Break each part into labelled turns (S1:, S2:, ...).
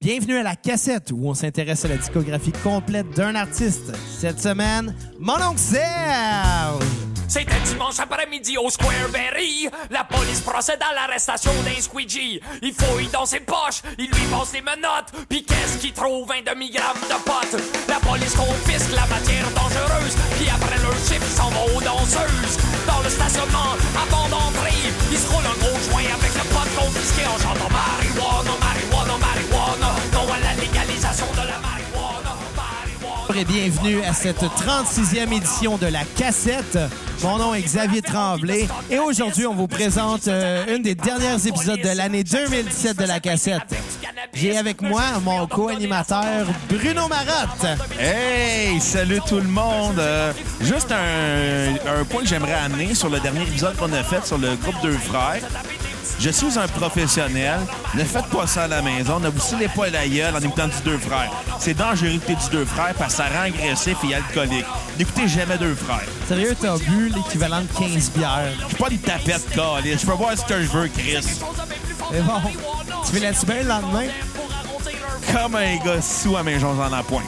S1: Bienvenue à la cassette où on s'intéresse à la discographie complète d'un artiste. Cette semaine, mon oncle Serge!
S2: C'était dimanche après-midi au Square Berry. La police procède à l'arrestation d'un squeegee. Il fouille dans ses poches, il lui passe les menottes. Puis qu'est-ce qu'il trouve? Un demi-gramme de potes. La police confisque la matière dangereuse. Puis après leur chiffre, ils s'en vont aux danseuses. Dans le stationnement, avant d'entrer, ils se roulent un gros joint avec le pot confisqué en chantant marijuana, marijuana, marijuana. Non à la légalisation de la marijuana. marijuana,
S1: Et bienvenue à cette
S2: marijuana,
S1: 36e édition de la cassette. Mon nom est Xavier Tremblay et aujourd'hui, on vous présente euh, une des dernières épisodes de l'année 2017 de la cassette. J'ai avec moi mon co-animateur Bruno Marotte.
S3: Hey, salut tout le monde! Euh, juste un, un point que j'aimerais amener sur le dernier épisode qu'on a fait sur le groupe Deux Frères. Je suis un professionnel. Ne faites pas ça à la maison. Ne vous scellez pas la gueule en écoutant du Deux Frères. C'est dangereux d'écouter du Deux Frères parce que ça rend agressif et alcoolique. N'écoutez jamais Deux Frères.
S1: Sérieux, t'as bu l'équivalent de 15 bières.
S3: Je suis pas une tapette, câlisse. Je peux voir ce que je veux, Chris.
S1: Mais bon, tu fais la bien le lendemain?
S3: Comme un gars sous à maison dans la pointe.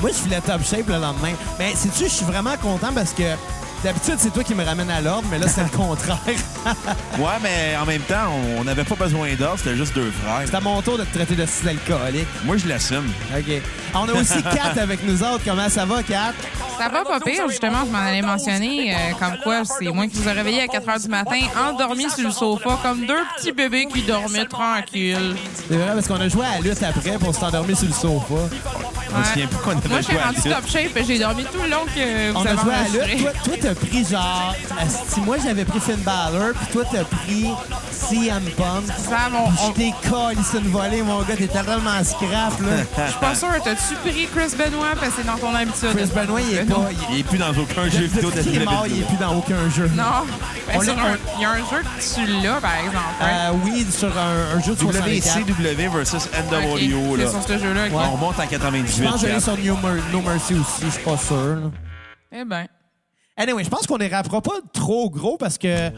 S1: Moi, je suis la top shape le lendemain. Mais sais-tu, je suis vraiment content parce que d'habitude, c'est toi qui me ramène à l'ordre, mais là, c'est le contraire.
S3: Ouais, mais en même temps, on n'avait pas besoin d'or. C'était juste Deux
S1: C'est à
S3: Frères.
S1: mon tour de te traiter de style alcoolique.
S3: Moi, je l'assume.
S1: OK. On a aussi Kat avec nous autres. Comment ça va, Kat?
S4: Ça va pas pire, justement, je m'en allais mentionner, euh, comme quoi c'est moi qui vous ai réveillé à 4 heures du matin, endormi sur le sofa, comme deux petits bébés qui dormaient tranquilles.
S1: C'est vrai, parce qu'on a joué à la lutte après pour s'endormir sur le sofa.
S3: Je me souviens plus qu'on avait
S4: Moi, je suis
S3: joué à
S4: rendu
S3: la
S4: top shape et j'ai dormi tout le long que vous
S1: On a
S4: avez
S1: joué à la
S4: enregistré.
S1: lutte. Toi, toi, t'as pris genre... Si moi, j'avais pris Finn Balor, puis toi, t'as pris CM Punk.
S4: Sam, on-
S1: Puis
S4: on-
S1: Je t'ai collé une volée, mon gars. T'es tellement scrap, là.
S4: Je suis pas sûre, t'as-tu pris Chris Benoit parce que c'est dans ton habitude?
S1: Chris Benoit, il est pas... il-
S3: Il est plus dans aucun jeu vidéo de
S1: Depuis qu'il est mort, il est plus dans aucun jeu.
S4: Non. Ben,
S1: On
S4: sur
S1: l'a-
S4: un- Il y a un jeu que tu l'as, par exemple. hein?
S1: Euh, oui, sur un, un jeu de 64.
S3: WCW versus NWO.
S4: Ok,
S3: Euh, là.
S4: C'est sur ce jeu-là. ok.
S3: On remonte à
S1: Je
S3: 98.
S1: pense que je l'ai
S3: Kat.
S1: sur New Mer- No Mercy aussi, je suis pas sûr. là.
S4: Eh ben.
S1: Anyway, je pense qu'on les rappera pas trop gros parce que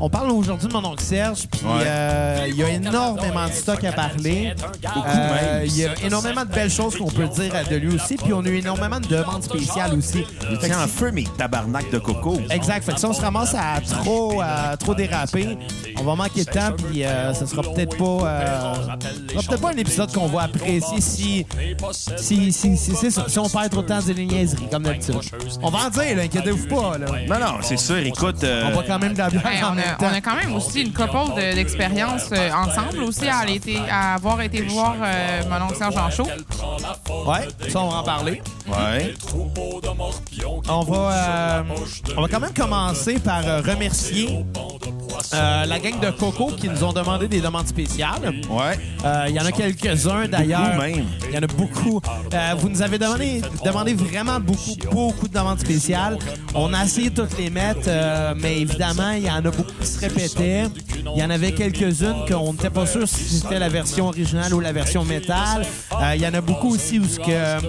S1: on parle aujourd'hui de mon oncle Serge, puis
S3: Ouais.
S1: euh, il y a énormément de stock à parler. Euh,
S3: même.
S1: Il y a énormément de belles choses qu'on peut dire de lui aussi, puis on a eu énormément de demandes spéciales aussi. Fait que
S3: Tiens, en feu, mais tabarnak de coco.
S1: Exact. Fait que si on se ramasse à trop, à trop déraper, on va manquer de temps, puis euh, ce sera peut-être pas, euh, ce sera peut-être pas un épisode qu'on va apprécier si, si, si, si, si- si- si on perd trop de temps de niaiseries, comme d'habitude. On va en dire, là, inquiétez-vous pas. Là.
S3: Non, non, c'est sûr. Écoute, euh,
S1: On va quand même de la bière
S4: Hey,
S1: en
S4: on,
S1: même
S4: a,
S1: temps.
S4: on a quand même aussi une couple de- d'expériences euh, ensemble aussi à, aller été- à avoir été voir euh, mon oncle Serge en show.
S1: Ouais, ça, on va en parler.
S3: ouais.
S1: On va, euh, on va quand même commencer par euh, remercier euh, la gang de Coco qui nous ont demandé des demandes spéciales.
S3: Ouais.
S1: Euh, Il y en a quelques-uns d'ailleurs.
S3: Beaucoup même.
S1: Il y en a beaucoup. Euh, vous nous avez demandé, demandé vraiment beaucoup, beaucoup de demandes spéciales. On a essayé de toutes les mettre, euh, mais évidemment, il y en a beaucoup qui se répétaient. Il y en avait quelques-unes qu'on n'était pas sûr si c'était la version originale ou la version métal. Euh, il y en a beaucoup aussi où ce que euh,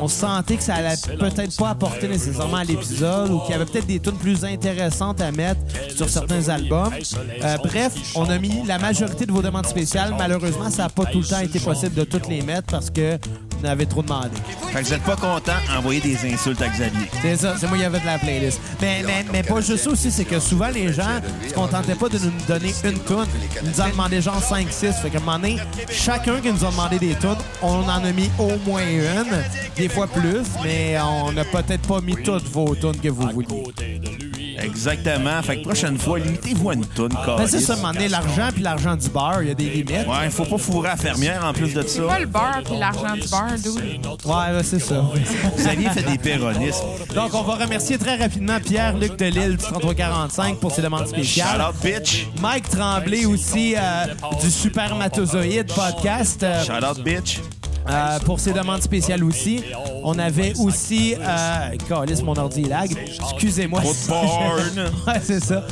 S1: on sentait que ça allait peut-être pas apporter nécessairement à l'épisode ou qu'il y avait peut-être des tunes plus intéressantes à mettre sur certains albums. Euh, bref, on a mis la majorité de vos demandes spéciales. Malheureusement, ça n'a pas tout le temps été possible de toutes les mettre parce que vous en avez trop demandé.
S3: Fait que vous êtes pas content, envoyez des insultes à Xavier.
S1: C'est ça, c'est moi qui avait de la playlist. Mais, mais, mais pas juste ça aussi, c'est que souvent les gens se contentaient pas de nous donner une toune. Ils nous ont demandé genre 5-6. Fait qu'à un moment donné, chacun qui nous a demandé des tunes, on en a mis au moins une, des fois plus, mais on n'a peut-être pas mis toutes vos tunes que vous vouliez.
S3: Exactement. Fait que prochaine fois, limitez-vous à une toune,
S1: Ben, c'est
S3: câlisse.
S1: ça, à un moment donné, l'argent puis l'argent du bar, il y a des limites.
S3: Ouais, faut pas fourrer à la fermière en plus de
S4: C'est
S3: ça.
S4: pas le beurre puis l'argent du beurre, dude.
S1: Ouais, ben, c'est ça.
S3: Xavier fait des péronistes.
S1: Donc, on va remercier très rapidement Pierre-Luc Delille du 3345 pour ses demandes spéciales.
S3: Shout out, bitch.
S1: Mike Tremblay aussi euh, du Super Matozoïde podcast euh,
S3: Shout out, bitch.
S1: euh, pour ses demandes spéciales aussi. On avait aussi... Euh, câlisse, mon ordi lag. Excusez-moi.
S3: Trop de porn.
S1: ouais, c'est ça.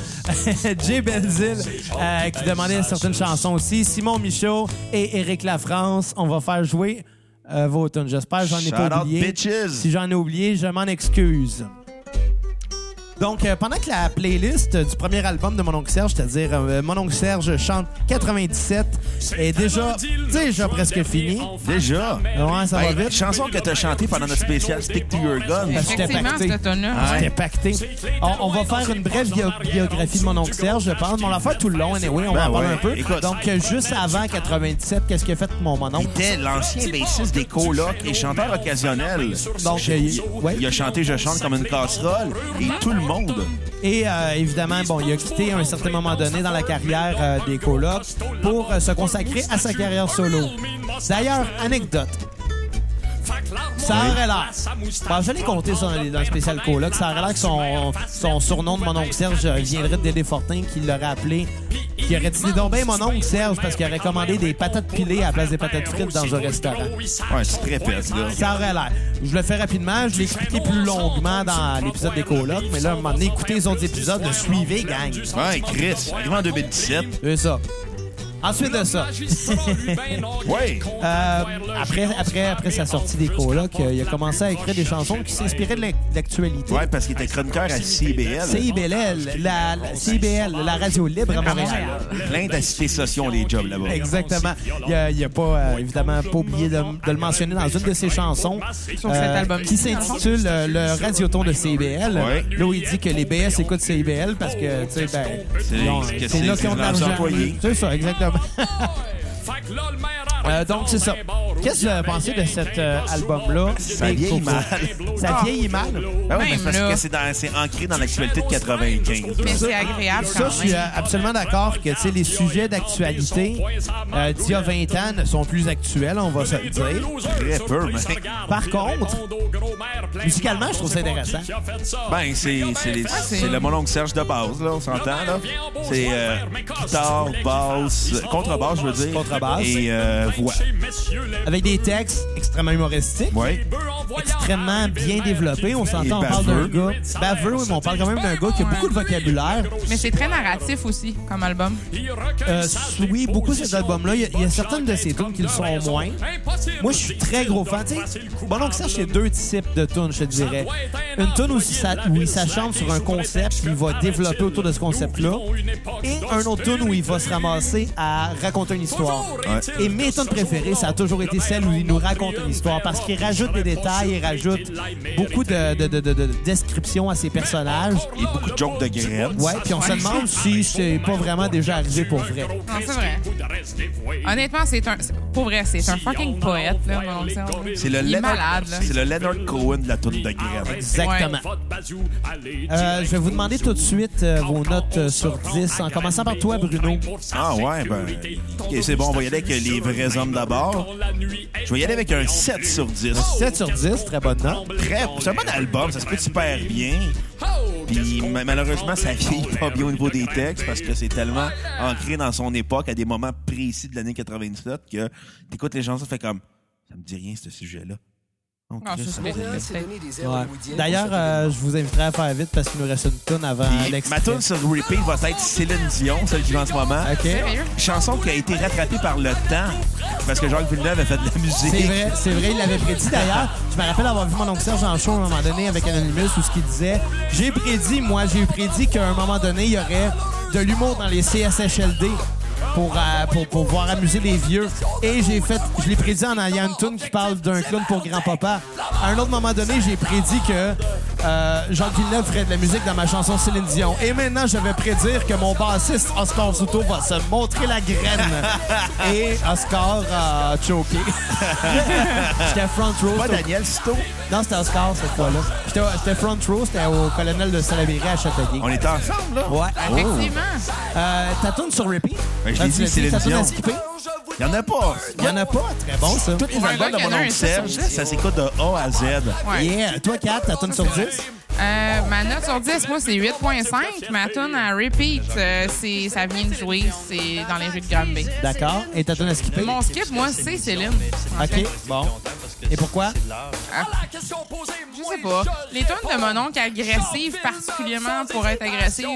S1: Jay Benzil euh, qui demandait certaines chansons aussi. Simon Michaud et Éric Lafrance. On va faire jouer euh, vos tunes. J'espère que j'en ai
S3: Shout
S1: pas
S3: out,
S1: oublié.
S3: bitches.
S1: Si j'en ai oublié, je m'en excuse. Donc, euh, pendant que la playlist euh, du premier album de Mon Oncle Serge, c'est-à-dire euh, Mon Oncle Serge chante 97, est déjà, déjà presque finie.
S3: Déjà.
S1: Ouais, ça va
S3: Hey,
S1: vite.
S3: chanson que t'as chantée pendant notre spécial Stick to Your Gun.
S1: Ben, j'étais
S4: Effectivement,
S1: pacté.
S4: cette
S3: Ah
S4: tonne-là.
S1: J'étais pacté. On, on va faire une brève bio- biographie de mon oncle Serge, je pense. Mais on l'a fait tout le long, anyway, on va
S3: Ben
S1: en parler
S3: ouais.
S1: un peu.
S3: Écoute.
S1: Donc, euh, juste avant 97, qu'est-ce que fait mon, mon oncle?
S3: C'était l'ancien bassiste des colocs et chanteur occasionnel.
S1: Donc, euh, il- ouais.
S3: Il a chanté Je chante comme une casserole et tout le monde.
S1: Et euh, évidemment, bon, il a quitté à un certain moment donné dans la carrière euh, des colocs pour euh, se consacrer à sa carrière solo. D'ailleurs, anecdote. Ça aurait l'air. Bon, je l'ai compté ça dans, les- dans le spécial coloc. Ça aurait l'air que son, son surnom de mon oncle Serge euh, viendrait de Dédé Fortin qui l'aurait appelé. Qui aurait dit donc ben mon oncle Serge parce qu'il aurait commandé des patates pilées à la place des patates frites dans un restaurant.
S3: Ouais, c'est très pète, là.
S1: Ça aurait l'air. Je le fais rapidement, je l'ai expliqué plus longuement dans l'épisode des colocs, mais là, à un moment donné, écoutez les autres épisodes, suivez, gang.
S3: Ouais, Chris, arrivé en 2017.
S1: C'est ça. Ensuite de
S3: Euh,
S1: ça,
S3: Ouais.
S1: euh, après, après, après sa sortie des colocs, euh, il a commencé à écrire des chansons qui s'inspiraient de l'ac- de l'actualité.
S3: Ouais, parce qu'il était chroniqueur à CBL.
S1: CIBL, la, la- CIBL, la radio libre à Montréal.
S3: Plein d'acités sociaux, les jobs là-bas.
S1: Exactement. Il a, il a pas, euh, évidemment, pas oublié de, de le mentionner dans une de ses chansons. euh,
S4: Sur cet album.
S1: Qui s'intitule euh, Le Radioton de CIBL.
S3: Ouais.
S1: Là où il dit que les BS écoutent CIBL parce que, tu sais, ben, ils ont-
S3: que
S1: c'est
S3: c'est-
S1: là
S3: c'est
S1: qu'ils ont de
S3: leurs
S1: l'argent.
S3: employés.
S1: C'est ça, exactement. Euh, donc, c'est ça. Qu'est-ce que vous pensez de cet euh, album-là?
S3: Ça vieillit mal. Ah!
S1: Ça vieillit mal.
S3: Ben oui, mais
S4: Même
S3: parce
S4: là.
S3: que c'est dans- c'est ancré dans l'actualité de 95.
S4: Mais c'est agréable
S1: Ça,
S4: quand
S1: je suis euh,
S4: même.
S1: absolument d'accord que tu sais, les sujets d'actualité euh, d'il y a 20 ans ne sont plus actuels, on va se le dire.
S3: Très peu, mais.
S1: Par contre, musicalement, je trouve ça intéressant.
S3: Ben, c'est c'est les- c'est le mon oncle Serge de base, là, on s'entend, là. C'est euh, guitare, basse, contrebasse, je veux dire.
S1: Contrebasse.
S3: Et euh, voix.
S1: Avec des textes extrêmement humoristiques,
S3: Ouais.
S1: extrêmement bien développés. On s'entend, on
S3: Et
S1: parle d'un
S3: baveux.
S1: gars baveux, oui, mais on parle quand même d'un gars qui a beaucoup de vocabulaire.
S4: Mais c'est très narratif aussi, comme album.
S1: Euh, oui, beaucoup cet album-là. Il y a- il y, a certaines de ses tunes qui le sont moins. Moi, je suis très gros fan. Tu sais, Bon, donc, ça, c'est deux types de tunes, je te dirais. Une tune où, ça, où il s'acharne sur un concept, puis il va développer autour de ce concept-là. Et un autre tune où il va se ramasser à raconter une histoire.
S3: Ouais.
S1: Et mes tunes préférées, ça a toujours été celle où il nous raconte une histoire, parce qu'il rajoute des détails, il rajoute beaucoup de, de, de- de- de descriptions à ses personnages.
S3: Et beaucoup de jokes de graines.
S1: Ouais, puis on se demande si c'est pas vraiment déjà arrivé pour vrai.
S4: Non, c'est vrai. Honnêtement, c'est un. c'est- Pour vrai, c'est un fucking poète, là, mon oncle Serge.
S3: C'est le,
S4: Il est
S3: Leonard,
S4: malade, là.
S3: c'est le Leonard Cohen de la toune de graines.
S1: Exactement. Euh, je vais vous demander tout de suite euh, vos notes euh, sur 10, en commençant par toi, Bruno.
S3: Ah ouais, ben. Ok, c'est bon, on va y aller avec les vrais hommes d'abord. Je vais y aller avec un 7 sur 10.
S1: 7 sur 10, très bonne note.
S3: Très, c'est un bon album, ça se peut super bien. Puis ma- malheureusement, ça vieillit pas bien au niveau des textes parce que c'est tellement ancré dans son époque à des moments précis de l'année 97 que t'écoutes les gens, ça fait comme ça me dit rien ce sujet-là. Donc,
S4: Non,
S3: là,
S4: ça,
S3: ça me dit rien.
S4: c'est
S1: Ouais. D'ailleurs, euh, je vous inviterai à faire vite parce qu'il nous reste une tonne avant
S3: Puis,
S1: l'extrait.
S3: ma tune sur repeat va être Céline Dion, celle qui joue en ce moment.
S1: OK.
S4: sérieux.
S3: Chanson qui a été rattrapée par le temps parce que Jacques Villeneuve a fait de la musique.
S1: C'est vrai, c'est vrai, il l'avait prédit d'ailleurs. Je me rappelle avoir vu mon oncle Serge en show à un moment donné avec Anonymous où ce qu'il disait J'ai prédit, moi, j'ai prédit qu'à un moment donné, il y aurait de l'humour dans les CSHLD. Pour, euh, pour, pour voir amuser les vieux. Et j'ai fait, je l'ai prédit en ayant une tune qui parle d'un clown pour grand-papa. À un autre moment donné, j'ai prédit que euh, Jacques Villeneuve ferait de la musique dans ma chanson Céline Dion. Et maintenant, je vais prédire que mon bassiste Oscar Souto va se montrer la graine. Et Oscar a choqué. J'étais front row.
S3: Pas
S1: c'était au-
S3: Daniel Citeau.
S1: Non, c'était Oscar cette fois-là. J'étais j'étais front row, c'était au colonel de Salaberry à Châteauguay.
S3: On était ensemble, là.
S1: Ouais.
S4: Effectivement.
S1: Euh, ta tourne sur repeat?
S3: Ben, je
S1: Ah,
S3: l'ai
S1: tu
S3: dit,
S1: l'as
S3: Céline
S1: ta tourne à
S3: Dion.
S1: skipper?
S3: Il y en a pas.
S1: Il y en a pas. Très bon, ça.
S3: Tous les
S4: Ouais,
S3: albums
S4: là,
S3: de
S4: il y en
S3: mon
S4: a un,
S3: oncle
S4: ça,
S3: Serge, ça s'écoute de A à Z.
S4: Ouais.
S1: Yeah. Toi, 4, ta tourne sur 10?
S4: Euh, ma note sur 10, moi, c'est 8.5. Ma tune à repeat, euh, c'est, ça vient de jouer. C'est dans les rues de Granby.
S1: D'accord. Et ta tourne à skipper?
S4: Mon skip, moi, c'est Céline. en fait.
S1: OK, bon. Et pourquoi?
S3: Hein?
S4: Je sais pas. Les tunes de mon oncle agressives, particulièrement pour être agressives.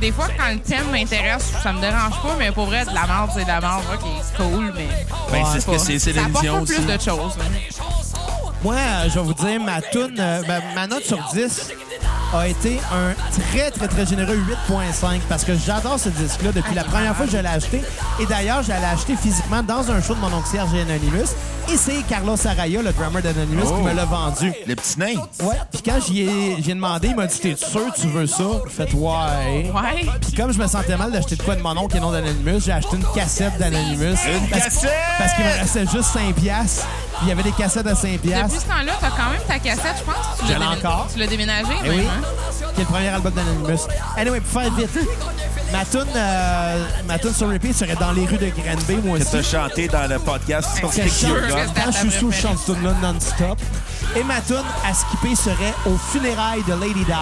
S4: Des fois, quand le thème m'intéresse, ça me dérange pas, mais pour vrai, de la merde, c'est de la merde. OK, c'est cool, mais.
S3: Ben,
S1: Ouais.
S3: c'est ce que c'est
S4: ça
S3: Céline
S4: apporte
S3: Dion
S4: pas
S3: aussi.
S4: plus de choses. là.
S1: Moi, euh, je vais vous dire, ma tourne, euh, ben, ma note sur 10, a été un très, très, très généreux 8.5 parce que j'adore ce disque-là depuis la première fois que je l'ai acheté. Et d'ailleurs, je l'ai acheté physiquement dans un show de mon oncle Serge et Anonymous. Et c'est Carlos Araya, le drummer d'Anonymous, qui
S3: Oh.
S1: me l'a vendu.
S3: Le petit nain.
S1: Ouais. Puis quand j'y ai, j'y ai demandé, il m'a dit T'es sûr que tu veux ça Fait ouais.
S4: Ouais.
S1: Puis comme je me sentais mal d'acheter de quoi de mon oncle et non d'Anonymous, j'ai acheté une cassette d'Anonymous.
S3: Une
S1: Parce-
S3: cassette!
S1: Parce qu'il me restait juste 5$. piastres. Puis il y avait des cassettes à 5$.
S4: Depuis
S1: piastres.
S4: ce temps-là, t'as quand même ta cassette, je pense. que
S1: Je
S4: Tu l'as
S1: l'ai
S4: déménagé.
S1: encore.
S4: Tu l'as déménagé,
S1: Eh
S4: même,
S1: oui,
S4: hein?
S1: qui est le premier album d'Anonymous. Anyway, pour faire vite, ma tune, euh, ma tune sur repeat serait dans les rues de Granby, moi
S3: Que t'as
S1: aussi.
S3: chanté dans le podcast sur
S1: Que je
S3: Stick
S1: chante
S4: Your
S3: Your
S4: Gun.
S1: Quand je suis sous, je chante cette tune-là non-stop. Et ma tune à skipper serait Au funérailles de Lady Di.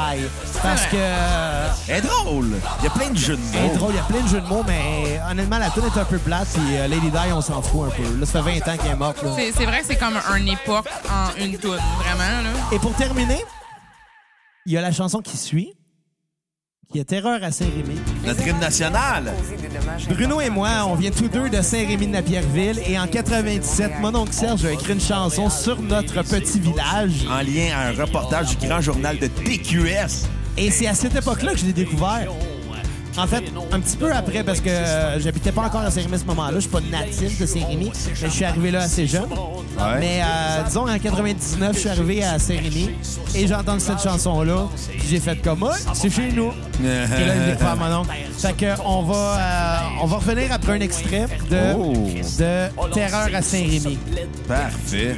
S1: Parce
S4: vrai.
S1: que euh,
S3: Elle est drôle. Il y a plein de jeux de
S1: elle est
S3: mots.
S1: drôle, il y a plein de jeux de mots, mais euh, honnêtement, la tune est un peu plate. Puis euh, Lady Di, on s'en fout un peu. Là, ça fait 20 ans qu'elle est morte. là.
S4: C'est c'est vrai que c'est comme un époque en une toune, vraiment, là.
S1: Et pour terminer, il y a la chanson qui suit, qui est Terreur à Saint-Rémy.
S3: Notre hymne national.
S1: Bruno et moi, on vient tous deux de Saint-Rémy-de-la-Pierreville et en 97, mon oncle Serge a écrit une chanson sur notre petit village.
S3: En lien à un reportage du grand journal de TQS.
S1: Et c'est à cette époque-là que je l'ai découvert. En fait, un petit peu après, parce que euh, j'habitais pas encore à Saint-Rémy à ce moment-là. Je suis pas natif de Saint-Rémy, mais je suis arrivé là assez jeune.
S3: Ouais.
S1: Mais euh, disons, en 99, je suis arrivé à Saint-Rémy et j'ai entendu cette chanson-là. Puis j'ai fait comme, Ah, c'est chez nous. Et là,
S3: Euh,
S1: il découvre mon oncle. Fait que on va, euh, on va revenir après un extrait de,
S3: Oh.
S1: de Terreur à Saint-Rémy.
S3: Parfait.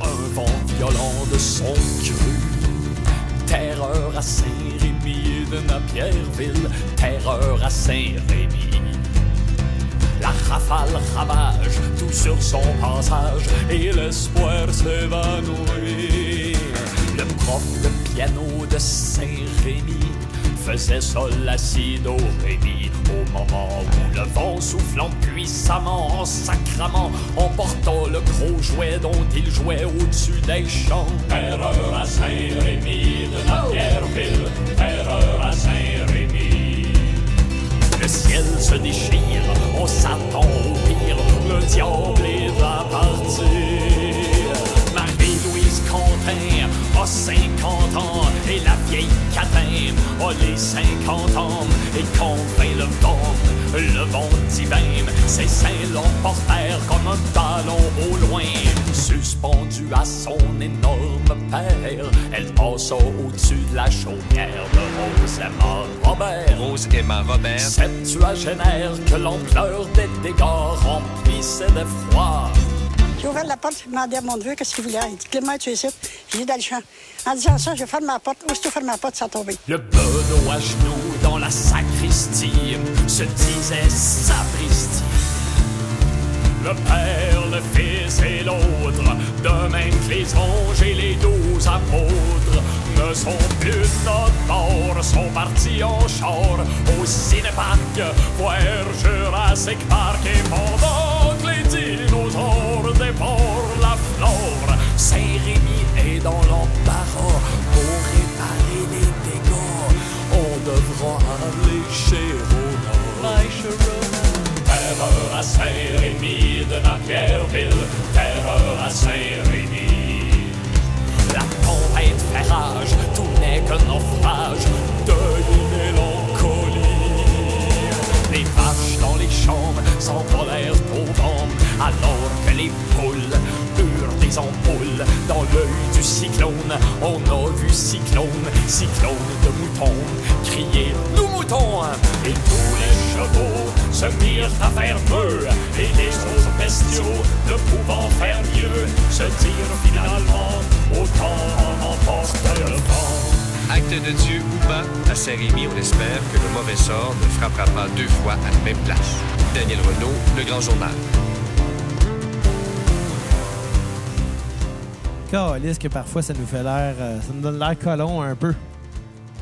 S2: Un vent violent de son cru. Terreur à Saint-Rémy de Napierreville. Terreur à Saint-Rémy. La rafale ravage tout sur son passage et l'espoir s'évanouit. Le prof de piano de Saint-Rémy faisait sol la si do ré mi au moment où le vent soufflant puissamment en sacrament emportant le gros jouet dont il jouait au-dessus des champs. Terreur à Saint-Rémy de la Pierreville, terreur à Saint-Rémy. Le ciel se déchire, on s'attend au pire, le diable est à partir. Marie-Louise Quentin a 50 ans et la vieille Catin a les 50 ans. Et quand vint le vent, le vent divin, ses seins l'emportèrent comme un ballon au loin. Suspendue à son énorme père, elle passa au-dessus de la chaumière de Rose Emma Robert.
S5: Rose Emma Robert.
S2: Septuagénaire que l'ampleur des dégâts remplissait d'effroi.
S6: J'ai ouvert la porte, j'ai demandé à mon neveu qu'est-ce qu'il voulait. Il dit Clément, tu es ici. J'ai dit dans le champ. En disant ça, j'ai fermé ma porte. Aussitôt fermé ma porte, ça a tombé.
S2: Le bedeau à genoux dans la sacristie se disait sapristi. Le Père, le Fils et l'autre, de même que les anges et les douze apôtres, ne sont plus de notre bord, sont partis en char au cinéparc, voir Jurassic Park et pendant que les dinosaures dévorent la flore, Saint-Rémy est dans l'embarras pour réparer les dégâts. On devra aller chez Rona. Terreur à Saint-Rémy de la Pierreville, terreur à Saint-Rémy. La tempête fait rage, tout n'est qu'un naufrage, deuil et mélancolie. Les vaches dans les chambres s'envolèrent au vent, alors que les poules eurent des ampoules. Dans l'œil du cyclone, on a vu cyclone, cyclone de moutons, crier nous moutons! Et tous les chevaux se mirent à faire feu, et les autres bestiaux, ne pouvant faire mieux, se dirent finalement autant en emporte le vent.
S5: Acte de Dieu ou pas, à Saint-Rémy, on espère que le mauvais sort ne frappera pas deux fois à la même place. Daniel Renault, Le Grand Journal.
S1: Calisse que parfois ça nous fait l'air, euh, ça nous donne l'air colon un peu.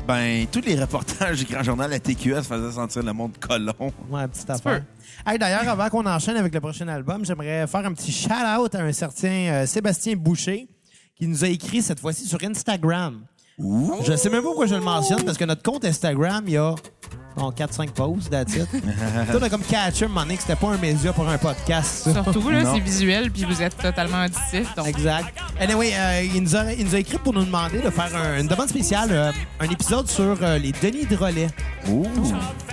S3: Ben, tous les reportages du grand journal à TQS faisaient sentir le monde colon.
S1: Ouais, petite affaire. Hey, D'ailleurs, avant qu'on enchaîne avec le prochain album, j'aimerais faire un petit shout-out à un certain euh, Sébastien Boucher qui nous a écrit cette fois-ci sur Instagram. Je sais même pas pourquoi je le mentionne parce que notre compte Instagram, il y a On 4-5 pauses, that's it. Toi, t'as comme catché un moment donné que c'était pas un média pour un podcast, ça.
S4: Surtout, là,
S3: Non.
S4: c'est visuel, puis vous êtes totalement auditif. Donc,
S1: Exact. Anyway, euh, il, nous a, il nous a écrit pour nous demander de faire un- une demande spéciale, euh, un épisode sur euh, les Denis de relais,
S3: Ouh.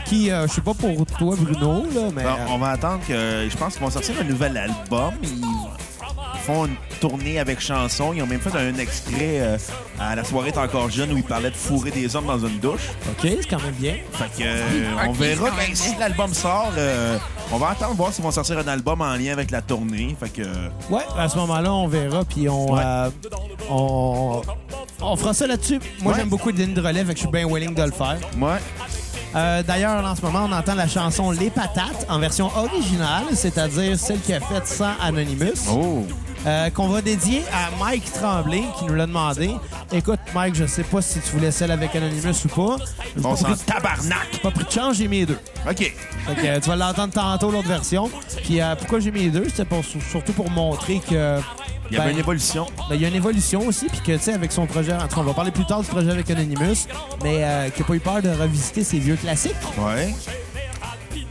S1: qui, euh, je sais pas pour toi, Bruno, là, mais... euh,
S3: Bon, on va attendre que. Je pense qu'ils vont sortir un nouvel album. Ils font une tournée avec chansons. Ils ont même fait un extrait euh, à La soirée est encore jeune où ils parlaient de fourrer des hommes dans une douche.
S1: euh, OK, c'est quand même bien.
S3: Fait que, euh, on
S4: Ok,
S3: verra
S4: quand même.
S3: ben, si l'album sort. euh, on va attendre voir s'ils vont sortir un album en lien avec la tournée. Fait que, euh,
S1: Ouais, à ce moment-là, on verra, puis on,
S3: Ouais.
S1: euh, on, on fera ça là-dessus. Moi,
S3: Ouais.
S1: j'aime beaucoup les Denis de relais, fait que je suis bien willing de le faire.
S3: ouais.
S1: Euh, D'ailleurs, en ce moment, on entend la chanson Les Patates en version originale, c'est-à-dire celle qui a faite sans Anonymous.
S3: Oh.
S1: Euh, qu'on va dédier à Mike Tremblay qui nous l'a demandé. Écoute, Mike, je sais pas si tu voulais celle avec Anonymous ou pas. J'ai
S3: On
S1: pas,
S3: s'en
S1: pris,
S3: tabarnak.
S1: pas pris de chance, j'ai mis les deux.
S3: OK.
S1: Fait que, euh, tu vas l'entendre tantôt, l'autre version. Puis euh, pourquoi j'ai mis les deux? C'était pour- surtout pour montrer que.
S3: Il y avait
S1: ben,
S3: une évolution.
S1: ben, il y a une évolution aussi, puis que, tu sais, avec son projet, en tout cas, on va parler plus tard du projet avec Anonymous, mais euh, qu'il n'a pas eu peur de revisiter ses vieux classiques.
S3: Ouais.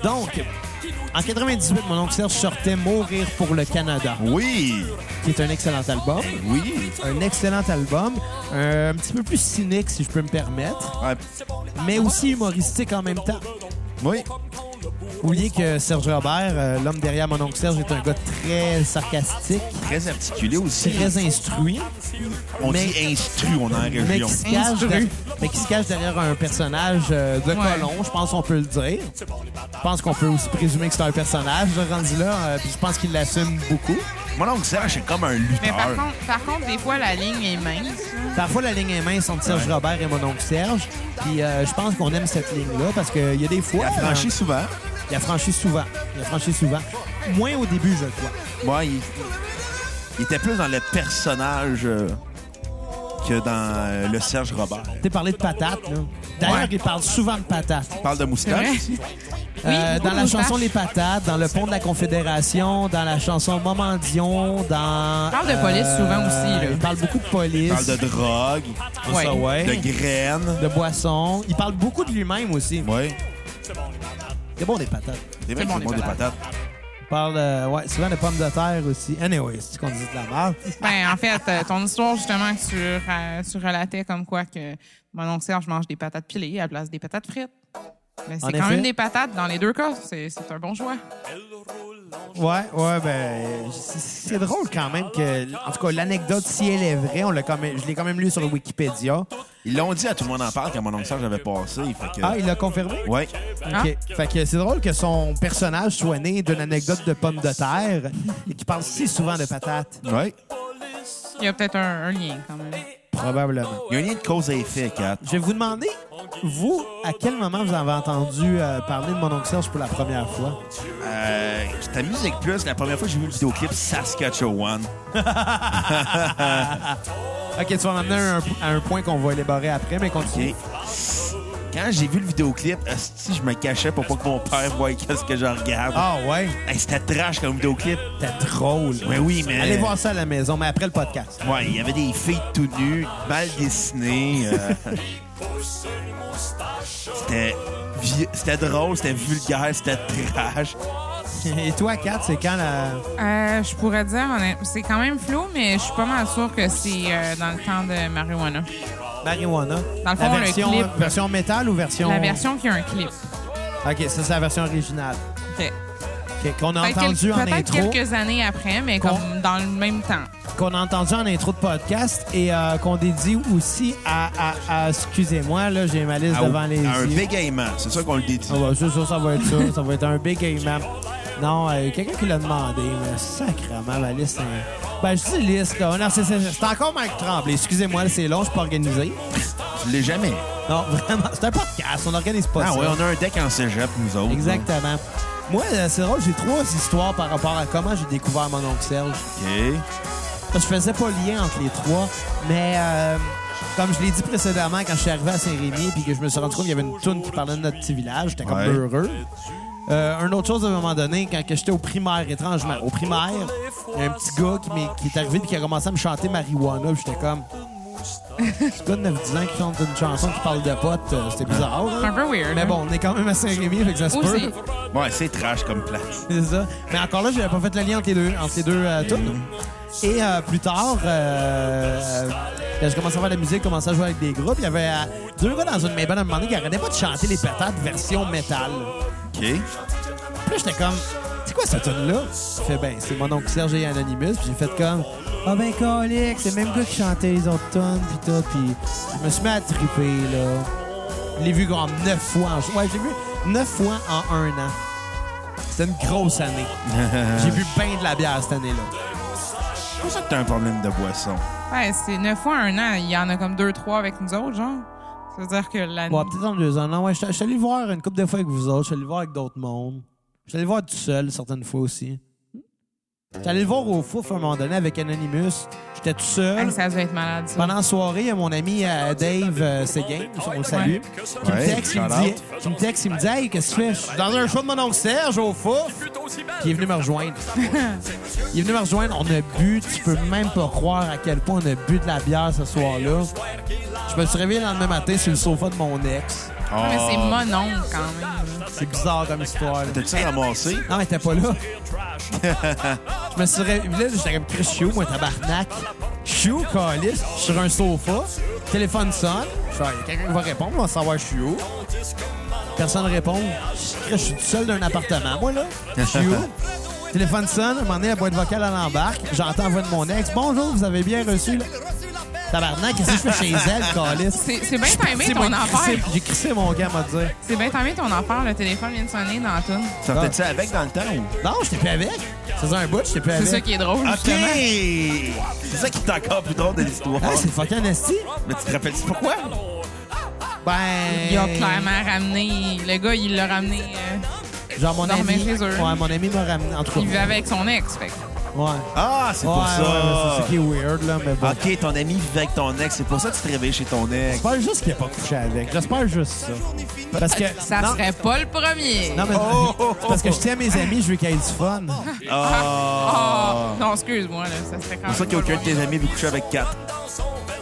S1: Donc, en 98, mon oncle Serge sortait Mourir pour le Canada,
S3: Oui.
S1: qui est un excellent album.
S3: Oui.
S1: un excellent album, euh, un petit peu plus cynique si je peux me permettre,
S3: Ouais.
S1: mais aussi humoristique en même temps.
S3: Oui.
S1: Oubliez que Serge Robert, euh, l'homme derrière mon oncle Serge, est un gars très sarcastique,
S3: Très articulé aussi.
S1: très instruit,
S3: On
S1: mais-
S3: dit instru, on est en
S1: mais
S3: région.
S1: qui se cache,
S4: Instruit.
S1: de- mais qui se cache derrière un personnage euh, de
S4: Ouais.
S1: colon, je pense qu'on peut le dire. Je pense qu'on peut aussi présumer que c'est un personnage rendu là, euh, puis je pense qu'il l'assume beaucoup.
S3: Mon oncle Serge, c'est comme un
S4: mais
S1: Ah
S4: par
S3: lutteur.
S4: contre, par contre, des fois, la ligne est mince. là.
S1: Parfois, la ligne est mince entre Serge Robert et mon oncle Serge, puis euh, je pense qu'on aime cette ligne-là, parce qu'il y a des fois...
S3: Il a
S1: euh,
S3: franchi souvent.
S1: Il a franchi souvent. Il a franchi souvent. Moins au début, je crois.
S3: Ouais, il... il était plus dans le personnage euh, que dans euh, le Serge Robert.
S1: T'es parlé de patates, là. D'ailleurs,
S3: Ouais.
S1: il parle souvent de patates.
S3: Parle de moustache.
S4: vrai.
S3: aussi.
S1: Euh,
S4: beaucoup
S1: dans
S4: de
S1: la chanson
S4: moustaches.
S1: Les Patates, dans Le Pont de la Confédération, dans la chanson Maman Dion, dans. euh,
S4: parle de police souvent aussi, là.
S1: Il parle beaucoup de police.
S3: Il Parle de drogue,
S4: Ouais.
S1: Ça, ouais.
S3: de graines.
S1: De boissons. Il parle beaucoup de lui-même aussi.
S3: Ouais.
S1: C'est bon, des patates.
S3: C'est vrai que
S4: bon,
S3: c'est
S4: les
S3: bon des
S4: patates.
S3: patates.
S1: Il parle, euh, ouais, souvent des pommes de terre aussi. Anyway, c'est qu'on dit de la merde.
S4: Ben, en fait, euh, ton histoire, justement, que tu, ra- tu relatais comme quoi que mon oncle Serge mange des patates pilées à la place des patates frites. Ben,
S1: En
S4: c'est quand
S1: effet.
S4: même des patates dans les deux cas. C'est c'est un bon choix.
S1: Ouais, ouais, ben, c'est- c'est drôle quand même que, en tout cas, l'anecdote, si elle est vraie, on l'a quand même, je l'ai quand même lu sur Wikipédia.
S3: Ils l'ont dit à tout le monde en parle quand mon oncle Serge avait passé. Fait que...
S1: Ah, il l'a confirmé? Ah.
S3: Ouais.
S1: OK. Fait que c'est drôle que son personnage soit né d'une anecdote de pommes de terre et qu'il parle si souvent de patates.
S3: Ouais.
S4: Il y a peut-être un, un lien quand même.
S1: Probablement.
S3: Il y a un lien de cause à effet, Kat.
S1: Je vais vous demander, vous, à quel moment vous avez entendu euh, parler de mon oncle Serge pour la première fois?
S3: Euh, ta musique plus, la première fois que j'ai vu le vidéoclip Saskatchewan.
S1: OK, tu vas m'amener à un, à un point qu'on va élaborer après, mais continue.
S3: Et quand j'ai vu le vidéoclip, asti, je me cachais pour pas que mon père voie qu'est-ce que je regarde.
S1: Ah ouais?
S3: Hey, C'était trash comme vidéoclip.
S1: T'es drôle.
S3: Ouais, oui, mais-
S1: Allez voir ça à la maison, mais après le podcast.
S3: Ouais, il y avait des filles tout nues, mal dessinées. euh, c'était vie- c'était drôle, c'était vulgaire, c'était trash.
S1: Et toi, Kat, c'est quand la...
S4: Euh, je pourrais dire, honnêtement, c'est quand même flou, mais je suis pas mal sûre que c'est euh, dans le temps de marijuana.
S1: Marijuana?
S4: Dans le fond,
S1: la
S4: le
S1: version,
S4: clip.
S1: version métal ou version...
S4: La version qui a un clip.
S1: OK, ça, c'est la version originale.
S4: Ok.
S1: OK, qu'on a
S4: Peut-être quel-
S1: entendu en
S4: peut-être
S1: intro.
S4: quelques années après, mais
S1: Qu'on-
S4: comme dans le même temps.
S1: qu'on a entendu en intro de podcast et euh, qu'on dédie aussi à, à- à- excusez-moi là j'ai ma liste
S3: À-
S1: devant les
S3: à Ah, un
S1: yeux.
S3: bégaiement, c'est ça qu'on le dédie.
S1: Ah ouais, ça, ça, ça va être ça, ça va être un big aimant. Non, euh, quelqu'un qui l'a demandé, mais sacrement ma liste. est- Ben je dis liste là, non c'est c'est- c'est encore Mike Tremblay. Excusez-moi, là, c'est long, je suis pas organisé.
S3: Tu l'es jamais.
S1: Non vraiment, c'est un podcast, on n'organise pas
S3: Ah
S1: ça.
S3: ouais, on a un deck en cégep, nous autres.
S1: Exactement. Moi, euh, c'est drôle, j'ai trois histoires par rapport à comment j'ai découvert mon oncle Serge.
S3: OK.
S1: Je faisais pas lien entre les trois, mais euh, comme je l'ai dit précédemment, quand je suis arrivé à Saint-Rémy puis que je me suis rendu compte qu'il y avait une toune qui parlait de notre petit village, j'étais comme
S3: Ouais.
S1: heureux. Euh, une autre chose, à un moment donné, quand que j'étais au primaire, étrangement, au primaire, il y a un petit gars qui, m'est- qui est arrivé et qui a commencé à me chanter Marijuana. puis J'étais comme, Ce gars de 9-10 ans qui chante une chanson qui parle de potes, euh, c'était bizarre.
S4: C'est un
S1: hein?
S4: peu weird.
S1: Mais bon, on est quand même à Saint-Rémy, fait que ça se peut.
S4: Aussi.
S3: Ouais, c'est trash comme place.
S1: C'est ça. Mais encore là, j'avais pas fait le lien entre les deux, entre les deux euh, tunes. Et euh, plus tard, euh, quand je commençais à faire de la musique, commençais à jouer avec des groupes. Il y avait euh, deux gars dans une main à un moment donné qui arrêtaient pas de chanter les patates version métal.
S3: OK.
S1: Puis là, j'étais comme, c'est quoi cette tune-là? J'ai fait, ben, c'est mon oncle Serge et Anonymous. Puis j'ai fait comme, ah ben, colique, c'est le même gars qui chantait les autres tunes, puis tout. Puis je me suis mis à triper, là. Je l'ai vu comme neuf fois en... Ouais, j'ai vu neuf fois en un an. C'était une grosse année. j'ai bu bien de la bière cette année-là.
S3: C'est pour ça que t'as un problème de boisson.
S4: Ouais, c'est neuf fois un an. Il y en a comme deux, trois avec nous autres, genre. Ça veut dire que l'année.
S1: Ouais, peut-être en deux ans. Non, ouais, je je suis allé le voir une couple de fois avec vous autres. Je suis allé le voir avec d'autres mondes. Je suis allé le voir tout seul certaines fois aussi. Je suis allé le voir au Fouf à un moment donné avec Anonymous. J'étais tout seul.
S4: Hey, Ah, ça doit être malade, ça.
S1: Pendant la soirée, il y a mon ami euh, Dave euh, Séguin, on le salue, qui me
S3: Ouais,
S1: texte, il me
S3: shout-out.
S1: dit, qui me texte, il me dit, hey, qu'est-ce que tu fais? Je suis dans un show de mon oncle Serge au Fouf. Puis il est venu me rejoindre. il est venu me rejoindre. On a bu. Tu peux même pas croire à quel point on a bu de la bière ce soir-là. Je me suis réveillé le lendemain matin sur le sofa de mon ex.
S4: Ouais, mais c'est
S3: Ah,
S4: mon oncle, quand même.
S1: C'est bizarre comme histoire. là.
S3: T'as-tu ramassé?
S1: Non, mais t'es pas là. je me suis réveillé, là, j'étais comme Chris Chou, moi, tabarnak. Chou, calice, je suis sur un sofa, téléphone sonne. Je fais, Ah, y a quelqu'un qui va répondre, on va savoir je suis où. Personne répond. Je je suis tout seul d'un appartement, moi, là. Je suis où? Téléphone sonne, à un moment donné, la boîte vocale, elle embarque. J'entends la voix de mon ex. Bonjour, vous avez bien reçu, là. Tabarnak, qu'est-ce que je fais chez elle, calice?
S4: C'est c'est bien
S1: C'est
S4: timé
S1: moi
S4: ton
S1: qui crissais-
S4: affaire.
S1: J'ai crissé mon gars, m'a dit.
S4: C'est bien timé ton affaire. Le téléphone vient de sonner dans la toune.
S1: Ah.
S3: Sortais-tu avec dans le temps ou?
S1: Non, j'étais plus avec. Ça faisait un bout, j'étais plus
S4: C'est
S1: avec.
S4: ça qui est drôle, justement.
S3: C'est ça qui est encore plus drôle de l'histoire.
S1: Ah, c'est fucking esti.
S3: Mais tu te rappelles-tu pourquoi?
S1: Ben.
S4: Il a clairement ramené. Le gars, il l'a ramené. euh,
S1: Genre, mon
S4: dormait
S1: ami.
S4: chez eux.
S1: Ouais, mon ami m'a ramené. En tout cas.
S4: il vivait avec son ex. Fait. que-
S1: Ouais.
S3: Ah, c'est
S1: ouais,
S3: pour
S1: ouais, ouais, c'est
S3: ça.
S1: ça euh, Ah, qui est weird, là, mais bon.
S3: ok, ton ami vivait avec ton ex. C'est pour ça que tu te réveilles chez ton ex.
S1: J'espère juste qu'il n'a pas couché avec. J'espère juste ça. Parce que.
S4: Ça
S1: non,
S4: serait pas le premier.
S1: Non, mais.
S3: Oh, oh, oh,
S1: Parce que
S3: oh.
S1: je tiens à mes amis, je veux qu'ils aient du fun.
S3: Ah.
S4: Ah, non, excuse-moi, là, ça serait quand
S3: C'est pour ça
S4: même.
S3: qu'aucun
S4: pas
S3: de tes
S4: loin.
S3: amis veut coucher avec Kat.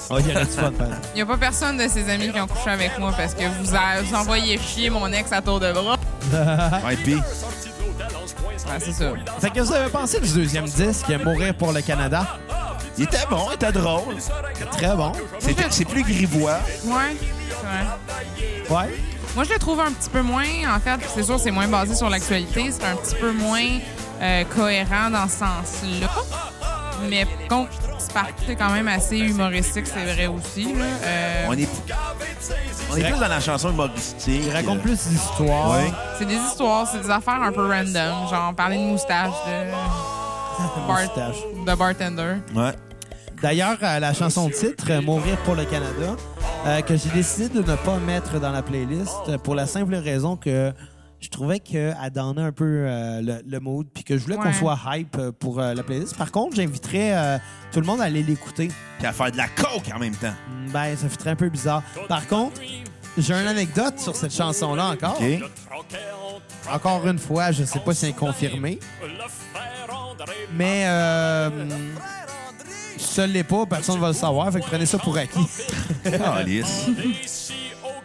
S1: Oh, il y aurait du fun, par exemple.
S4: Il n'y a pas personne de ses amis qui ont couché avec moi parce que vous, a- vous envoyez chier mon ex à tour de bras.
S3: Ouais, pis.
S4: Ah, c'est ça.
S1: Fait que vous avez pensé du deuxième disque, Mourir pour le Canada?
S3: Il était bon, il était drôle.
S1: Très bon.
S3: C'est c'est plus grivois.
S4: Ouais. ouais.
S1: Ouais.
S4: Moi, je le trouve un petit peu moins, en fait, c'est sûr, c'est moins basé sur l'actualité. C'est un petit peu moins euh, cohérent dans ce sens-là. Mais contre, c'est quand même assez humoristique, c'est vrai aussi. Là. Euh,
S3: On est, on est plus dans la chanson humoristique.
S1: Il raconte plus d'histoires.
S3: Ouais.
S4: C'est des histoires, c'est des affaires un peu random. Genre, parler de moustache, de,
S1: Moustache.
S4: de bartender.
S3: Ouais.
S1: D'ailleurs, euh, la chanson titre, euh, Mourir pour le Canada, euh, que j'ai décidé de ne pas mettre dans la playlist euh, pour la simple raison que je trouvais qu'elle donnait un peu euh, le, le mood, puis que je voulais qu'on
S4: Ouais.
S1: soit hype euh, pour euh, la playlist. Par contre, j'inviterais euh, tout le monde à aller l'écouter.
S3: Puis à faire de la coke en même temps.
S1: Mm, Ben, ça fait un peu bizarre. Par contre, j'ai une anecdote sur cette chanson-là encore.
S3: OK?
S1: Encore une fois, je sais pas si c'est confirmé. Mais euh, ça l'est pas, personne ne va le savoir, fait que prenez ça pour acquis.
S3: Ah, Calice.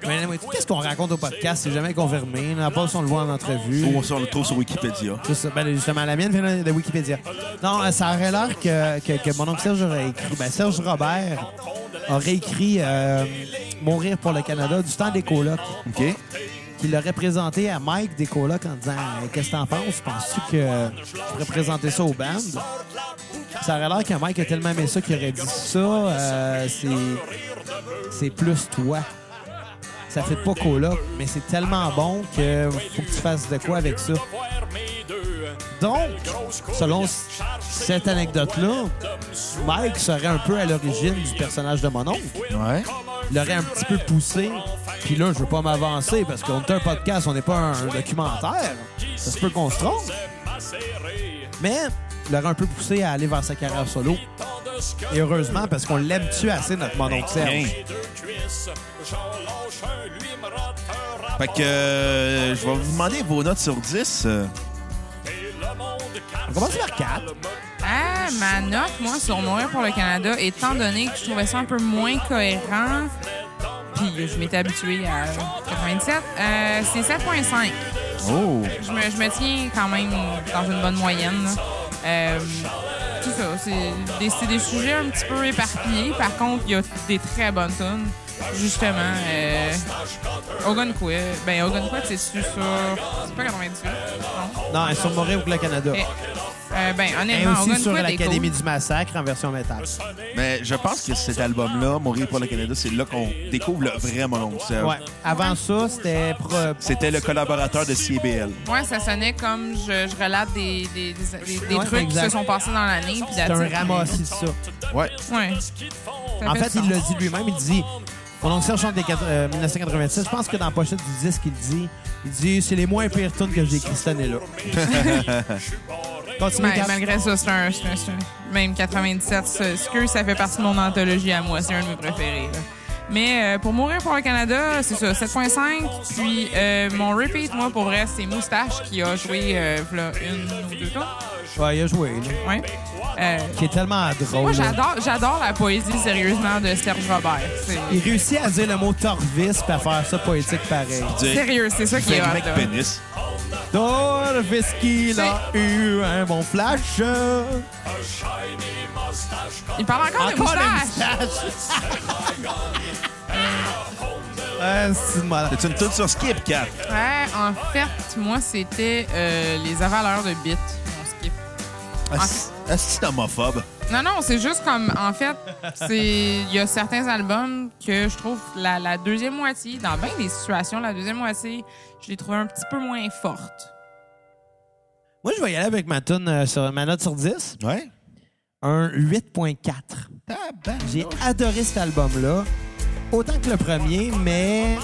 S1: Mais anyway, qu'est-ce qu'on raconte au podcast? C'est jamais confirmé. À part si on le voit en entrevue.
S3: Ou on le trouve sur Wikipédia.
S1: C'est ça. Ben, justement, la mienne vient de Wikipédia. Non, euh, ça aurait l'air que, que, que mon oncle Serge aurait écrit. Ben, Serge Robert aurait écrit euh, Mourir pour le Canada du temps des colocs.
S3: OK?
S1: Qu'il l'aurait présenté à Mike des colocs en disant Hey, Qu'est-ce que t'en penses? Penses-tu que je pourrais présenter ça au band? Ça aurait l'air que Mike a tellement aimé ça qu'il aurait dit ça. euh, c'est- c'est plus toi. Ça fait pas coloc, mais c'est tellement bon que faut que tu fasses de quoi avec ça. Donc, selon c- cette anecdote-là, Mike serait un peu à l'origine du personnage de mon oncle.
S3: Ouais.
S1: Il l'aurait un petit peu poussé. Puis là, je veux pas m'avancer parce qu'on est un podcast, on n'est pas un documentaire. Ça se peut qu'on se trompe. Mais il l'aurait un peu poussé à aller vers sa carrière solo. Et heureusement, parce qu'on l'aime-tu assez, notre mon oncle
S3: Bien.
S1: Serge?
S3: Fait que euh, je vais vous demander vos notes sur 10. euh,
S1: On commence par 4.
S4: Ah, ma note, moi, sur Mourir pour le Canada, étant donné que je trouvais ça un peu moins cohérent, puis je m'étais habituée à 97, euh, c'est 7,5.
S3: Oh!
S4: Je me, je me tiens quand même dans une bonne moyenne. là. Euh, tout ça, c'est des, c'est des sujets un petit peu éparpillés. Par contre, il y a des très bonnes tunes. Justement, euh, Ogun Quit. Ben, Ogun Quit, c'est-tu sur. C'est pas 98, non?
S1: Non, elles sont mourir pour le Canada.
S4: Mais, euh, ben,
S1: Et
S4: honnêtement,
S1: aussi
S4: Ogun
S1: sur
S4: Quit est cool.
S1: l'Académie du Massacre en version métal.
S3: Mais je pense que cet album-là, Mourir pour le Canada, c'est là qu'on découvre le vrai Mononcle Serge.
S1: Ouais. Avant ça, c'était pro-
S3: C'était le collaborateur de CBL.
S4: Ouais, ça sonnait comme je, je relate des, des, des- des- des
S1: Ouais,
S4: trucs
S1: exact.
S4: qui se sont passés dans l'année. puis
S1: c'était un
S4: that's it.
S1: ramassis de ça.
S3: Ouais.
S4: Ouais. Ça
S1: En fait,
S4: du
S1: il
S4: sens.
S1: le dit lui-même, il dit... Mon oncle Serge chante des quatre- euh, 1986. Je pense que dans la pochette du disque, il dit... Il dit, c'est les moins pires tunes que j'ai écrites cette année-là. Continue,
S4: Mais
S1: Gab.
S4: Ben, malgré ça, c'est un, c'est un- c'est un- Même 97, ce, ce que ça fait partie de mon anthologie à moi. C'est un de mes préférés. là. Mais euh, pour Mourir pour le Canada, c'est ça, 7.5. Puis euh, mon repeat, moi, pour vrai, c'est Moustache qui a joué euh, v'là une ou deux tours.
S1: Ouais, il a joué, là.
S4: Ouais. Euh,
S1: Qui est tellement drôle.
S4: moi,
S1: là.
S4: j'adore j'adore la poésie, sérieusement, de Serge Robert. C'est-
S1: Il réussit à dire le mot torvis puis à faire ça poétique pareil.
S4: Sérieux, c'est ça qui est hot,
S3: mec
S4: là.
S3: pénis.
S1: Torvis qu'il a eu un bon flash.
S4: Il parle encore, de
S1: Encore le
S4: moustache.
S1: moustache. Ah, c'est une malade.
S3: C'est une toute sur Skip 4.
S4: Ouais, en fait, moi, c'était euh, les avaleurs de bits. Mon skip.
S3: C'est homophobe.
S4: Non, non, c'est juste comme, en fait, c'est il y a certains albums que je trouve la, la deuxième moitié, dans bien des situations, la deuxième moitié, je l'ai trouvée un petit peu moins forte.
S1: Moi, je vais y aller avec ma, toune, euh, sur, ma note sur 10.
S3: Ouais.
S1: Un 8.4. J'ai adoré cet album-là. Autant que le premier, mais...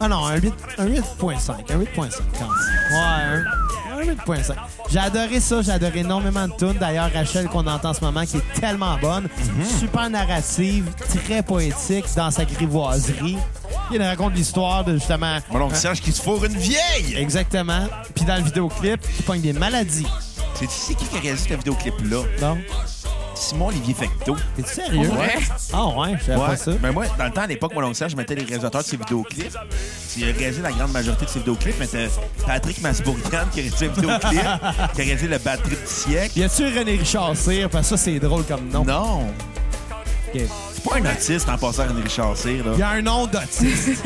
S1: Ah non, un 8 un 8.5. Un 8.5 quand même. Ouais, un, un 8.5. J'ai adoré ça. J'ai adoré énormément de tunes. D'ailleurs, Rachel, qu'on entend en ce moment, qui est tellement bonne. Super narrative, très poétique dans sa grivoiserie. Il raconte l'histoire de justement... euh,
S3: Mononcle Serge qui se fourre une vieille.
S1: Exactement. Puis dans le vidéoclip, il pogne des maladies.
S3: C'est c'est qui qui a réalisé ce vidéoclip-là?
S1: Non?
S3: Simon Olivier Fecteau.
S1: T'es sérieux?
S4: Ouais.
S1: Ah ouais, je savais pas ça.
S3: Mais moi, dans le temps, à l'époque, mon oncle Serge, je mettais les réalisateurs de ses vidéoclips. Il a réalisé la grande majorité de ses vidéoclips, mais t'as Patrick Masbourian qui a réalisé un vidéoclip, qui a réalisé le batterie du siècle.
S1: Y a-tu René Richard Cyr? Parce que ça, c'est drôle comme nom.
S3: Non,
S1: Ok.
S3: c'est pas un autiste en passant à René Richard Cyr, là.
S1: Y a un nom d'autiste.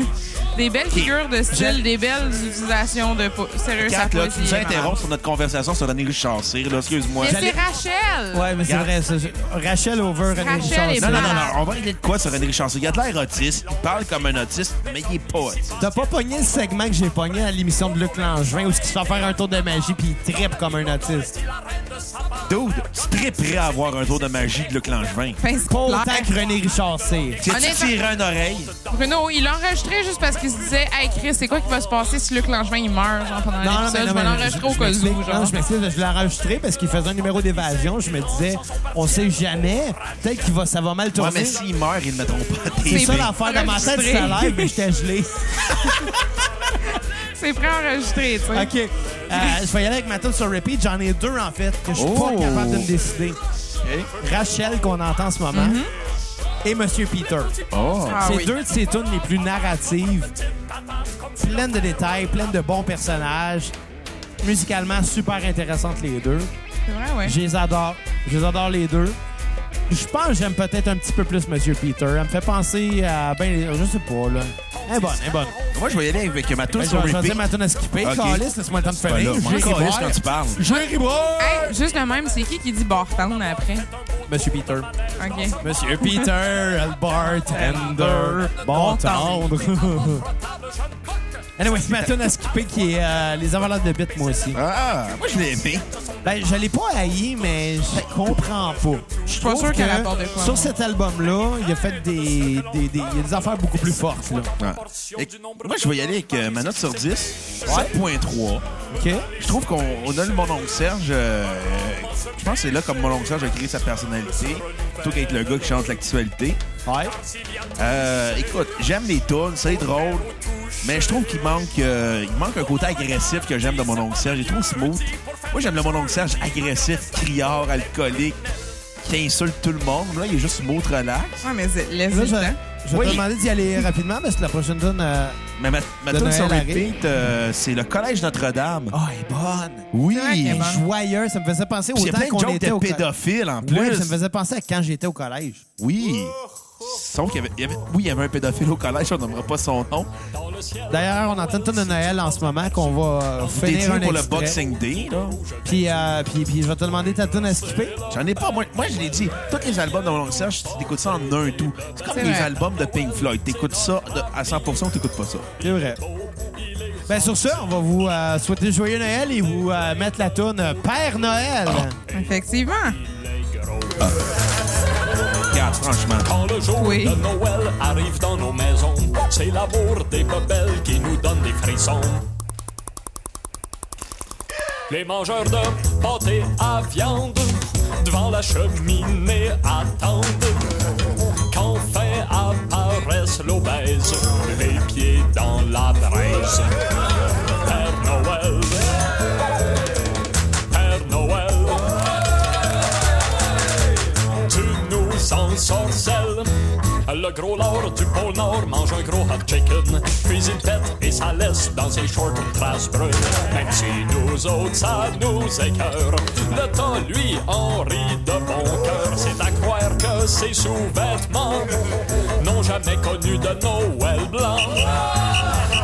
S4: Des belles figures de style, des belles utilisations de po- sérieux
S3: Kat,
S4: sa
S3: là, tu
S4: poésie
S3: nous
S4: est malade.
S3: interromps sur notre conversation sur René Richard Cyr, là. Excuse-moi.
S4: Mais c'est
S1: J'allais-
S4: Rachel!
S1: ouais, mais c'est
S3: Regarde.
S1: vrai. ça, je- Rachel over René
S4: Rachel
S1: Richard
S4: est
S1: Cyr.
S3: Non, non, non,
S4: malade.
S3: non, on va régler de quoi sur René Richard Cyr? Il a de l'air autiste, il parle comme un autiste, mais il est pas autiste.
S1: T'as pas pogné le segment que j'ai pogné à l'émission de Luc Langevin où il se fait faire un tour de magie puis il trippe comme un autiste.
S3: Dude, tu très prêt à avoir un tour de magie de Luc Langevin.
S4: Enfin, Ben, c'est
S1: Pas autant
S4: clair.
S1: que René Richard Cyr.
S3: C'est-tu
S4: Honnêtement-
S3: tiré une oreille?
S4: Bruno, il l'a enregistré juste parce qu'il se disait Hey Chris, c'est quoi qui va se passer si Luc Langevin il meurt genre, pendant l'épisode? Je vais l'enregistrer au cas
S1: m'explique.
S4: où.
S1: Non,
S4: Genre.
S1: je m'excuse, je l'ai enregistré parce qu'il faisait un numéro d'évasion. Je me disais, on sait jamais. Peut-être qu'il va, ça va mal
S3: Ouais,
S1: tourner.
S3: mais s'il meurt, ils ne mettront pas à
S1: c'est
S3: TV.
S1: ça l'affaire dans ma tête,
S4: Enregistré.
S1: ça live, mais j'étais gelé.
S4: C'est pré-enregistré, tu sais.
S1: OK. Euh, je vais y aller avec ma tune sur repeat. J'en ai deux, en fait, que je suis
S3: Oh.
S1: pas capable de me décider. Rachel, qu'on entend en ce moment, et Monsieur Peter.
S3: Oh.
S4: Mm-hmm. Ah
S1: C'est
S4: oui.
S1: deux de ses tunes les plus narratives, pleines de détails, pleines de bons personnages, musicalement super intéressantes les deux.
S4: C'est vrai, ouais.
S1: Je les adore. Je les adore les deux. Je pense que j'aime peut-être un petit peu plus Monsieur Peter. Elle me fait penser à... Ben, je sais pas, là. Elle est bonne, elle est bonne.
S3: Moi, je vais y aller avec euh, ma
S1: Ben,
S3: touche
S1: je
S3: sur
S1: vais- je vais
S3: repeat.
S1: dire ma tune à skipper.
S3: Ok.
S1: Calisse, laisse-moi le temps de
S3: Ben là,
S1: finir.
S3: moi,
S1: Jerry
S3: calisse
S1: Boy.
S3: quand tu parles.
S1: Jerry Boy!
S4: Hey, juste de même, c'est qui qui dit bartendre après?
S1: Monsieur Peter.
S4: OK.
S1: Monsieur Peter, le bartender, bon tendre. anyway, c'est ma tune à skipper qui est euh, Les Avalades de Bit, moi aussi.
S3: Ah, moi, je l'ai aimé.
S1: Ben, je l'ai pas haï, mais je comprends pas. Je suis
S4: pas
S1: trouve
S4: sûr
S1: que
S4: qu'elle apporte de quoi.
S1: Sur cet album-là, il a fait des, des, des- il y a des affaires beaucoup plus fortes. Là.
S3: Et- moi, je vais y aller avec euh, ma note sur 10, 7.3.
S1: OK?
S3: Je trouve qu'on on a le mon oncle Serge. euh, je pense que c'est là comme mon oncle Serge a créé sa personnalité, plutôt qu'être le gars qui chante l'actualité.
S1: Ouais.
S3: Euh, écoute, j'aime les tunes, c'est drôle, mais je trouve qu'il manque, euh, il manque un côté agressif que j'aime de mon oncle Serge. Il est trop smooth. Moi, j'aime le mon oncle Serge agressif, criard, alcoolique, qui insulte tout le monde. Là, il est juste mot relax.
S4: Ouais, mais c'est- laisse
S1: Là,
S4: le
S1: je,
S4: temps.
S1: je vais
S3: Oui.
S1: te demander d'y aller rapidement parce que la prochaine zone, euh,
S3: Mais ma, ma
S1: De
S3: tune sur
S1: Noël
S3: repeat, euh, c'est le Collège Notre-Dame.
S1: oh, elle est bonne.
S3: oui!
S4: vrai qu'elle est
S1: Elle
S4: bonne.
S1: est joyeuse. Ça me faisait penser
S3: Puis Il y a
S1: autant
S3: plein de
S1: qu'on
S3: jokes
S1: était au
S3: de
S1: collège.
S3: pédophiles, en plus.
S1: Ouais, ça me faisait penser à quand j'étais au collège.
S3: Oui. Sauf qu'il y avait, il y avait- oui, il y avait un pédophile au collège, on nommera pas son nom.
S1: D'ailleurs, on entend une tonne de Noël en ce moment qu'on va euh,
S3: Dédié
S1: finir un
S3: pour le
S1: extrait.
S3: Boxing Day. là.
S1: Puis, euh, puis, puis je vais te demander ta tonne à skipper.
S3: J'en ai pas. Moi, moi je l'ai dit, tous les albums de mon oncle Serge, tu t'écoutes ça en un tout. C'est comme
S4: C'est
S3: les
S4: vrai.
S3: albums de Pink Floyd. T'écoutes ça de- à 100 ou t'écoutes pas ça.
S1: C'est vrai. Ben sur ça, on va vous euh, souhaiter joyeux Noël et vous euh, mettre la toune euh, Père Noël.
S4: Effectivement.
S3: Regarde, franchement.
S2: Quand le jour
S4: Oui.
S2: de Noël arrive dans nos maisons, c'est l'amour des bebelles qui nous donne des frissons. Les mangeurs de pâté à viande devant la cheminée attendent qu'enfin apparaisse l'obèse, les pieds dans la braise. Père Noël, Père Noël. Tu nous ensorcelles Le gros lord du pôle Nord mange un gros hot chicken Puis il pète et ça laisse dans ses shorts une trace brune Même si nous autres ça nous écœure Le temps lui en rit de bon cœur C'est à croire que ses sous-vêtements N'ont jamais connu de Noël blanc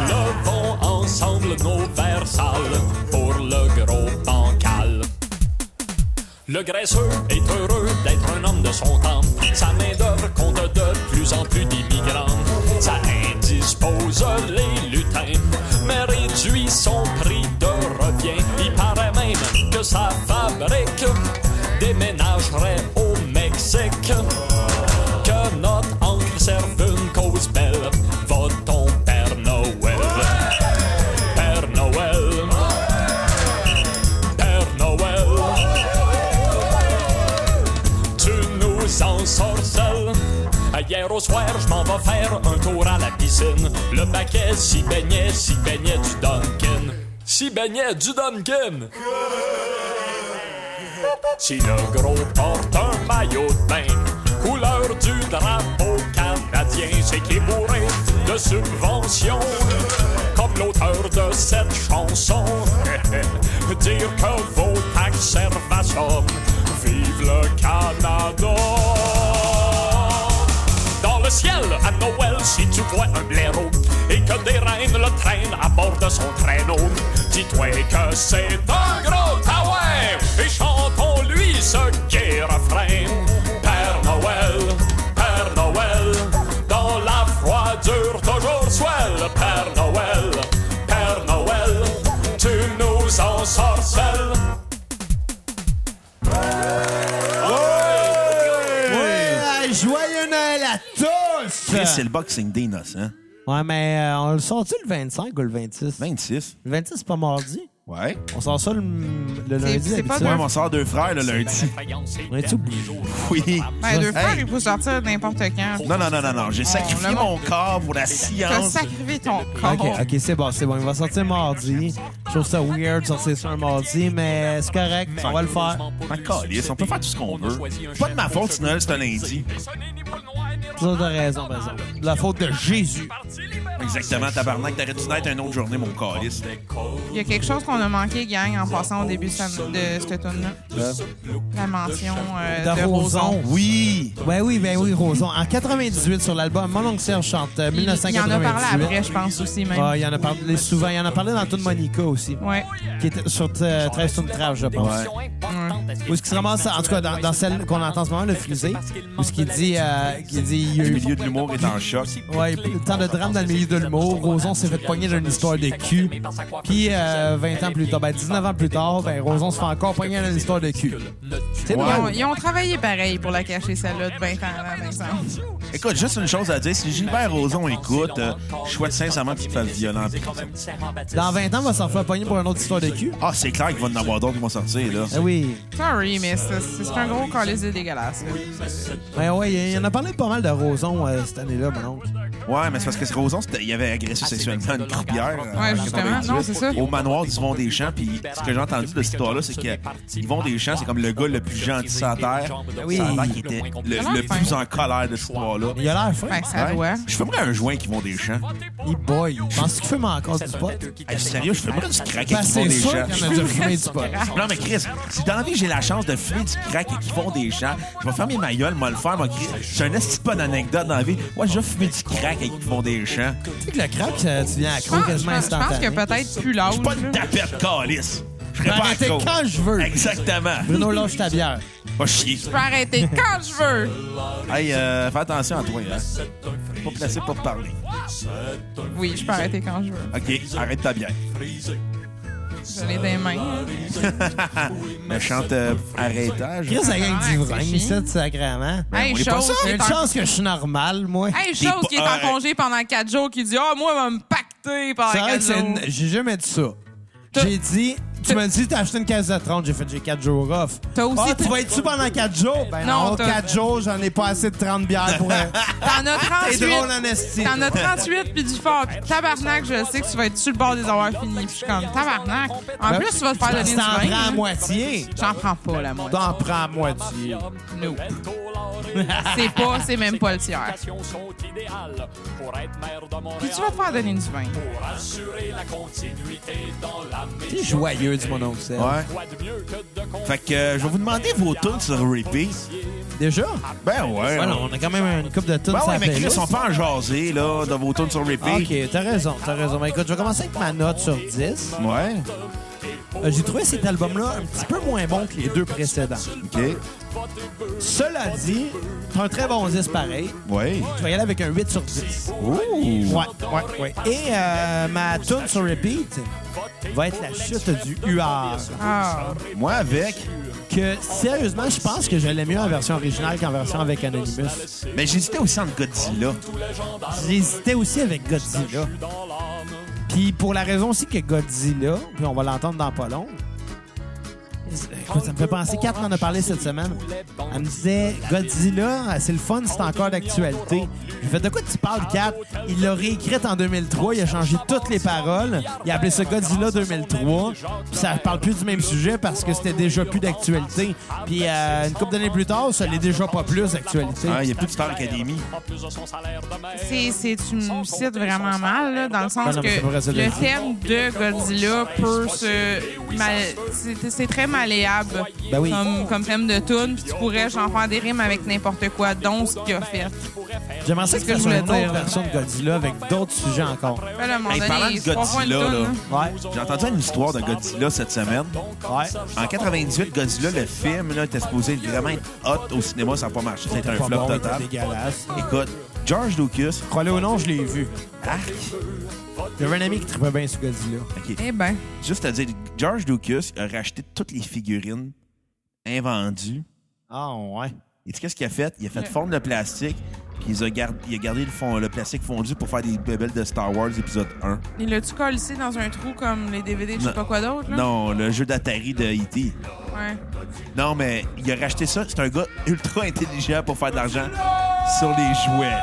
S2: Levons ensemble nos verres sales Pour le gros bancal le graisseux est heureux d'être un homme de son temps. Sa main-d'œuvre compte de plus en plus d'immigrants. Ça indispose les lutins, mais réduit son prix de revient. Il paraît même que sa fabrique déménagerait au Mexique. Que notre encre serve une cause belle. Votons Père Noël. Père Noël. Père Noël tu nous ensorcelles. Hier au soir, je m'en vais faire un tour à la piscine. Le paquet s'y baignait, s'y baignait du Duncan. S'y baignait du Duncan! Si le gros porte un maillot de bain, couleur du drapeau canadien, c'est qu'il est bourré de subventions, comme l'auteur de cette chanson. Dire que vos taxes servent à ça, vive le Canada! Dans le ciel, à Noël, si tu vois un blaireau et que des reines le traînent à bord de son traîneau, dis-toi que c'est un gros taouin et chantons-lui ce gai refrain. Père Noël, Père Noël, dans la froidure toujours swell. Père Noël, Père Noël, tu nous ensorcelles.
S1: Ouais, joyeux Noël à tous!
S3: Ah, Chris, c'est le Boxing Day hein? innocent.
S1: Ouais, mais euh, on le sort-tu le 25 ou le 26?
S3: 26.
S1: Le 26, c'est pas mardi.
S3: Ouais.
S1: On sort ça le, le lundi
S4: c'est pas
S1: d'habitude.
S3: Ouais, mon sort deux frères le lundi.
S1: On est-tu obligé?
S3: Oui.
S4: Ben, deux frères,
S3: Hey.
S4: il faut sortir n'importe quand.
S3: Non, non, non, non, non. J'ai sacrifié
S4: le
S3: mon corps pour la
S4: T'as
S3: science.
S4: sacrifié ton corps.
S1: OK, OK, c'est bon, c'est bon. Il va sortir mardi. Je trouve ça weird de sortir ça un mardi, mais c'est correct. On va le faire.
S3: Ma calisse, on peut faire tout ce qu'on veut. Pas de ma faute si Noël, c'est un lundi.
S1: Tu as raison, par exemple. La faute de Jésus.
S3: Exactement, tabarnak. T'aurais dû naître une autre journée, mon calice.
S4: Il y a quelque chose qu'on a manqué, gang, en passant au début de, sa- de cette tune-là. La mention euh,
S1: De
S4: de Roson.
S1: Roson.
S3: Oui!
S1: Ben oui, ben oui, Roson. En 98, sur l'album Mon oncle Serge chante euh,
S4: Il, il
S1: 1998.
S4: en a parlé après, je pense aussi, même.
S1: Ah, il en a parlé souvent. Il en a parlé dans tout Monica aussi.
S4: Ouais.
S1: Qui était sur euh, 13 sur une trave, je pense. Ou ce qui se ramasse, en tout cas, dans, dans celle qu'on entend en ce moment, le frisé. Ou ce qui dit, euh, qui dit, il y a
S3: Le
S1: eu
S3: milieu de l'humour est en choc.
S1: Ouais, tant de drames dans le milieu de l'humour. Roson s'est fait pogner d'une histoire de cul. Puis euh, 20 ans plus tard, ben 19 ans plus tard, ben Roson se fait encore pogner d'une histoire de cul. C'est
S4: Ils, ont,
S1: drôle.
S4: ils ont travaillé pareil pour la cacher, celle-là, de 20 ans avant, par exemple.
S3: Écoute, juste une chose à dire. Si Gilbert Rozon écoute, euh, je souhaite sincèrement qu'il te fasse violent.
S1: Dans 20 ans, on va s'en faire pogner pour une autre histoire de cul.
S3: Ah, c'est clair qu'il va en avoir d'autres qui vont sortir, là.
S1: Ah oui.
S4: Sorry, mais c'est c'est un gros calice de dégueulasse. là.
S1: Ben ouais, il y en a parlé pas mal de Roson euh, cette année-là, mon oncle.
S3: Ouais, mais c'est parce que Roson, c'était- il avait agressé sexuellement une croupière. euh,
S4: Ouais,
S3: en
S4: justement. Non, c'est ça.
S3: Au manoir du Vont des Champs, puis ce que j'ai entendu de cette histoire-là, c'est que Yvon Deschamps, c'est comme le gars le plus gentil sur la terre.
S4: Ben
S1: oui.
S3: Ça a l'air qu'il était le, le plus en colère de cette histoire-là.
S1: Il a l'air fin.
S4: Ben, ça
S3: Ouais.
S4: doit.
S3: Je fumerais un joint qui vont des champs.
S1: Il boy. Penses-tu qu'il fume encore du pot?
S3: sérieux, je fumerais du crack
S1: Ben,
S3: qui font
S1: c'est
S3: des
S1: sûr
S3: champs.
S1: qu'il y en a déjà fumé du pot.
S3: Non, mais Chris, si dans la vie j'ai la chance de fumer du crack et qu'ils font des chants, je vais fermer ma gueule, moi le faire, moi, Chris. J'ai un esti pas d'anecdote dans la vie. Moi, j'ai déjà fumé du crack et qu'ils font des chants.
S1: Tu sais que le crack, ça- tu viens
S4: Je
S1: accro
S4: pense, je
S1: quasiment
S4: pense- je pense
S1: instantané.
S4: que peut-être plus l'âge.
S3: Je suis pas une tapette, calice. Je
S1: Je
S3: serais
S1: peux
S3: pas
S1: arrêter
S3: accro.
S1: quand je veux.
S3: Exactement.
S1: Bruno, lâche ta bière.
S3: Pas chier.
S4: Je peux arrêter quand je veux.
S3: Hey, euh, fais attention à toi, hein. Pas placé pour parler.
S4: Oui, je peux arrêter quand je veux.
S3: OK, arrête ta bière.
S4: Je l'ai des mains.
S3: Méchante euh, arrêtage.
S1: Chris, la gang
S4: Ah, c'est
S1: du vrin,
S4: chiant.
S1: ici, sacrément.
S4: Hey,
S3: on est pas
S4: chose,
S3: ça.
S4: qui
S1: Il y a
S4: est
S1: une
S4: en-
S1: chance que je suis normal, moi.
S4: Hey,
S3: T'es
S4: chose qui est
S3: pas-
S4: en congé pendant quatre jours qui dit Ah, moi, elle va me pacter pendant
S1: C'est vrai
S4: quatre
S1: que c'est
S4: jours.
S1: une- J'ai jamais dit ça. J'ai dit... Tu m'as dit, t'as acheté une caisse de 30, j'ai fait, j'ai 4 jours off.
S4: T'as aussi-
S1: Ah, tu vas être-tu pendant 4 jours? Ben
S4: Non,
S1: non,
S4: t'as-
S1: 4 jours, j'en ai pas assez de 30 bières pour euh, un.
S4: T'en as
S1: T'es
S4: 38.
S1: drôle, en esti.
S4: T'en as 38 puis du fort. Puis tabarnak, je sais que tu vas être sur le bord des avoir finis. Puis je suis comme tabarnak. En plus, tu vas te faire donner
S1: Parce
S4: du
S1: que T'en prends à
S4: vin. là.
S1: moitié.
S4: J'en prends pas, la moitié.
S1: T'en prends à moitié.
S4: No. C'est pas, c'est même pas le tiers. Puis tu vas te faire donner du vin.
S1: T'es joyeux du mon oncle Seb.
S3: Ouais. Fait que euh, je vais vous demander vos tunes sur repeat.
S1: Déjà?
S3: Ben ouais.
S1: Ouais, non, on a quand même une coupe de tunes
S3: Ben
S1: sur
S3: ouais,
S1: la
S3: mais Chris,
S1: playlist.
S3: on peut en jaser, là, de vos tunes sur repeat.
S1: Ok, t'as raison, t'as raison. Ben écoute, je vais commencer avec ma note sur 10.
S3: Ouais.
S1: Euh, J'ai trouvé cet album-là un petit peu moins bon que les deux précédents.
S3: OK.
S1: Cela dit, c'est un très bon 10 pareil.
S3: Ouais. Oh,
S1: Je vais y aller avec un 8 sur 10.
S3: Ouh.
S1: Ouais, ouais, ouais. Et euh, ma tune sur repeat va être la chute du UR.
S4: Ah.
S3: Moi, avec.
S1: Que sérieusement, je pense que je l'aime mieux en version originale qu'en version avec Anonymous.
S3: Mais j'hésitais aussi entre Godzilla.
S1: J'hésitais aussi avec Godzilla. Puis pour la raison aussi que Godzilla, puis on va l'entendre dans pas long, écoute, ça me fait penser, Kat en a parlé cette semaine, elle me disait Godzilla, c'est le fun, c'est encore d'actualité. J'ai fait, de quoi tu parles, Kat? Il l'a réécrite en 2003, il a changé toutes les paroles, il a appelé ça Godzilla 2003, puis ça parle plus du même sujet parce que c'était déjà plus d'actualité. Puis euh, une couple d'années plus tard, ça l'est déjà pas plus d'actualité.
S3: Ah, Il n'y a plus de Star Academy.
S4: C'est, c'est, tu me cites vraiment mal, là, dans le
S1: Ben
S4: sens
S1: non,
S4: que
S1: mais c'est pas vrai, ça,
S4: le
S1: là.
S4: thème de Godzilla peut se. mal- c'est, c'est très malléable
S1: Ben oui.
S4: comme, comme thème de tune, puis tu pourrais genre faire des rimes avec n'importe quoi, dont ce qu'il a fait.
S1: J'aimerais ça
S4: C'est
S1: que,
S4: ce que
S1: je
S4: je voulais
S1: voulais
S4: dire,
S1: une
S4: là.
S1: version de Godzilla avec d'autres sujets encore.
S4: Ben là, à un moment
S3: Hey,
S4: donné,
S3: parlant de
S4: c'est pas hein. point de
S3: Godzilla,
S4: tune,
S3: là.
S4: là.
S1: Ouais,
S3: J'ai entendu une histoire de Godzilla cette semaine.
S1: ouais.
S3: En 98, Godzilla, le film, là, était supposé vraiment être hot au cinéma. Ça n'a pas marché. C'était un
S1: Pas
S3: flop
S1: bon, il était
S3: total.
S1: dégueulasse.
S3: Écoute, George Lucas,
S1: Crois-le ou non, je l'ai vu.
S3: arc,
S1: J'avais un ami qui tripait bien sur Godzilla.
S3: OK.
S4: Eh ben,
S3: Juste à dire, George Lucas a racheté toutes les figurines invendues.
S1: Ah, ouais.
S3: Et tu sais qu'est-ce qu'il a fait? Il a fait fondre le plastique, puis il a gardé, il a gardé le, fond, le plastique fondu pour faire des bébelles de Star Wars épisode 1.
S4: il l'a-tu collé dans un trou comme les DVD, je sais
S3: Non.
S4: pas quoi d'autre, là?
S3: Non, le jeu d'Atari de E.T.
S4: Ouais.
S3: Non, mais il a racheté ça. C'est un gars ultra intelligent pour faire de l'argent sur les jouets.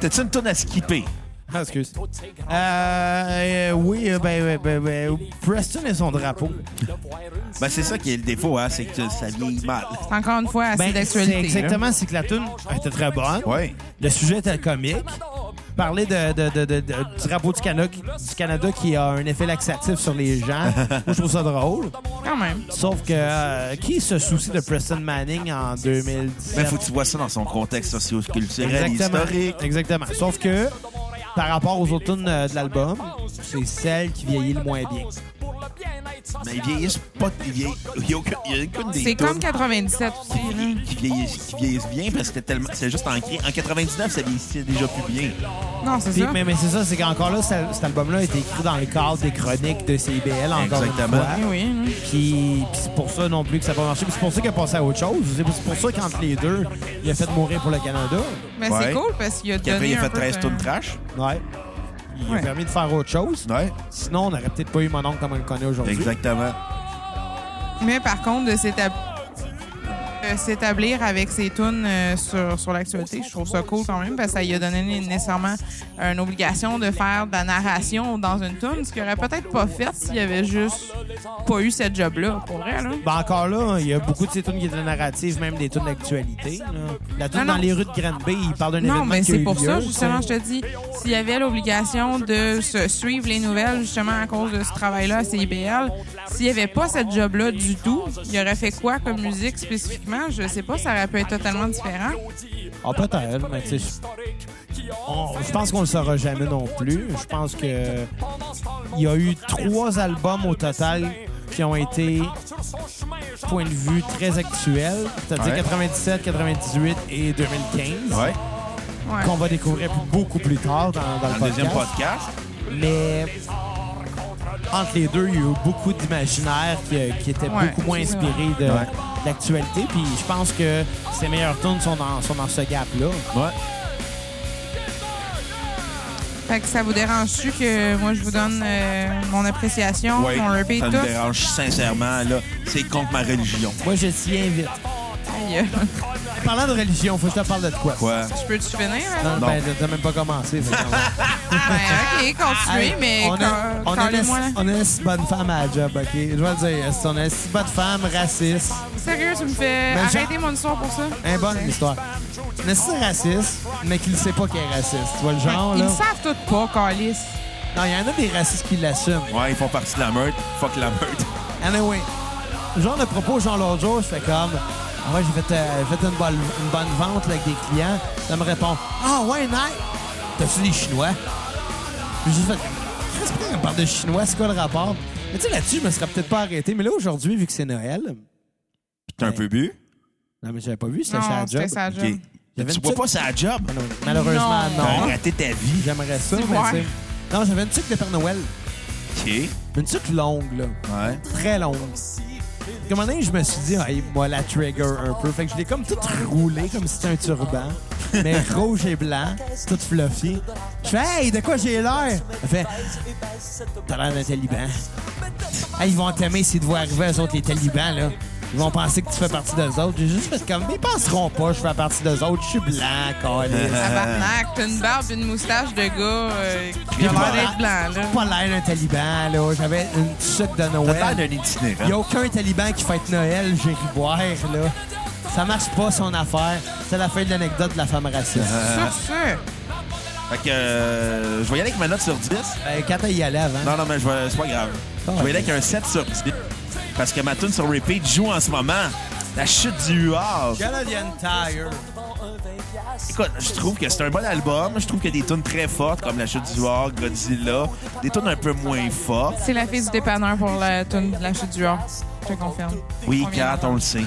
S3: T'as-tu une tonne à skipper?
S1: Ah, excuse. Euh, euh, oui, euh, ben, ben, ben, ben, Preston et son drapeau.
S3: Ben, c'est ça qui est le défaut, hein, c'est que ça vieillit mal.
S4: C'est encore une fois assez
S1: Ben, c'est
S4: d'actualité. hein. là.
S1: exactement, c'est que la tune était très bonne.
S3: Ouais.
S1: Le sujet était comique. Parler de, de- de- de- de- du drapeau du Canada, du Canada qui a un effet laxatif sur les gens. Moi, je trouve ça drôle.
S4: Quand même.
S1: Sauf que euh, qui se soucie de Preston Manning en 2017?
S3: Mais Ben, faut que tu vois ça dans son contexte socio-culturel,
S1: Exactement.
S3: historique.
S1: Exactement. Sauf que par rapport aux autres tunes euh, de l'album, c'est celle qui vieillit le moins bien.
S3: Mais ils vieillissent Ben, pas. Ils vieillissent, il y a aucune, il y a aucune des
S4: C'est comme
S3: tunes
S4: 97 aussi, là.
S3: qui vieillissent, qui vieillissent bien parce que c'était tellement- c'est juste ancré. En 99, ça vieillissait déjà plus bien.
S4: Non, c'est
S1: Puis-
S4: ça.
S1: mais mais c'est ça, c'est qu'encore là, ça- cet album-là a été écrit dans le cadre des chroniques de CIBL, encore
S3: Exactement.
S1: une
S4: Eh Oui, hein.
S1: fois.
S4: oui. oui.
S1: Puis, puis c'est pour ça non plus que ça n'a pas marché. Puis c'est pour ça qu'il a passé à autre chose. C'est pour- c'est pour ça qu'entre les deux, il a fait mourir pour le Canada.
S4: Mais
S3: Ouais.
S4: c'est cool parce qu'il a donné.
S3: Café, il a
S4: un
S3: fait
S4: peu ben.
S3: 13
S4: de-
S3: tonnes trash.
S1: Ouais. Il
S4: Ouais.
S1: a permis de faire autre chose.
S3: Ouais.
S1: Sinon, on n'aurait peut-être pas eu mon oncle comme on le connaît aujourd'hui.
S3: Exactement.
S4: Mais par contre, de cet ab- euh, s'établir avec ses tunes euh, sur, sur l'actualité. Je trouve ça cool quand même parce que ça lui a donné nécessairement une obligation de faire de la narration dans une tune, ce qu'il aurait peut-être pas fait s'il avait juste pas eu cette job-là, pour vrai. Là.
S1: Ben encore là, il y a beaucoup de ces tunes qui étaient narratives, même des tunes d'actualité. là. La tune
S4: Non,
S1: dans
S4: Ah, non.
S1: les rues de Granby, il parle d'un événement
S4: Non, mais
S1: qui a
S4: c'est
S1: eu
S4: pour ça,
S1: lieu,
S4: justement, je
S1: tu
S4: te dis, s'il y avait l'obligation de se suivre les nouvelles, justement, à cause de ce travail-là à CIBL, s'il n'y avait pas cette job-là du tout, il aurait fait quoi comme musique spécifiquement? Je sais pas, ça aurait pu être totalement différent.
S1: sais. Ah, peut-être, mais tu sais, on- je pense qu'on le saura jamais non plus. Je pense que il y a eu trois albums au total qui ont été point de vue très actuel, c'est-à-dire
S3: Ouais.
S1: 97, 98 et 2015,
S3: Ouais.
S4: Ouais.
S1: qu'on va découvrir beaucoup plus tard dans, dans
S3: Dans
S1: le
S3: le deuxième
S1: podcast.
S3: podcast.
S1: Mais entre les deux, il y a eu beaucoup d'imaginaire qui, euh, qui était
S4: Ouais,
S1: beaucoup moins
S4: c'est vrai.
S1: inspiré de
S3: Ouais.
S1: de l'actualité. Puis je pense que ses meilleurs tunes sont dans, sont dans ce gap-là.
S3: Ouais.
S4: Fait que ça vous dérange-tu que moi je vous donne euh, mon appréciation,
S3: Ouais,
S4: mon Ah, repeat
S3: ça me
S4: tous?
S3: dérange sincèrement. là. C'est contre ma religion.
S1: Moi, je t'y invite.
S4: Aïe, euh,
S1: Parlant de religion, faut que je te parle de quoi?
S3: Quoi?
S4: Je peux-tu finir? là?
S1: Non,
S3: Non.
S1: ben, t'as même pas commencé. fait que-
S4: Ben, ok,
S1: Hey,
S4: continuez, mais
S1: on a, on, a une,
S4: moi là.
S1: on a une si bonne femme à la job, OK? Je vais le dire, c'est- on a une si bonne femme, raciste,
S4: Sérieux, tu me fais
S1: Ben, Eh Jean-
S4: arrêter mon histoire pour ça?
S1: un bon histoire. Une si raciste, mais qui ne sait pas qu'elle est raciste. Tu vois le genre,
S4: Ils
S1: là?
S4: le savent tout pas, Calis.
S1: Non, il y en a des racistes qui l'assument.
S3: Ouais, ils font partie de la meute. Fuck la meute.
S1: Anyway, genre de propos, genre l'autre jour, je fais comme. Ah ouais, j'ai fait, euh, j'ai fait une, bonne, une bonne vente là, avec des clients. Ça me répond Ah ouais, Nike, t'as-tu des Chinois Puis j'ai fait Qu'est-ce que on parle de Chinois C'est quoi le rapport Mais tu sais, là-dessus, je me serais peut-être pas arrêté. Mais là, aujourd'hui, vu que c'est Noël, non,
S3: T'as un peu bu?
S1: mais j'avais pas vu, c'était chez la
S4: Non,
S1: job.
S4: c'était sa
S3: OK.
S4: job.
S1: J'avais
S3: Tu
S1: une
S3: vois
S1: petite-
S3: pas sa job?
S1: Non, Malheureusement,
S4: Non.
S1: non.
S3: T'as raté ta vie.
S1: J'aimerais ça,
S4: C'est
S1: mais
S4: vrai.
S1: tu sais. Non, j'avais une tuque de Père Noël.
S3: OK.
S1: Une tuque longue, là.
S3: Ouais.
S1: très longue. Comme un moment donné, je me suis dit, ah, moi, la trigger un peu. Fait que je l'ai comme tout roulé, comme si c'était un turban, mais rouge et blanc, tout fluffy. Je fais, hey, de quoi j'ai l'air? Elle fait, t'as l'air d'un taliban. Hey, ils vont t'aimer s'ils te voient arriver, eux autres, les talibans, là. Ils vont penser que tu fais partie d'eux autres. J'ai juste fait comme, mais ils penseront pas, je fais partie d'eux autres, je suis blanc, câlisse.
S4: Tabarnak, t'as une barbe et une moustache de gars euh, qui
S1: J'ai
S4: a
S1: pas
S4: l'air d'être blanc, là.
S1: Pas l'air d'un taliban, là. J'avais une sucre de
S3: T'as
S1: Noël.
S3: l'air d'un
S1: Il n'y
S3: itinérant.
S1: a aucun taliban qui fête Noël, j'ai ri boire, là. Ça marche pas, son affaire. C'est la fin de l'anecdote de la femme raciste.
S3: Uh-huh.
S4: Sur ce,
S3: Fait que euh, je vais y aller avec ma note sur 10.
S1: Ben, quand elle y allait avant.
S3: Non, non, mais je vais- c'est pas grave. Je vais y aller avec un 7 sur 10. Parce que ma tune sur repeat joue en ce moment. La chute du Huard.
S1: Canadian Tire.
S3: Écoute, je trouve que c'est un bon album. Je trouve qu'il y a des tunes très fortes comme La Chute du Hard, Godzilla, des tunes un peu moins fortes.
S4: c'est la fille du dépanneur pour la tune de la chute du Hors. Je te confirme.
S3: Oui,
S4: On vient
S3: Kat, on le sait.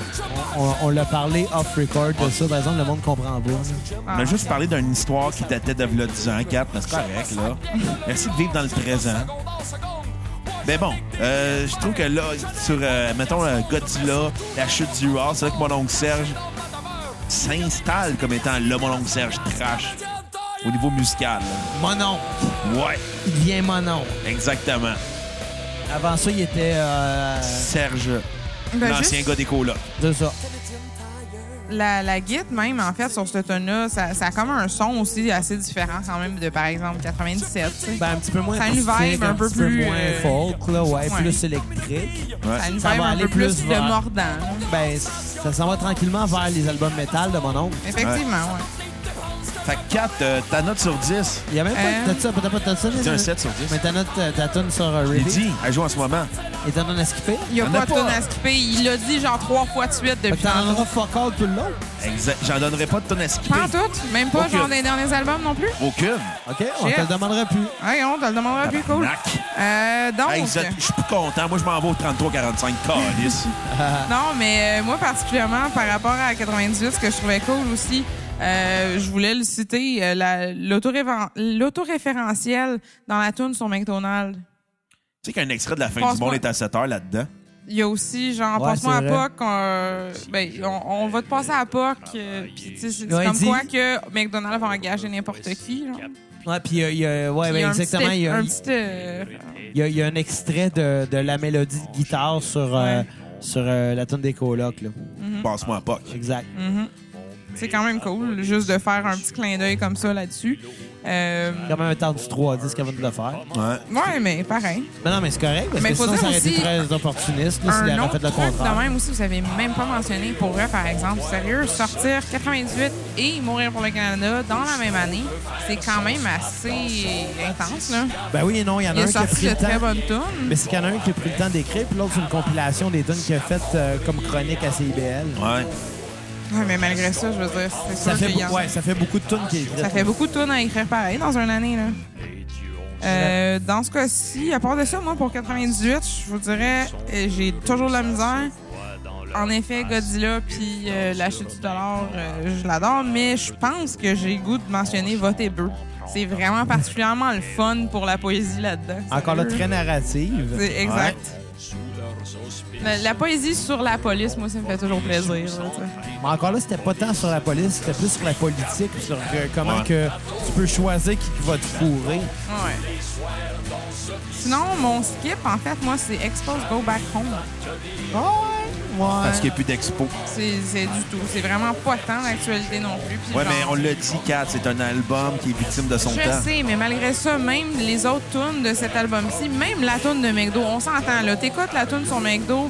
S1: On, on l'a parlé off-record de ça. Par exemple, le monde comprend pas. là.
S4: Ah.
S3: On a juste parlé d'une histoire qui datait de v'là 10 ans, Kat, mais c'est correct, là. Merci de vivre dans le présent. Mais bon, euh, je trouve que là, sur, euh, mettons, euh, Godzilla, La Chute du Hard, c'est vrai que mon oncle Serge s'installe comme étant le mon oncle Serge trash au niveau musical. là.
S1: Monon.
S3: Ouais,
S1: Il devient Monon.
S3: exactement.
S1: Avant ça, il était... Euh,
S3: Serge,
S4: Ben,
S3: l'ancien
S4: juste-
S3: gars des colocs.
S1: de ça.
S4: La, la guide même, en fait, sur ce tune-là, ça, ça a comme un son aussi assez différent quand même de, par exemple, 97. tu sais.
S1: Ben, un petit peu moins
S4: Ça a une vibe
S1: acoustique,
S4: un peu
S1: petit
S4: plus,
S1: moins
S4: euh,
S1: folk, là, ouais,
S4: ouais.
S1: plus électrique.
S4: ça a une
S1: Ben, ça
S4: vibe
S1: va
S4: un
S1: aller
S4: peu plus,
S1: plus
S4: de
S1: vers-
S4: mordant. là.
S1: Ben, ça s'en va tranquillement vers les albums métal de mon oncle.
S4: Effectivement, ouais.
S3: Fait que 4, ta note sur 10,
S1: Il y a même
S4: Euh,
S1: pas... T'as-tu ça? T'as pas t'as ça?
S3: c'est un 7 sur 10.
S1: Mais ta note, euh, ta tune sur euh,
S3: Il
S1: Repeat,
S3: dit, elle joue en ce moment.
S1: et t'en as skippé?
S4: Il n'y a
S3: Y'en a
S4: pas de
S3: pas.
S4: tune à skipper. Il l'a dit genre trois fois de suite
S1: Fait
S4: depuis
S1: que t'en
S4: tantôt.
S1: donneras fuck all tout le long.
S3: Exact. J'en donnerai pas de ton esquive.
S4: Pas en tout. Même pas
S3: Aucune.
S4: genre des derniers albums non plus.
S3: Aucune.
S1: OK, on
S4: Shit.
S1: te le demandera plus.
S4: Hey, on te le demandera plus, cool.
S3: Nac.
S4: Euh, donc,
S3: Hey, vous êtes- je suis plus content. Moi, je m'en vais au 33-45. Calice.
S4: non, mais euh, moi particulièrement par rapport à 98, ce que je trouvais cool aussi, euh, je voulais le citer, euh, la- l'autoréfé- l'autoréférentiel dans la tune sur McDonald's.
S3: tu sais qu'un extrait de la fin du
S4: Passe-moi.
S3: monde est à 7 heures là-dedans.
S4: Il y a aussi, genre,
S1: Ouais,
S4: passe-moi à
S1: c'est vrai.
S4: POC. euh, ben, on, on va te passer à POC. euh, Puis, tu sais, c'est c'est
S1: Ouais,
S4: comme
S1: dis-
S4: quoi que McDonald's va engager n'importe qui. Genre.
S1: Ouais, puis il y a- il y a, ouais,
S4: Il
S1: ben,
S4: y a un
S1: exactement,
S4: petit-
S1: il y a,
S4: un petit, euh,
S1: il y a- il y a un extrait de, de la mélodie de guitare sur euh,
S4: Ouais.
S1: sur euh, la tune des colocs. Là.
S4: Mhm.
S3: Passe-moi à Puck.
S1: Exact.
S4: C'est quand même cool, juste de faire un petit clin d'œil comme ça là-dessus. Euh,
S1: Quand même un temps du 3 à 10 qu'avant de le faire.
S3: Ouais.
S4: ouais, mais pareil.
S1: Mais non, mais c'est correct, parce
S4: Mais
S1: que
S4: faut
S1: sinon,
S4: dire
S1: ça aurait été
S4: aussi,
S1: très opportuniste là, s'il
S4: un
S1: avait
S4: autre
S1: fait le
S4: truc
S1: contraire.
S4: de même aussi, vous avez même pas mentionné pour eux, par exemple. Sérieux, sortir 98 et mourir pour le Canada dans la même année, c'est quand même assez intense, là.
S1: Ben oui, non, il y en a,
S4: Il a
S1: un qui a
S4: sorti
S1: pris
S4: de
S1: le temps.
S4: très bonnes tunes.
S1: Mais c'est qu'il y en a un qui a pris le temps d'écrire, puis l'autre, c'est une compilation des tunes qu'il a faites euh, comme chronique à CIBL.
S3: Ouais.
S4: Ouais, mais malgré ça, je veux dire, c'est
S1: Ça
S4: sûr
S1: fait,
S4: qu'il y en
S1: beaucoup, ouais, ça fait beaucoup de tunes qu'il a
S4: Ça
S1: écrites.
S4: fait beaucoup de tunes à écrire pareil dans une année, là. Euh, dans ce cas-ci, à part de ça, moi, pour 98, je vous dirais, euh, j'ai toujours de la misère. En effet, Godzilla puis euh, La chute du dollar, euh, je l'adore, mais je pense que j'ai le goût de mentionner Voter Bœuf. C'est vraiment particulièrement le fun pour la poésie là-dedans.
S1: Encore là,
S4: Sérieux.
S1: très narrative.
S4: C'est Exact. La, la poésie sur la police, moi, ça me fait toujours plaisir. là, tu sais.
S1: Mais encore là, c'était pas tant sur la police, c'était plus sur la politique, sur euh, comment
S3: Ouais.
S1: que tu peux choisir qui va te fourrer.
S4: Ouais. Sinon, mon skip, en fait, moi, c'est Expose Go Back Home.
S1: Ah
S3: Parce qu'il n'y a plus d'expo.
S4: C'est c'est du tout. C'est vraiment pas tant l'actualité non plus. Puis
S3: Ouais,
S4: genre,
S3: mais on l'a dit, Kat, c'est un album qui est victime de son temps.
S4: Je sais, mais malgré ça, même les autres tunes de cet album-ci, même la tune de McDo, on s'entend là. T'écoutes la tune sur McDo,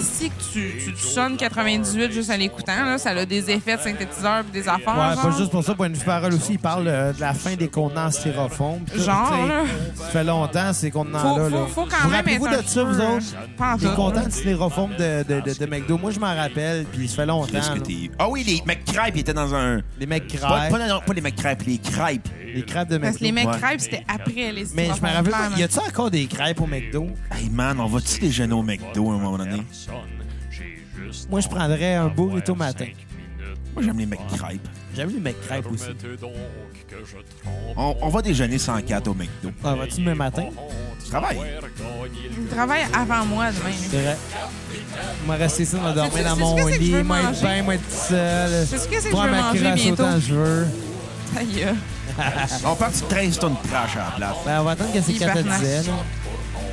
S4: si que tu, tu, tu sonnes 98 juste en l'écoutant, là, ça a des effets de synthétiseur puis des affaires.
S1: Ouais,
S4: Ah, genre.
S1: pas juste pour ça, point de vue parole aussi, il parle euh, de la fin des contenants en styrofoam. pis tout,
S4: Genre,
S1: tu sais,
S4: là.
S1: Ça fait longtemps, ces
S4: Faut,
S1: contenants-là. là.
S4: faut, faut quand
S1: vous
S4: même être
S1: rappelez-vous
S4: un
S1: de ça,
S4: peu-
S1: vous autres?
S4: Pas en
S1: Les
S4: tout.
S1: contents de styrofoam de, de, de, de McDo, moi, je m'en rappelle, puis ça fait longtemps.
S3: Qu'est-ce que
S1: là.
S3: t'es- Ah oui, les McCripes, ils étaient dans un.
S1: Les mecs
S3: Pas,
S1: crêpes,
S3: pas- non, pas les McCripes, les crêpes.
S1: les crêpes de
S4: Parce
S1: McDo.
S4: que les mecs
S3: Ouais.
S4: crêpes, c'était après les
S1: Mais je me rappelle pas, y a-tu encore des crêpes au McDo?
S3: Hey man, on va-tu déjeuner au McDo à un moment donné?
S1: Moi, je prendrais
S3: Ah,
S1: un burrito matin.
S3: Moi, j'aime les McCripes.
S1: J'aime les mecs crêpes aussi.
S3: On, on va déjeuner sans Kat au McDo.
S1: Ah, vas-tu demain matin?
S3: Je travaille.
S4: Il travaille avant moi demain.
S1: C'est vrai. Moi, rester ici, on va dormir
S4: Sais-tu-
S1: dans
S4: sais-tu
S1: mon
S4: qu'est-ce que je
S1: lit,
S4: veux
S1: moi être
S4: manger?
S1: bien, moi être seul.
S4: Sais-tu qu'est-ce que
S1: Boire
S4: je veux
S1: ma
S4: manger
S1: crasse
S4: bientôt?
S1: autant que je veux.
S4: Ta gueule.
S3: On part sur 13 tonnes de trash à la place.
S1: Ben, on va attendre que c'est qu'elle te
S4: Hypermarché.
S1: disait, là.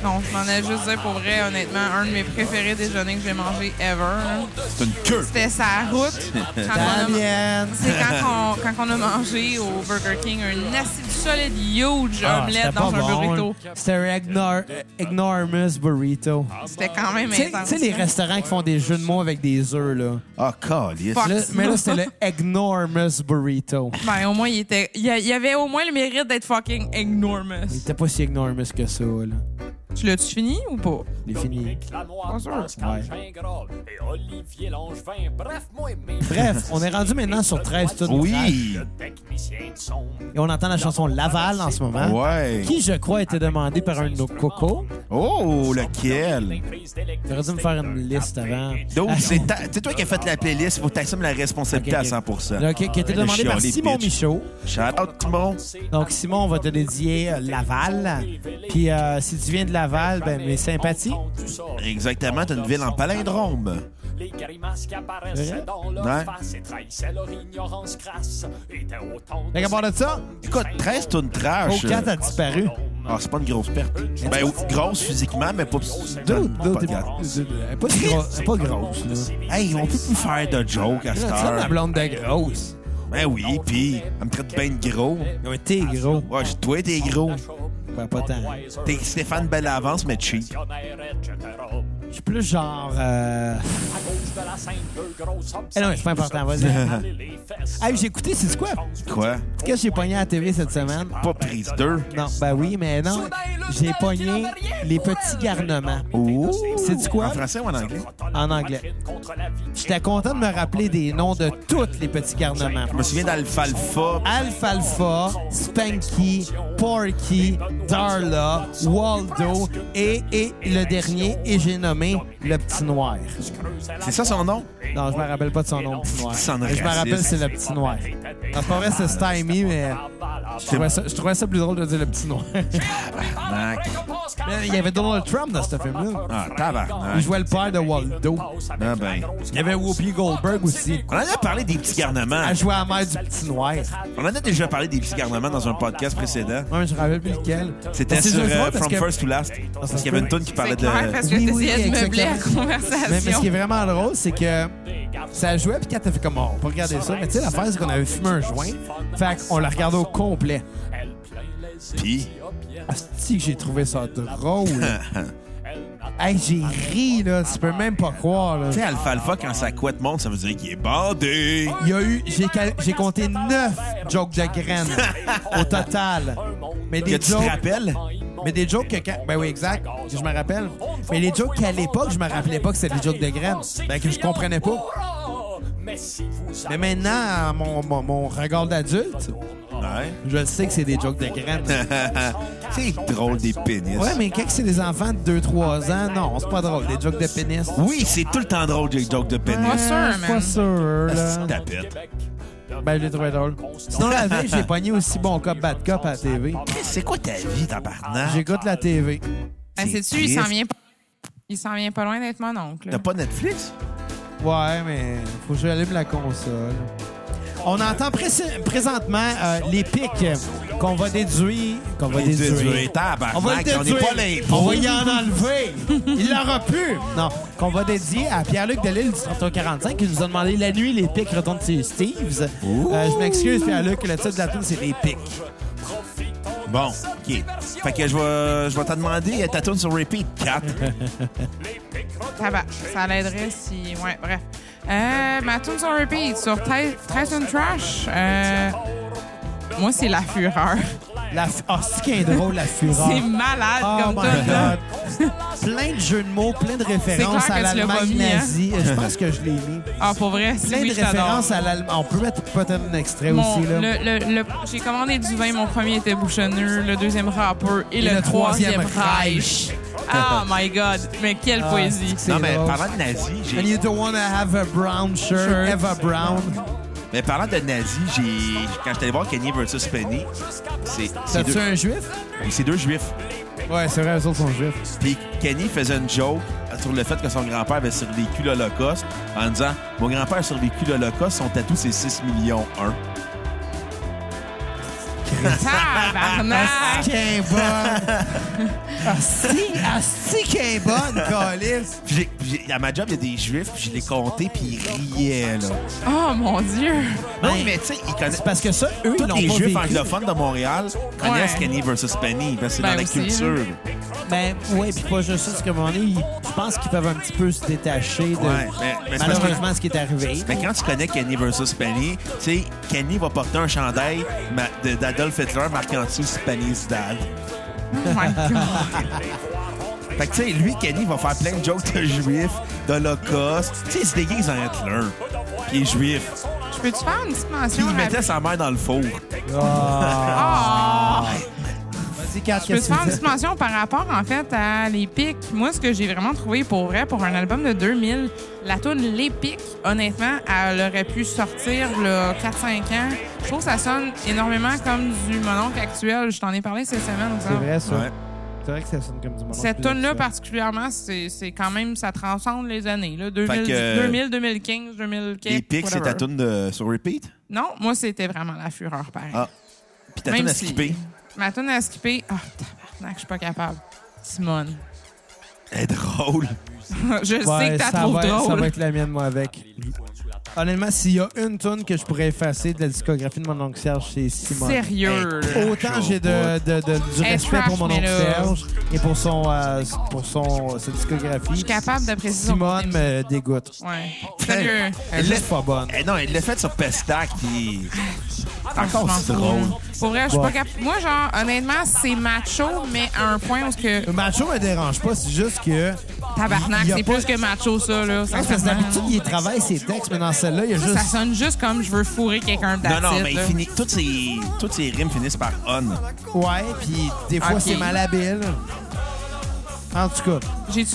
S4: Non, je m'en allais juste dire pour vrai, honnêtement, un de mes préférés déjeuners que j'ai mangé ever. là.
S3: C'est une queue.
S4: C'était sa route. Quand
S1: Ah,
S4: on a-
S1: bien.
S4: C'est quand, on, quand on a mangé au Burger King un acide solide, huge
S1: Ah, c'était
S4: omelette
S1: pas
S4: dans un
S1: bon. hein.
S4: burrito.
S1: C'était un ignor- euh, enormous burrito.
S4: C'était quand même
S1: Tu sais-
S4: intense. hein.
S1: tu sais, les restaurants qui font des jeux de mots avec des œufs, là.
S3: Ah, calice.
S4: Fuck.
S1: Là, mais là, c'était le enormous burrito.
S4: Ben, au moins, il était. Il y a- il y avait au moins le mérite d'être fucking
S1: Il
S4: enormous.
S1: était pas si enormous que ça, là.
S4: Tu l'as-tu fini ou pas?
S1: Il est fini.
S7: Pascal Gingras et Olivier Langevin. Bref, moi et mes
S1: Bref, on est rendu maintenant sur 13 tonnes.
S3: Oui.
S7: techniciens de son.
S1: Et on entend la chanson Laval en ce
S3: Hein?
S1: moment.
S3: Ouais.
S1: Qui, je crois, était demandé par un de nos cocos.
S3: Oh, lequel?
S7: Prise d'électricité.
S1: J'aurais dû me faire une liste avant. Ah,
S3: Donc, c'est ta- c'est toi qui as fait la playlist. Faut que t'assumes la responsabilité
S1: Ok, ok.
S3: à 100
S1: Donc, qui a été demandé
S3: Le
S1: par
S3: chialé de
S1: Simon
S3: bitch.
S1: Michaud.
S3: Shout out, Timon.
S1: Donc, Simon, on va te dédier euh, Laval. Puis, euh, si tu viens de Laval, ben, mes sympathies.
S7: Du sort.
S3: Exactement, t'as une ville en palindrome.
S7: Les grimaces qui apparaissaient
S1: Vrai?
S7: dans leur
S3: Ouais.
S7: face et trahissaient leur ignorance crasse. Étaient autant de
S1: Fait qu'à part de ça,
S3: Écoute, 13 tonnes de
S1: au
S3: trash.
S1: 4 a disparu.
S3: Ah, c'est pas une grosse perte. Ben, ou- grosse physiquement, mais pas
S1: Dude,
S3: dans le
S1: dude,
S3: podcast.
S1: t'es- elle est pas, si gros- elle est pas grosse, là.
S3: Hey, on peut plus faire de joke à
S1: Tu
S3: cette
S1: sais, ma
S3: heure.
S1: blonde de grosse.
S3: Ben oui, pis elle me traite bien de gros.
S1: Non, mais t'es gros.
S3: Ouais, je- toi, t'es gros.
S1: Ben, pas tant.
S3: T'es Stéphane Bellavance, mais cheap.
S1: Je suis plus genre. Euh... Eh non, mais c'est pas important, vas-y. hey, j'ai écouté, c'est quoi?
S3: Quoi?
S1: Qu'est-ce que j'ai pogné à la TV cette semaine?
S3: Pas prise 2.
S1: Non, ben oui, mais non. J'ai pogné les petits garnements. C'est du quoi?
S3: En français ou en anglais?
S1: En anglais. J'étais content de me rappeler des noms de tous les petits garnements.
S3: Je me souviens d'Alfalfa.
S1: Alfalfa, Spanky, Porky, Darla, Waldo et, et le dernier, et j'ai nommé le petit noir.
S3: C'est ça son nom?
S1: Non, je me rappelle pas de son nom, petit noir.
S3: Sonne
S1: Mais Je me rappelle,
S3: raciste.
S1: c'est le petit noir. Non, C'est pas vrai, c'est Stymie, mais Je trouvais, ça, je trouvais ça plus drôle de dire le petit noir.
S3: Tabarnak.
S1: Mais il y avait Donald Trump dans ce film-là.
S3: Ah, tabarnak.
S1: Il jouait le père de Waldo.
S3: Ah ben.
S1: Il y avait Whoopi Goldberg aussi.
S3: On en a parlé des petits garnements.
S1: Elle jouait la mère du petit noir. Ouais,
S3: On en a déjà parlé des petits garnements dans un podcast précédent.
S1: mais je me rappelle plus lequel.
S3: C'était
S1: Mais c'est
S3: sur
S1: juste
S3: euh,
S1: drôle parce
S3: From
S1: que- Ah,
S3: First to Last. Parce qu'il y avait une toune qui parlait
S4: C'est
S3: de.
S4: clair, parce que
S1: Oui,
S4: j'essayais
S1: oui,
S4: de meubler la
S1: exactement.
S4: conversation.
S1: Mais, mais ce qui est vraiment drôle, c'est que ça jouait, puis quand t'as fait comme, oh, on peut regarder ça. Mais tu sais, l'affaire, c'est qu'on avait fumé un joint. Fait qu'on l'a regardé au complet.
S3: Puis,
S1: Asti que j'ai trouvé ça drôle. hey, j'ai ri, là. Tu peux même pas croire, là.
S3: tu sais, Alfalfa, quand sa couette monte, ça veut dire qu'il est bandé.
S1: Il y a eu, j'ai cal- j'ai compté neuf jokes de graines au total. Mais
S3: Que
S1: des
S3: tu te
S1: jokes.
S3: rappelles?
S1: Mais des jokes que quand- Ben oui, exact. Je me rappelle. Mais les jokes qu'à l'époque, je me rappelais pas que c'était des jokes de graines. Ben que je comprenais pas. Mais maintenant, à mon, mon, mon regard d'adulte,
S3: Ouais.
S1: je sais que c'est des jokes de graines.
S3: c'est drôle des pénis.
S1: Ouais, mais quand c'est des enfants de 2-3 ans, non, c'est pas drôle. Des jokes de pénis.
S3: Oui, c'est tout le temps drôle des jokes de
S4: Pas
S3: pénis.
S4: sûr,
S1: Pas
S4: man.
S1: sûr, là.
S3: C'est tapette.
S1: Ben, je l'ai trouvé drôle. Sinon, la veille, j'ai pogné aussi bon cop, bad cop à la TV.
S3: C'est quoi ta vie, tabarnak?
S1: J'écoute la TV.
S4: Ben,
S3: C'est
S4: sais-tu, il
S3: triste.
S4: s'en vient pas. Il s'en vient pas loin d'être mon oncle. là.
S3: T'as pas Netflix?
S1: Ouais, mais faut que j'allume la console. On entend pré- présentement euh, les pics qu'on va déduire. Qu'on va
S3: Les
S1: déduire.
S3: déduire, tabarnak,
S1: On va le
S3: on n'est
S1: déduire.
S3: pas l'impôt.
S1: On va y en enlever. Il l'aura pu. Non, qu'on va dédier à Pierre-Luc Delisle du 3145 qui nous a demandé la nuit les pics retournent chez Steve's. Euh, je m'excuse, Pierre-Luc, le titre de la tune, c'est les pics.
S3: Bon, OK. Fait que je vais, je vais te demander euh, ta tune sur repeat, 4.
S4: Tabac. Ça l'aiderait si. Ouais, bref. Euh, ma tune sur repeat sur Ti- Titan Trash. euh, moi, c'est la fureur.
S1: La f- Ah, c'est qui est drôle, la fureur.
S4: C'est malade
S1: Oh
S4: comme
S1: my
S4: tune, là.
S1: God. plein de jeux de mots, plein de références
S4: clair
S1: à
S4: que tu l'as pas
S1: l'Allemagne
S4: mis, hein?
S1: nazie. Je pense que je l'ai mis.
S4: Ah, pour vrai, si
S1: Plein
S4: oui,
S1: de
S4: je t'adore.
S1: références à l'Allemagne. On peut mettre peut-être un extrait
S4: Mon-
S1: aussi. Là.
S4: le- le- le- J'ai commandé du vin. Mon premier était bouchonneux, le deuxième rappeur et, le,
S1: le troisième Ah.
S4: troisième Reich. Oh my God, mais quelle poésie.
S1: C'est
S3: Non, mais
S1: drôle.
S3: parlant de nazi,
S1: And
S3: j'ai...
S1: you don't wanna have a brown shirt,
S4: Shirt.
S1: ever brown.
S3: Mais parlant de nazi, j'ai... Quand j'étais allé voir Kenny versus Penny, c'est, c'est,
S1: T'as-tu
S3: deux,
S1: un juif?
S3: c'est deux juifs.
S1: Ouais, c'est vrai, les autres sont juifs.
S3: Puis Kenny faisait une joke sur le fait que son grand-père avait survécu l'Holocauste en disant Mon grand-père a survécu l'Holocauste, son tatou c'est 6 millions 1.
S4: Tabarnak!
S1: Qu'elle Ah, est bonne! Asti, asti qu'elle est bonne, Colis!
S3: Puis j'ai- puis j'ai- à ma job, il y a des juifs, puis je les comptais, puis ils riaient, là.
S4: Oh mon Dieu!
S3: Non, mais tu sais, ils connaissent.
S1: Ben, Parce que ça, eux, ils
S3: Tous
S1: l'ont
S3: les
S1: pas
S3: juifs
S1: vécu.
S3: anglophones de Montréal connaissent
S4: Ouais.
S3: Kenny versus Penny, parce que c'est
S4: Ben
S3: dans la
S4: aussi,
S3: culture.
S1: Ben, ouais, puis pas juste ça, parce qu'à un moment donné, ils- je pense qu'ils peuvent un petit peu se détacher de
S3: Ouais, mais- mais c'est parce que-
S1: malheureusement ce qui est arrivé.
S3: Mais quand tu connais Kenny versus Penny, tu sais, Kenny va porter un chandail ma- de- d'Adolf Hitler marquant en dessous Penny's dad.
S4: Oh my God!
S3: Fait que, tu sais, lui, Kenny, va faire plein de jokes de juifs, d'Holocauste. Tu sais, il se déguise en Hitler. Puis il est juif.
S4: Je peux-tu faire une petite
S3: Puis
S4: mention?
S3: il
S4: rapide?
S3: mettait sa mère dans le four.
S4: Ah!
S1: Vas-y, Kat,
S4: Je peux
S1: qu'est-ce
S4: te
S1: que
S4: faire
S1: tu
S4: une
S1: dis?
S4: petite mention par rapport, en fait, à Les Pics. Moi, ce que j'ai vraiment trouvé pour vrai, pour un album de 2000, la tune Les Pics, honnêtement, elle aurait pu sortir le 4-5 ans. Je trouve que ça sonne énormément comme du mononcle actuel. Je t'en ai parlé cette semaine.
S1: C'est vrai, ça.
S3: Ouais.
S1: C'est vrai que ça sonne comme du monde.
S4: Cette tune-là, particulièrement, c'est c'est quand même, ça transcende les années. Là. 2000,
S3: Fait que-
S4: 2000, 2015, 2015.
S3: Les pics, c'est ta
S4: whatever.
S3: toune de... sur repeat?
S4: Non, moi, c'était vraiment la fureur, pareil.
S3: Ah. Puis ta toune à
S4: si-
S3: skipper?
S4: Ma tune à skipper. Ah, tabarnak, je suis pas capable. Simone.
S3: Elle est drôle.
S4: je sais que t'as trop
S1: Ça va
S4: drôle.
S1: être la mienne, moi, avec. Honnêtement, s'il y a une tune que je pourrais effacer de la discographie de mon oncle Serge, c'est Simon.
S4: Sérieux.
S3: oh,
S4: là.
S1: Autant j'ai de, de- de- du
S4: Elle
S1: respect pour mon
S4: trash,
S1: oncle
S4: mais là-
S1: Serge et pour son euh, pour son sa discographie.
S4: Je suis capable d'apprécier son
S1: Simone
S4: contenu.
S1: me dégoûte.
S4: Ouais. euh, Sérieux.
S1: Elle est pas bonne.
S3: Eh non, elle l'a fait sur Pestac, puis...
S4: Je
S1: Ah,
S3: Encore
S4: m'en
S3: si
S4: fous.
S3: drôle.
S4: Pour vrai, je suis
S1: Ouais.
S4: pas capable. Moi, genre, honnêtement, c'est macho, mais à un point où ce que.
S1: Le macho me dérange pas, c'est juste que.
S4: Tabarnak,
S1: Il y a
S4: c'est
S1: pas-
S4: plus que macho, ça, là.
S1: Parce que
S4: sincèrement.
S1: d'habitude, il travaille ses textes, mais dans celle-là, il y a
S4: Ça
S1: juste.
S4: sonne juste comme je veux fourrer quelqu'un de
S3: Non, non, mais il finit... Toutes ses... Toutes ses rimes finissent par « on
S1: Ouais, puis des fois,
S4: Ok.
S1: c'est malhabile. En tout cas,
S4: J'ai du-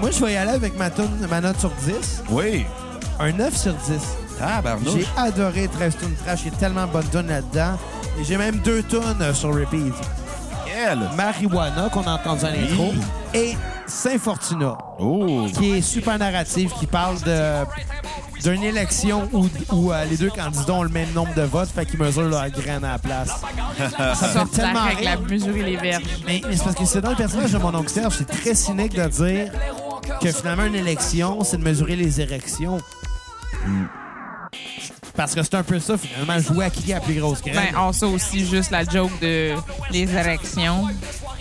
S1: moi, je vais y aller avec ma, toune- ma note sur 10. ».
S3: Oui.
S1: Un 9 sur 10.
S3: Ah,
S1: J'ai adoré 13 Tune Trash. Il y a tellement de bonnes tunes là-dedans. Et j'ai même deux tonnes sur repeat.
S3: Elle.
S1: Marijuana, qu'on a entendu à l'intro, et Saint Fortuna,
S3: Oh.
S1: qui est super narrative, qui parle de d'une élection où, où, euh, les deux candidats ont le même nombre de votes, fait qu'ils mesurent leur graine à la place. Ça fait
S4: Sortir
S1: tellement
S4: avec la
S1: rire.
S4: mesurer les verges.
S1: Mais, mais c'est parce que c'est dans le personnage de mon oncle Serge, c'est très cynique de dire que finalement une élection, c'est de mesurer les érections. Parce que c'est un peu ça, finalement, jouer à qui a la plus grosse graine.
S4: Ben, on sait aussi juste la joke de les érections.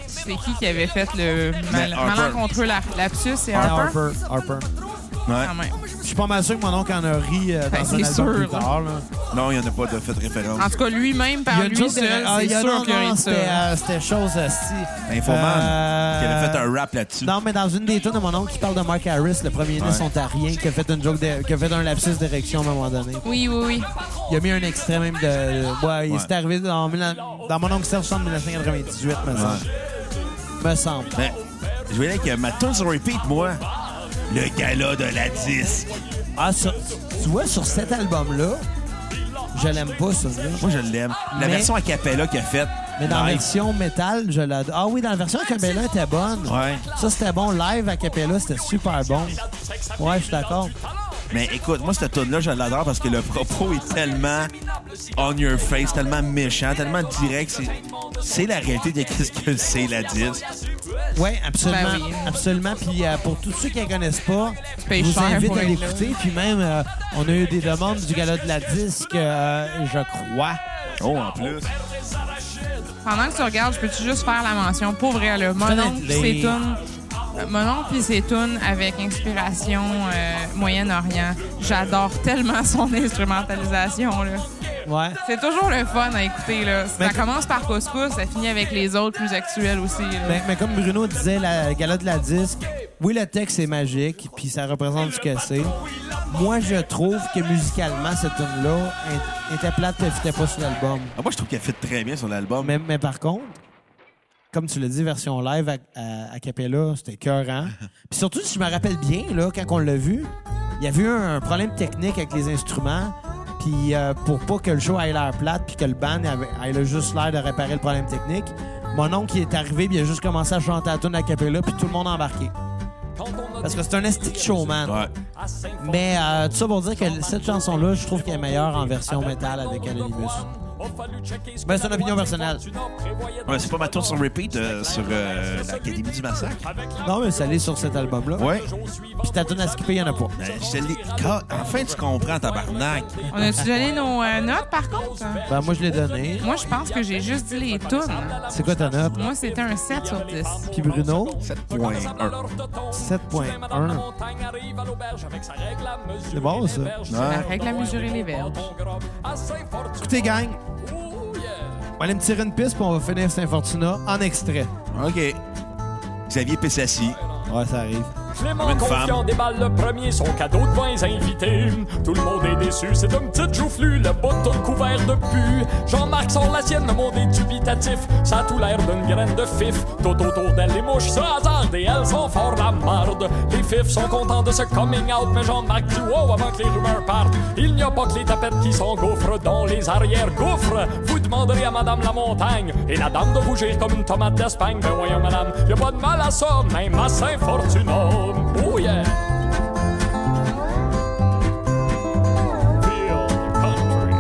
S4: C'est qui qui avait fait le mal,
S3: Mais Ben, Harper.
S4: malencontreux la- lapsus? C'est
S1: Ouais,
S4: Harper?
S1: Ben,
S4: Ah,
S1: Harper. Harper.
S3: Ouais.
S1: Ah,
S4: Quand même.
S1: Je suis pas mal sûr que mon oncle en a ri euh,
S4: Ben,
S1: dans un
S4: c'est
S1: album
S4: sûr,
S1: plus
S4: là.
S1: tard. là.
S3: Non, il n'y en a pas de fait référence.
S4: En tout cas, lui-même,
S1: Il y
S4: par
S1: a
S4: lui
S1: une joke
S4: seul,
S1: de- ah,
S4: c'est
S1: il y a-
S4: sûr
S1: non,
S4: qu'il a
S1: non,
S4: ri de
S1: c'était,
S4: ça.
S1: euh, C'était chose euh, si.
S3: Infoman,
S1: Euh,
S3: qui avait fait un rap là-dessus.
S1: Non, mais dans une des tunes de mon oncle qui parle de Mark Harris, le premier
S3: Ouais.
S1: ministre ontarien, qui a fait une joke de- qui a fait un lapsus d'érection à un moment donné.
S4: Oui, oui, oui.
S1: Il a mis un extrait même de. Ouais, il
S3: Ouais.
S1: s'est arrivé dans, mille- dans mon oncle Serge Sand de 1998, me semble. Me semble.
S3: Ben, je voulais que ma tune sur repeat, moi. Le gala de la disque.
S1: Ah, sur- tu vois, sur cet album-là, je l'aime pas, ça. là.
S3: Moi, je l'aime. La
S1: Mais-
S3: version a cappella qu'il a faite.
S1: Mais dans la
S3: live.
S1: version métal, je l'adore. Ah oui, dans la version Acapella, elle était bonne.
S3: Ouais.
S1: Ça, c'était bon. Live Acapella, c'était super bon. Ouais, je suis d'accord.
S3: Mais écoute, moi, cette tune là je l'adore parce que le propos est tellement on your face, tellement méchant, tellement direct. C'est- C'est la réalité de qu'est-ce que c'est la disque.
S1: Ouais, absolument.
S4: Ben oui.
S1: Absolument. Puis euh, pour tous ceux qui la connaissent pas, je
S4: payes
S1: vous
S4: cher
S1: invite
S4: pour
S1: à
S4: être
S1: l'écouter. Puis même, euh, on a eu des demandes du gala de la disque, euh, je crois.
S3: Oh, en plus.
S4: Pendant que tu regardes, je peux-tu juste faire la mention? Pour vrai, là, mon
S1: Fais-la
S4: oncle,
S1: de
S4: c'est
S1: lire.
S4: une... Mon oncle pis ses tunes avec inspiration euh, Moyen-Orient. J'adore tellement son instrumentalisation. là.
S1: Ouais.
S4: C'est toujours le fun à écouter. Là. Ça
S1: Mais-
S4: commence par Couscous, ça finit avec les autres plus actuels aussi. là.
S1: Mais, mais Ben, comme Bruno disait, la gala de la disque, oui, le texte est magique, puis ça représente ce que c'est. Moi, je trouve que musicalement, cette tune-là elle- était plate, elle fitait pas sur l'album.
S3: Ah, moi, je trouve qu'elle fit très bien sur l'album.
S1: Mais, mais par contre, comme tu l'as dit, version live à, à, à Capella, c'était écœurant. Puis surtout, si je me rappelle bien, là, quand on l'a vu, il y avait eu un, un problème technique avec les instruments. Puis euh, pour pas que le show aille l'air plate, puis que le band avait- aille le juste l'air de réparer le problème technique, mon oncle il est arrivé, puis il a juste commencé à chanter la tune à Capella, puis tout le monde a embarqué. Parce que c'est un esti de showman.
S3: Ouais.
S1: Mais euh, tout ça pour dire que cette chanson-là, je trouve qu'elle est meilleure en version métal avec Anonymous. Ben, c'est une opinion personnelle.
S3: Ouais, c'est pas ma tour sur repeat euh, sur euh, l'Académie du Massacre.
S1: Non, mais ça l'est sur cet album-là.
S3: Ouais.
S1: Puis ta tune à skipper, il en a pas.
S3: Ben, je te l'ai- Ca- Enfin, tu comprends, tabarnak.
S4: On a-tu donné nos euh, notes, par contre?
S1: Ben, moi, je l'ai donné.
S4: Moi, je pense que j'ai juste dit les tunes.
S1: C'est quoi ta note?
S4: Moi, c'était un 7 sur 10.
S1: Puis Bruno,
S3: 7.1.
S1: 7.1. C'est bon, ça.
S4: La règle à mesurer les verges.
S1: Écoutez, gang, on va aller me tirer une piste, puis on va finir Saint-Fortuna en extrait.
S3: OK. Xavier Pessassi.
S1: Ouais, ça arrive.
S2: Clément
S3: Comme une femme.
S2: confiant déballe le premier son cadeau de vins invités. Tout le monde est déçu, c'est une petite joufflue, le bouton couvert de pu. Jean-Marc sort la sienne, le monde est dubitatif. Ça a tout l'air d'une graine de fif. Tout autour d'elle, les mouches se hasardent et elles sont fort la marde. Les fifs sont contents de ce coming out, mais Jean-Marc dit wow avant que les rumeurs partent. Il n'y a pas que les tapettes qui s'engouffrent dans les arrière-gouffres. Vous demanderez à Madame la Montagne et la dame de rougir comme une tomate d'Espagne. Ben voyons, Madame, y a pas de mal à ça, même à Saint-Fortuna. Oh yeah! Feel country.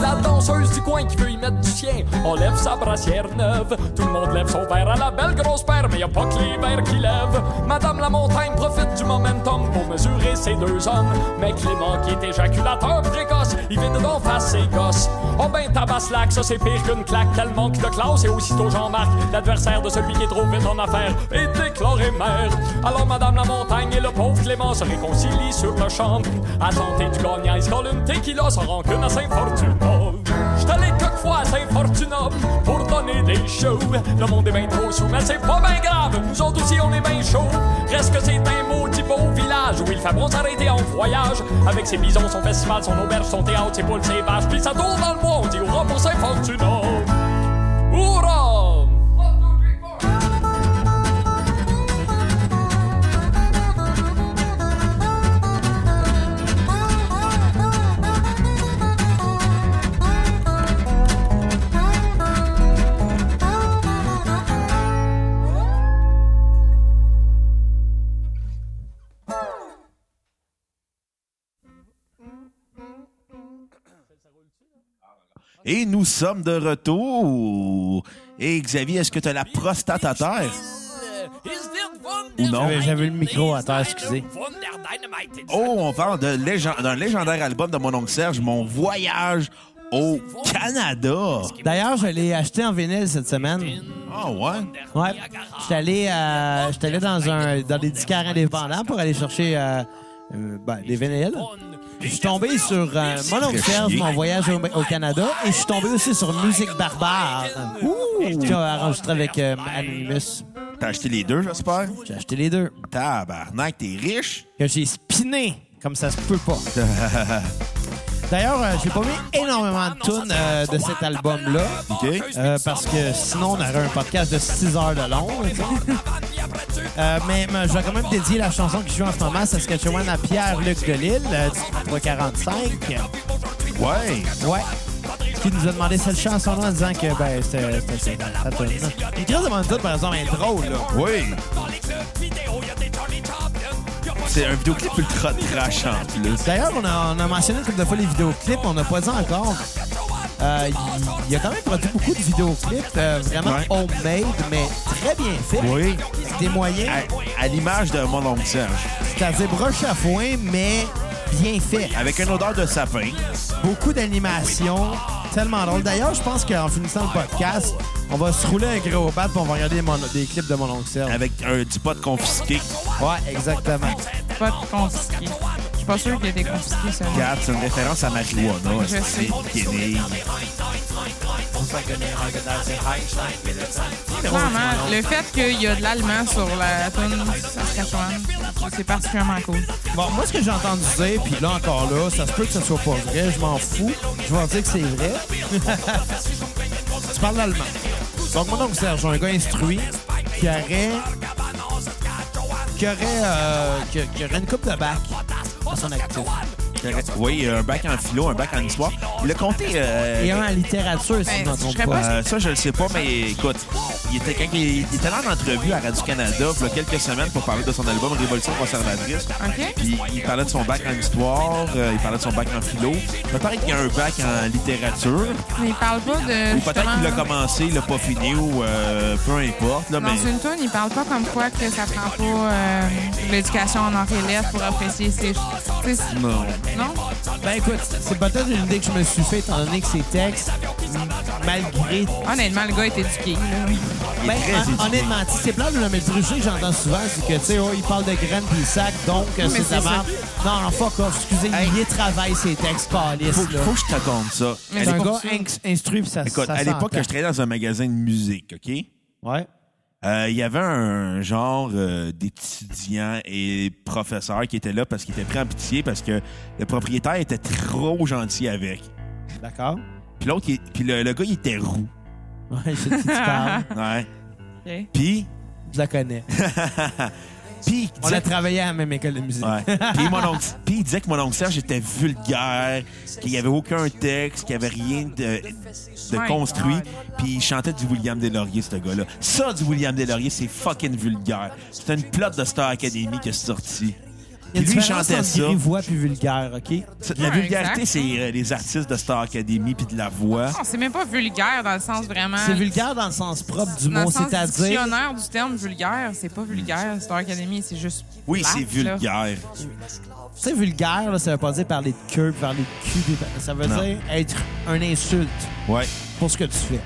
S2: La danseuse du coin qui veut y mettre du sien Enlève sa brassière neuve Tout le monde lève son verre à la belle grosse paire Mais y a pas que les verres qui lèvent Madame la montagne profite du momentum Pour mesurer ces deux hommes Mais Clément qui est éjaculateur précoce Il vide d'en face ses gosses Oh ben tabaslac, ça c'est pire qu'une claque Tel manque de classe et aussitôt Jean-Marc L'adversaire de celui qui est trop vite en affaires Est déclaré maire Alors Madame la montagne et le pauvre Clément Se réconcilient sur le champ À santé du gagnant, il se colle une tequila Sans rancune à Saint-Fortuna J'étais allé quelquefois à Saint-Fortuna pour donner des shows. Le monde est bien trop sous, mais c'est pas bien grave. Nous autres aussi, on est bien chaud. Reste que c'est un maudit beau village où il fait bon s'arrêter en voyage. Avec ses bisons, son festival, son auberge, son théâtre, ses poules, ses vaches. Puis ça tourne dans le bois, on dit hurrah pour Saint-Fortuna. Hurrah!
S3: Et nous sommes de retour. Et Xavier, est-ce que tu as la prostate à terre? Ou non?
S1: J'avais- J'avais le micro à terre, excusez.
S3: Oh, on parle de légen- d'un légendaire album de mon oncle Serge, Mon voyage au Canada.
S1: D'ailleurs, je l'ai acheté en vinyle cette semaine.
S3: Ah ouais?
S1: Ouais. J'étais allé, euh, j'étais allé dans un dans des disquaires indépendants pour aller chercher euh, euh, ben, des vinyles. Je suis tombé sur euh, Mon oncle Serge, mon voyage au, au Canada, et je suis tombé aussi sur Musique Barbare, qui a enregistré avec euh, Anonymous.
S3: T'as acheté les deux, j'espère?
S1: J'ai acheté les deux,
S3: Tabarnak, t'es riche?
S1: que j'ai spiné comme ça se peut pas. D'ailleurs, euh, j'ai pas mis énormément de tunes euh, de cet album-là,
S3: OK?
S1: euh, parce que sinon on aurait un podcast de 6 heures de long. tu sais. Euh, mais, mais je vais quand même dédier la chanson qui joue en ce moment, Saskatchewan, à Pierre-Luc Delille, euh, du 345.
S3: Ouais.
S1: Ouais. Qui nous a demandé cette chanson-là en disant que ben, c'était c'était- c'était- ça tourne, là. Une grosse demande de tout, par exemple, est drôle, là.
S3: Oui. C'est un vidéoclip ultra trash en plus.
S1: D'ailleurs, on a, on a mentionné une couple de fois les vidéoclips, on n'a pas dit encore. Euh, Il y a quand même produit beaucoup de vidéoclips euh, vraiment
S3: Ouais.
S1: homemade, mais très bien faits.
S3: Oui.
S1: Des moyens,
S3: À, à l'image de mon oncle Serge.
S1: c'est-à-dire broche à foin, mais bien fait.
S3: Avec une odeur de sapin.
S1: Beaucoup d'animation. Tellement drôle. D'ailleurs, je pense qu'en finissant le podcast, on va se rouler un gros bat et on va regarder mon- des clips de mon oncle Serge.
S3: Avec un, du pot confisqué.
S1: Ouais, exactement.
S4: Pas de confisqué. Je suis pas sûre qu'il était confisqué, ça.
S3: Regarde, c'est une référence à marijuana.
S4: Je
S3: c'est
S4: sais.
S3: Kenny.
S4: Clairement, le fait qu'il y a de l'allemand sur la tune Saskatchewan, c'est particulièrement cool.
S1: Bon, moi, ce que j'ai entendu dire, puis là encore là, ça se peut que ce soit pas vrai, je m'en fous. Je vais dire que c'est vrai. tu parles l'allemand. Donc, mon oncle Serge, un gars instruit qui aurait. qui aurait, euh, qui, qui aurait une coupe de bac à son actif.
S3: Oui, un bac en philo, un bac en histoire. Le comté. euh,
S1: Et un en littérature, si
S4: Ben,
S1: je ne me trompe
S4: je serais
S1: pas.
S4: pas
S3: Euh, ça, je le sais pas, mais écoute, il était, quand il, il était là en entrevue à Radio-Canada il y a quelques semaines pour parler de son album Révolution conservatrice.
S4: OK.
S3: Puis il parlait de son bac en histoire, euh, il parlait de son bac en philo. Mais Peut-être qu'il y a un bac en littérature,
S4: Mais il parle pas de.
S3: ou peut-être qu'il l'a commencé, il l'a pas fini, ou euh, peu importe. Là,
S4: Dans
S3: mais
S4: une tune, il parle pas comme quoi que ça prend pas euh, l'éducation en or et lettres pour apprécier ses. tu sais,
S3: non.
S4: Non?
S1: Ben écoute, c'est peut-être une idée que je me suis fait étant donné que ces textes, m- malgré
S4: Honnêtement, le gars est éduqué. là.
S3: Il
S1: Ben,
S3: est très
S1: hon-
S3: éduqué.
S1: honnêtement, tu sais, c'est plat, mais le préjugé que j'entends souvent, c'est que, tu sais, oh, il parle de graines puis sac, donc euh, c'est de la
S4: c'est
S1: merde. Non, non, fuck off, excusez, il y travaille ses textes, calice,
S3: Faut,
S1: là.
S3: faut que je te raconte ça.
S4: Mais
S3: À
S1: C'est un
S3: l'époque-
S1: gars inc- instruit, puis ça
S3: écoute,
S1: ça
S3: à l'époque,
S1: s'entend.
S3: je travaillais dans un magasin de musique, OK?
S1: Ouais.
S3: Euh, Il y avait un genre euh, d'étudiants et professeurs qui étaient là parce qu'ils étaient pris en pitié parce que le propriétaire était trop gentil avec.
S1: D'accord.
S3: Puis l'autre, il- puis le, le gars, il était roux.
S1: Ouais, je sais de qui tu parles.
S3: Ouais.
S4: Ok.
S3: Puis,
S1: Je la connais.
S3: puis, il
S1: On a
S3: disait-
S1: travaillé à la même école de musique.
S3: Ouais. puis, mon oncle, puis il disait que mon oncle Serge était vulgaire, qu'il n'y avait aucun texte, qu'il n'y avait rien de, de
S4: My
S3: construit.
S4: God.
S3: Puis il chantait du William Deslauriers, ce gars-là. Ça, du William Deslauriers, c'est fucking vulgaire. C'était une plot de Star Academy qui est sortie.
S1: Il y a
S3: Puis
S1: une
S3: lui, il
S1: différence
S3: chantait
S1: entre
S3: ça.
S1: grivois puis vulgaire, OK?
S3: Ça, La
S4: Ouais,
S3: vulgarité,
S4: exact.
S3: c'est euh, les artistes de Star Academy puis de la voix.
S1: Oh,
S4: Non, c'est même pas vulgaire dans le sens vraiment.
S1: C'est vulgaire dans le sens propre du
S4: Dans
S1: mot,
S4: le sens
S1: c'est-à-dire...
S4: dictionnaire du terme vulgaire, c'est pas vulgaire. Star Academy, c'est juste.
S3: Oui,
S4: plate,
S3: c'est
S4: là.
S3: vulgaire.
S1: Tu sais, vulgaire, là, ça veut pas dire parler de queue, parler de cul. des- Ça veut
S3: Non.
S1: dire être un insulte.
S3: Ouais.
S1: pour ce que tu fais.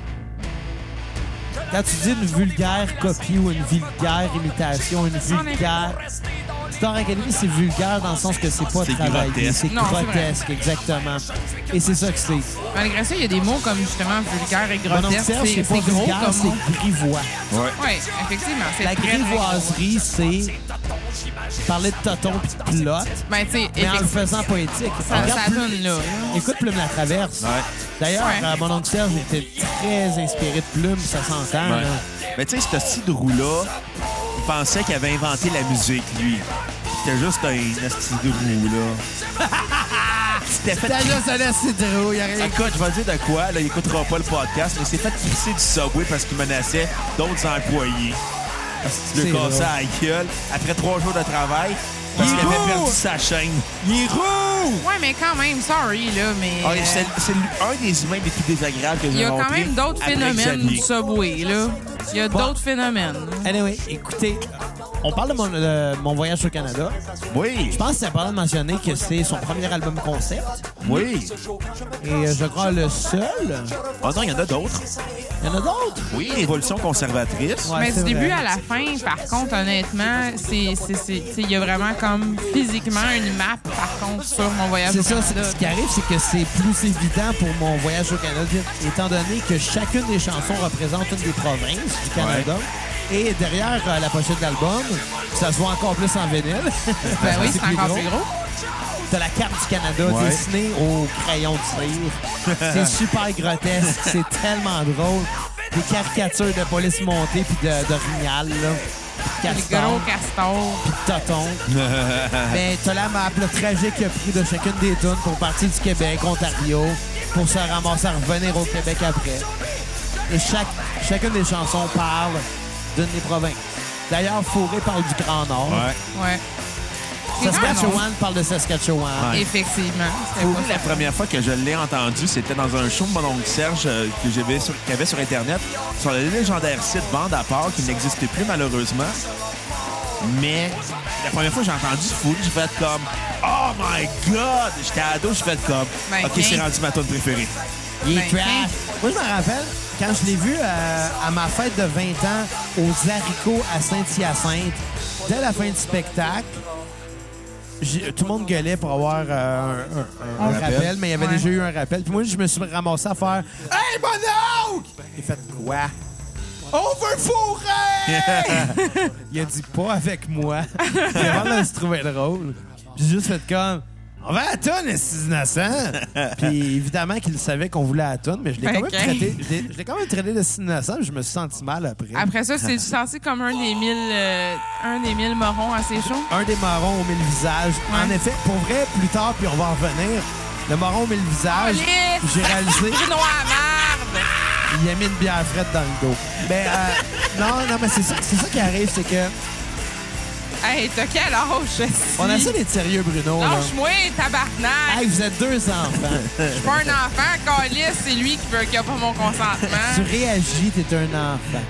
S1: Quand tu dis une vulgaire copie ou une vulgaire imitation, une vulgaire. Star Academy, c'est vulgaire dans le sens que c'est pas
S3: C'est
S1: travaillé,
S3: grotesque.
S1: c'est
S4: Non, c'est vrai.
S1: grotesque, exactement. Et c'est ça que c'est.
S4: Malgré ça, il y a des mots comme justement vulgaire et
S1: Mon oncle
S4: grotesque.
S1: Serge,
S4: c'est
S1: c'est pas
S4: c'est gros
S1: vulgaire,
S4: comme mot.
S1: c'est grivois.
S3: Ouais.
S4: Oui, effectivement. c'est
S1: La
S4: très, très gros.
S1: grivoiserie, c'est parler de toton pis de plotte,
S4: Ben, tu sais,
S1: mais en le
S4: effectivement,
S1: faisant poétique.
S4: ça,
S1: Regarde
S4: ça
S1: plus-
S4: donne là.
S1: Écoute Plume la Traverse.
S3: Ouais.
S1: D'ailleurs,
S4: Ouais.
S1: euh, mon oncle Serge était très inspiré de Plume, ça s'entend.
S3: Ouais.
S1: là.
S3: Mais tu sais, ce style de roux-là, il pensait qu'il avait inventé la musique, lui. C'était juste un style de roux, là. C'était fait...
S1: T'as juste un esti de roux, y a rien
S3: Écoute, je vais te dire de quoi, là, il écoutera pas le podcast, mais c'est fait crisser du Subway parce qu'il menaçait d'autres employés. Il
S1: C'est
S3: le cassait
S1: drôle.
S3: à la gueule. Après trois jours de travail, Parce qu'il
S1: Il est
S3: avait
S1: beau!
S3: perdu sa chaîne.
S1: Il est roux!
S4: Ouais, mais quand même, sorry, là, mais.
S3: Ah,
S4: euh,
S3: c'est c'est un des humains les plus désagréables que j'ai
S4: Il y a quand
S3: rencontrés
S4: même d'autres
S3: après
S4: phénomènes du
S3: Xavier.
S4: subway, là. Il y a d'autres phénomènes.
S1: Anyway, écoutez, on parle de mon, de mon voyage au Canada.
S3: Oui,
S1: Je pense que c'est important de mentionner que c'est son premier album concept.
S3: oui.
S1: Et euh, je crois le seul.
S3: Ah non, il y en a d'autres.
S1: Il y en a d'autres.
S3: Oui, révolution conservatrice.
S1: Ouais,
S4: mais
S1: c'est
S4: du début
S1: vrai.
S4: à la fin, par contre, honnêtement, c'est, c'est, c'est- tu sais, il y a vraiment comme physiquement une map, par contre, sur mon voyage
S1: C'est
S4: au
S1: ça, c'est-
S4: Canada.
S1: ce qui arrive, c'est que c'est plus évident pour mon voyage au Canada, étant donné que chacune des chansons représente une des provinces du Canada. Et derrière euh, la pochette de l'album, ça se voit encore plus en vinyle.
S4: Ben oui, c'est encore plus gros.
S1: T'as la carte du Canada
S3: Ouais.
S1: dessinée au crayon de cire. c'est super grotesque, c'est tellement drôle. Des caricatures de police montée puis de, de rignal, là. Puis de
S4: Les
S1: castor,
S4: gros castors.
S1: puis de toton. Mais t'as la map, le trajet qu'il a pris de chacune des tunes pour partir du Québec, Ontario, pour se ramasser à revenir au Québec après. Et chaque, chacune des chansons parle d'une des provinces. D'ailleurs, Fourré parle du Grand Nord.
S3: Ouais.
S4: Ouais. C'est quand même
S1: Saskatchewan parle de Saskatchewan.
S4: long. Effectivement. C'était
S3: Pour
S4: pas
S3: moi, la
S4: ça.
S3: première fois que je l'ai entendu, c'était dans un show de mon oncle Serge euh, que j'avais sur, qu'il y avait sur Internet, sur le légendaire site Bande à part, qui n'existait plus malheureusement. Mais la première fois que j'ai entendu Fou, j'ai fait comme Oh my God! J'étais ado, j'ai fait comme
S4: Ben,
S3: Ok, c'est
S4: hein.
S3: rendu ma tonne préférée.
S1: Il est
S4: Ben,
S1: trash. Moi, je me rappelle, quand je l'ai vu euh, à ma fête de 20 ans aux haricots à Saint-Hyacinthe, dès la fin du spectacle, j'ai- tout le monde gueulait pour avoir euh, un, un- un rappel. mais il y avait
S4: Ouais.
S1: déjà eu un rappel. Puis moi, je me suis ramassé à faire Hey, mon oncle! Il fait quoi? On veut fourrer! il a dit pas avec moi. Vraiment, se trouvait drôle. J'ai juste fait comme. On va à la toune, les innocents! Puis évidemment qu'il savait qu'on voulait à la toune, mais je l'ai quand même
S4: Ok.
S1: traité. je l'ai- Je l'ai quand même traité de innocent, je me suis senti mal après.
S4: Après ça, c'est senti comme un des mille, euh, un des mille morons assez chaud.
S1: Un des marrons au mille visages. En
S4: Ouais.
S1: effet, pour vrai, plus tard, puis on va en revenir. Le marron au mille visages,
S4: Police!
S1: j'ai réalisé.
S4: Noir, merde!
S1: Il a mis une bière frette dans le dos. Mais euh, non, non, mais c'est ça, c'est ça qui arrive, c'est que
S4: Hey, t'as quel âge?
S1: on a ça d'être sérieux, Bruno. là.
S4: Lâche-moi, tabarnak!
S1: Hey, vous êtes deux enfants.
S4: Je suis pas un enfant, Calis, c'est lui qui veut qu'il n'y a pas mon
S1: tu
S4: consentement.
S1: réagis, t'es un enfant.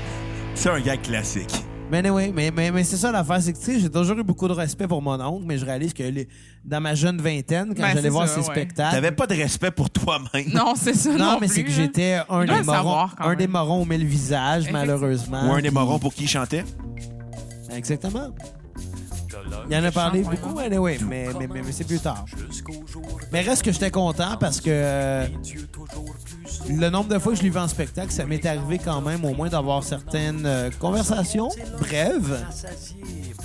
S3: C'est un gag classique.
S1: Mais anyway, mais, mais, mais c'est ça l'affaire, c'est que tu sais, j'ai toujours eu beaucoup de respect pour mon oncle, mais je réalise que les- dans ma jeune vingtaine, quand
S4: Ben,
S1: j'allais
S4: c'est
S1: voir
S4: ça,
S1: ses
S4: ouais.
S1: spectacles.
S3: T'avais pas hein. de respect pour toi-même.
S4: Non, c'est ça. Non,
S1: Non, mais c'est
S4: plus,
S1: que
S4: là.
S1: j'étais un,
S4: Il doit
S1: des
S4: le
S1: morons,
S4: savoir, quand
S1: un
S4: même.
S1: des morons au mille visages,
S4: Effectivement.
S1: malheureusement.
S3: Ou un des
S1: Puis-
S3: morons pour qui il chantait.
S1: Exactement. Il y en a parlé
S4: chante,
S1: beaucoup, anyway, mais, mais, mais, mais c'est plus tard. Mais reste que j'étais content parce que euh, le nombre de fois que je l'ai vu en spectacle, ça m'est arrivé quand même au moins d'avoir certaines euh, conversations brèves.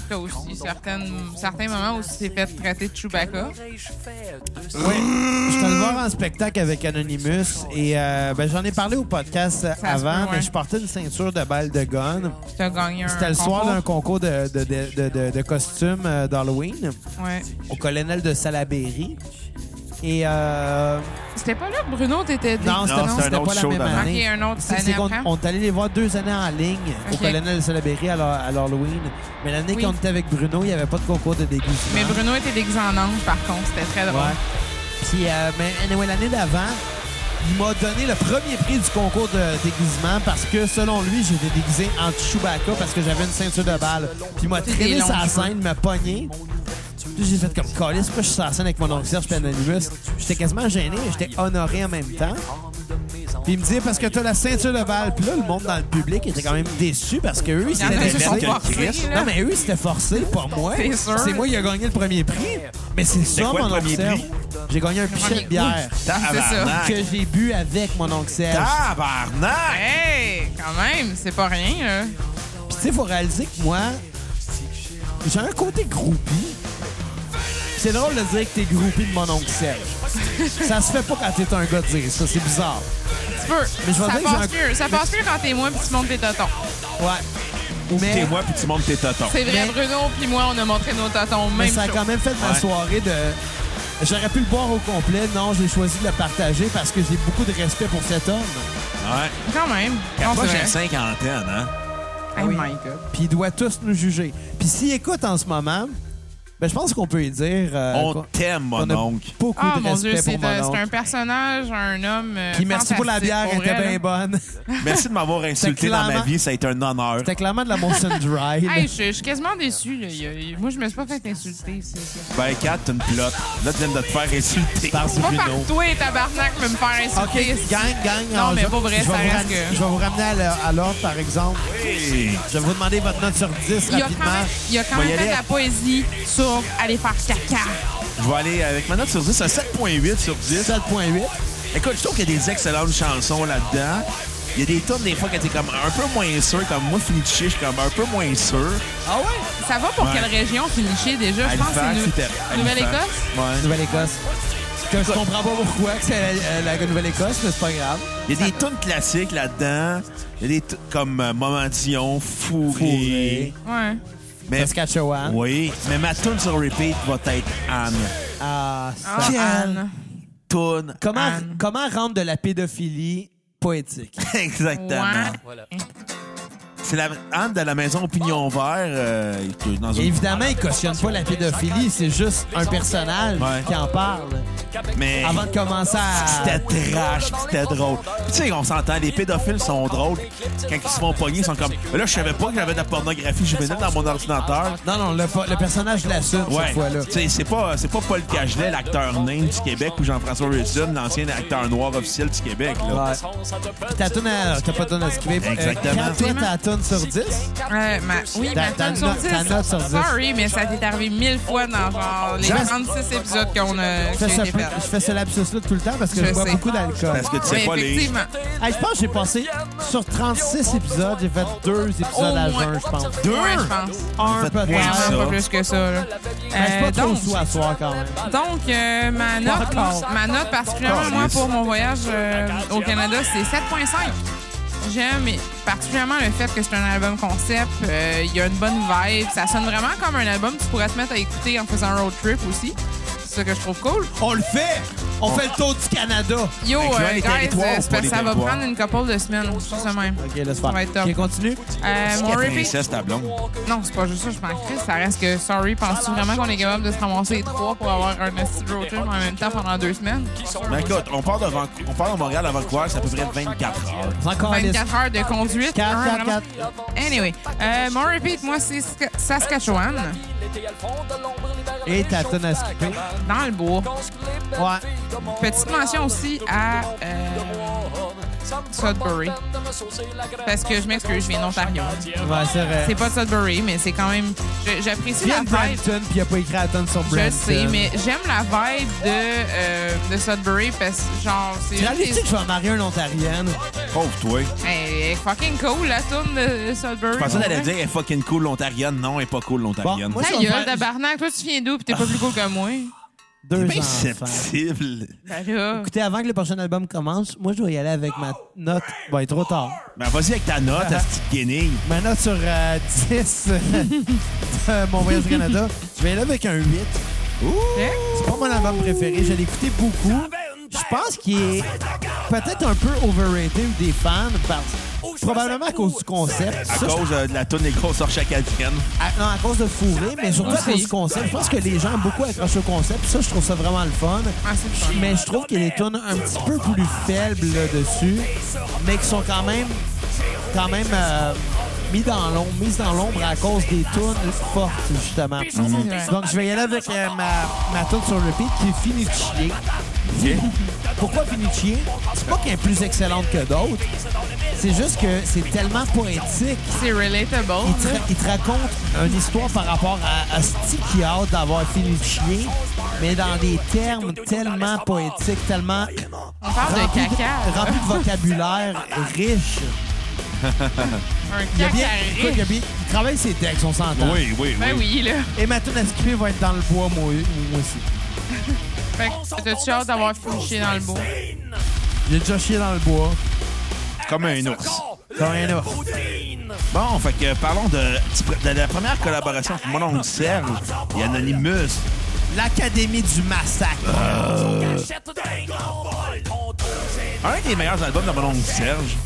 S4: T'as aussi certaines, certains moments où tu t'es fait traiter de Chewbacca.
S1: Oui. Je suis allé
S4: Mm.
S1: voir en spectacle avec Anonymous et euh, ben, j'en ai parlé au podcast euh,
S4: se
S1: avant,
S4: peut, ouais.
S1: mais je portais une ceinture de balles de gun.
S4: T'as gagné un.
S1: C'était le soir d'un concours de, de, de, de, de- de costumes euh, d'Halloween
S4: concours. Ouais.
S1: au colonel de Salaberry. Et euh,
S4: C'était pas là, que Bruno, t'étais dit.
S1: non, c'était
S3: Non, c'était un
S1: c'était
S3: autre
S1: pas la
S3: show
S1: même
S3: d'avant.
S1: année.
S4: Ok, un autre
S1: C'est-
S4: année
S1: c'est qu'on-
S4: après.
S1: on est allé les voir deux années en ligne au
S4: Ok.
S1: colonel de Salaberry à l'Ha- à l'Halloween. Mais l'année
S4: Oui.
S1: qu'on était avec Bruno, il n'y avait pas de concours de déguisement.
S4: Mais Bruno était déguisé en ange, par contre. C'était très drôle.
S1: Ouais. Puis, euh, mais anyway, l'année d'avant, il m'a donné le premier prix du concours de déguisement parce que, selon lui, j'étais déguisé en Chewbacca parce que j'avais une ceinture de balle. Puis il m'a
S4: Des
S1: traîné
S4: longs
S1: sur la
S4: cheveux.
S1: scène, m'a pogné. Puis j'ai fait comme Callis, pourquoi je suis sur la scène avec mon oncle Serge puis Anonymous? J'étais quasiment gêné, j'étais honoré en même temps. Puis il me dit parce que t'as la ceinture de balle. Puis là, le monde dans le public était quand même déçu parce que eux, ils
S4: en a
S1: s'étaient
S4: qui se sont
S1: blessés.
S4: forcés, là.
S1: Non, mais eux, c'était forcé, pas moi.
S4: C'est sûr.
S1: C'est moi qui a gagné le premier prix. Mais c'est ça,
S3: quoi le
S1: mon oncle
S3: premier
S1: Serge.
S3: prix?
S1: J'ai gagné un pichet de bière
S4: Ah.
S3: Tabarnak!
S1: que j'ai bu avec mon oncle Serge.
S3: Ah. Tabarnak!
S4: Hey, quand même, c'est pas rien, là.
S1: Puis tu sais, faut réaliser que moi, j'ai un côté groupie. C'est drôle de dire que t'es groupie de mon oncle Serge. ça se fait pas quand t'es un gars de dire ça, c'est bizarre.
S4: Tu peux.
S1: Mais je vais
S4: ça
S1: dire que
S4: passe
S1: j'ai un-
S4: mieux. Ça passe mieux quand t'es moi puis tu montes tes totons.
S1: Ouais. Mais,
S3: T'es moi puis tu montes tes tontons.
S4: C'est vrai, Bruno puis moi, on a montré nos totons.
S1: mais
S4: Même
S1: ça a
S4: chose.
S1: quand même fait ma
S3: Ouais.
S1: soirée de. J'aurais pu le boire au complet, non, j'ai choisi de le partager parce que j'ai beaucoup de respect pour cet homme.
S3: Ouais.
S4: Quand même. Non,
S3: Moi,
S4: c'est
S3: j'ai
S4: vrai.
S3: cinquantaine, hein?
S4: Oh my God.
S1: Puis il doit tous nous juger. Puis s'il écoute en ce moment, Mais je pense qu'on peut y dire. euh,
S3: On
S1: qu'on-
S3: t'aime, mon
S1: qu'on a
S3: oncle.
S1: Beaucoup
S4: Ah,
S1: de
S4: mon Dieu,
S1: respect
S4: c'est
S1: pour
S4: un,
S1: mon
S4: c'est un
S1: oncle.
S4: personnage, un homme. euh,
S1: Puis merci pour la
S4: fantastique,
S1: bière, elle
S4: pour
S1: était
S4: vrai,
S1: bien
S4: là.
S1: bonne.
S3: Merci de m'avoir insulté dans ma
S1: clairement-
S3: vie, ça a été un honneur.
S1: C'était clairement de la Molson Dry. là.
S4: Hey, je, je suis quasiment déçu. là. Il y a- il- Moi, je me suis pas fait insulter. c'est ça.
S3: Ben, Kat, t'as une plotte. Là, tu viens de te faire insulter.
S1: Par
S4: Pas
S1: Bruno.
S4: par toi, tabarnak, mais me faire
S1: OK,
S4: insulter.
S1: gang, gang.
S4: Non,
S1: on-
S4: mais
S1: je-
S4: pas vrai,
S1: je vais
S4: ça
S1: vous
S4: reste
S1: ram-
S4: que-
S1: Je vais vous ramener à l'or- à l'ordre, par exemple.
S3: Hey!
S1: Je vais vous demander votre note sur 10
S4: Il y a
S1: rapidement.
S4: quand même, il y a quand
S3: Va y
S4: même fait
S3: aller.
S4: de la poésie sur aller faire caca.
S3: Je vais aller avec ma note sur 10, un 7.8 sur 10.
S1: 7.8.
S3: Écoute, je trouve qu'il y a des excellentes chansons là-dedans. Il y a des tonnes des fois que t'es comme un peu moins sûr, comme moi, Finichi, je suis comme un peu moins sûr.
S1: Ah ouais?
S4: Ça va pour
S3: Ouais.
S4: quelle région finissez déjà? Je pense que
S3: Halifax,
S4: c'est
S3: c'était-
S4: Nou- Nouvelle-Écosse.
S3: Ouais.
S1: Nouvelle-Écosse. Que je comprends pas pourquoi que c'est la, la- la Nouvelle-Écosse, mais c'est pas grave.
S3: Il y a des tonnes classiques là-dedans. Il y a des tonnes comme euh, Momentillon, Fourré.
S1: Fourré.
S4: Ouais.
S3: Mais,
S1: Saskatchewan.
S3: oui, mais ma tune sur repeat va être Anne.
S1: Ah,
S4: Ah,
S1: ça.
S4: Anne.
S3: Tune.
S1: Comment,
S4: Anne.
S1: comment rendre de la pédophilie poétique?
S3: Exactement.
S4: Ouais.
S3: C'est la Anne de la maison au Pignon Vert. euh, qui est dans une-
S1: Évidemment, il cautionne pas la pédophilie, c'est juste un personnage
S3: Ouais.
S1: qui en parle.
S3: Mais
S1: Avant de commencer à...
S3: c'était trash, puis c'était drôle. Puis tu sais, on s'entend, les pédophiles sont drôles. Quand ils se font pogner, ils sont comme. Là, je savais pas que j'avais de la pornographie juvénile dans mon ordinateur.
S1: Non, non, le, le personnage l'assume cette
S3: Ouais.
S1: fois-là.
S3: Tu sais, c'est pas, c'est pas Paul Cagelet, l'acteur nain du Québec, ou Jean-François Wilson, l'ancien acteur noir officiel du Québec. Là.
S1: Ouais. Ta toune à... T'as pas de toune à skipper. Euh,
S3: Exactement.
S1: quand toi, ta toune sur 10?
S4: Euh, ma- oui,
S1: Ta-
S4: ma
S1: ta
S4: tune sur
S1: note- ta note
S4: 10.
S1: sur 10.
S4: Sorry, mais ça t'est arrivé mille fois dans genre les
S1: Jamais-
S4: 36 épisodes qu'on euh, a
S1: Je
S4: que
S1: fais,
S4: j'ai
S1: ce,
S4: fait.
S1: je fais ce lapsus-là tout le temps parce que je,
S4: Je
S1: bois
S4: sais.
S1: beaucoup d'alcool.
S3: Parce que tu sais
S4: Mais
S3: pas les.
S4: effectivement,
S1: Hey, je pense que j'ai passé sur 36 épisodes, j'ai fait deux épisodes
S4: au
S1: à
S4: moins,
S1: jeun, je pense.
S4: Ouais, je pense.
S1: Un
S3: J'ai fait
S1: peut-être.
S3: moins
S4: Vraiment
S3: ça.
S4: pas plus que ça.
S1: Mais
S4: là.
S1: je suis
S4: Euh,
S1: Ben, pas trop
S4: donc,
S1: sous à soir quand même.
S4: donc euh, ma note,
S1: encore.
S4: ma note particulièrement
S3: Encore,
S4: moi
S3: yes.
S4: pour mon voyage euh, au Canada, c'est 7.5. J'aime particulièrement le fait que c'est un album concept. euh, Il y a une bonne vibe. Ça sonne vraiment comme un album que tu pourrais te mettre à écouter en faisant un road trip aussi. C'est ça que je trouve cool.
S1: On le fait! On fait le tour du Canada!
S4: Yo,
S3: Incluant
S4: euh,
S3: les
S4: guys,
S3: territoires
S4: euh,
S3: ou
S4: c'est
S3: pas
S4: parce
S3: les
S4: que ça va
S3: territoires?
S4: prendre une couple de semaines, tout ça même.
S1: Ok, là, c'est
S4: Ça va être top.
S1: fort. Ok, continue.
S4: Euh, mon repeat,
S3: 96, ta blonde.
S4: non, c'est pas juste ça, je m'en crisse. Ça reste que, sorry, penses-tu vraiment qu'on est capable de se ramasser les trois pour avoir un esti de road trip en même temps pendant deux semaines?
S3: Ben écoute, on part de, Van- on part de Montréal à Vancouver, c'est à peu près 24 heures.
S1: C'est encore liste.
S4: 24 heures de conduite.
S1: 4,
S4: hein,
S1: 4,
S4: vraiment.
S1: 4.
S4: Anyway, euh, mon repeat, moi, c'est Ska- Saskatchewan,
S1: Et ta tonne à skipper.
S4: dans le bois.
S1: Ouais.
S4: Petite mention aussi à euh, Sudbury. Parce que je m'excuse, je viens d'Ontario.
S1: Ouais, c'est vrai.
S4: C'est pas Sudbury, mais c'est quand même. je- J'apprécie
S1: Bien
S4: la
S1: de
S4: vibe.
S1: Brampton, puis il a pas écrit la tonne sur euh. Brampton.
S4: Je sais, mais j'aime la vibe de, euh, de Sudbury parce que, genre, c'est.
S1: Tu réalises-tu
S4: c'est-
S1: que je vais marier une Ontarienne?
S3: Pauvre toi.
S4: Elle est fucking cool, la tourne de Sudbury.
S3: Je pensais que t'allais dire, elle est fucking cool l'Ontarienne. Non, elle est pas cool l'Ontarienne.
S1: Bon, moi,
S4: Ta
S1: je vais
S4: gueule,
S1: faire-
S4: tabarnak. Toi, tu viens d'où pis t'es pas plus cool que moi?
S1: Deux
S3: bien
S1: enfants.
S3: susceptible.
S4: Ben là.
S1: Écoutez, avant que le prochain album commence, moi, je dois y aller avec ma note. Bon, il est trop tard.
S3: Ben vas-y avec ta note,
S1: Ah.
S3: à petite guenille.
S1: Ma note sur euh, 10 de mon voyage au Canada, je vais aller avec un 8.
S4: Hein?
S1: C'est pas mon album préféré. Je l'ai écouté beaucoup. Je pense qu'il est peut-être un peu overrated des fans, parce... probablement à cause du concept.
S3: À
S1: Ça,
S3: cause euh, de la tonne des grosses orchats canadiennes.
S1: À- non, à cause de fourré, mais surtout à
S4: Aussi.
S1: cause du concept. Je pense que les gens ont beaucoup accroché au concept. Ça, je trouve ça vraiment le fun.
S4: Ah, c'est le fun.
S1: Mais je trouve qu'il y a des tunes un petit peu plus faibles là-dessus, mais qui sont quand même, quand même euh, mis dans l'ombre, mises dans l'ombre à cause des tunes fortes, justement.
S4: vrai.
S1: Donc, je vais y aller avec euh, ma, ma tune sur repeat qui est Fini de chier. Pourquoi Fini de chier? C'est pas qu'elle est plus excellente que d'autres. C'est juste que c'est tellement poétique
S4: C'est relatable.
S1: il te, il te raconte une histoire par rapport à, à Sti qui a hâte d'avoir fini de chier, mais dans des termes tellement poétiques, tellement
S4: On parle de
S1: remplis
S4: caca.
S1: remplis de vocabulaire riche.
S4: Un
S1: Il, y a
S4: caca
S1: bien, écoute, il, y a
S4: riche.
S1: bien- il travaille ses textes, on s'entend.
S3: Ah. Oui, oui,
S4: Ben
S3: oui.
S4: oui, là.
S1: Et ma tune à skipper va être dans le bois, moi, moi aussi.
S4: Fait que t'as-tu hâte d'avoir fouché dans le bois?
S1: J'ai déjà chié dans le bois,
S3: Comme un ours.
S1: comme un ours.
S3: Bon, fait que parlons de, de la première collaboration entre mon oncle Serge et Anonymous.
S1: L'Académie du massacre.
S3: Un des meilleurs albums de mon oncle Serge,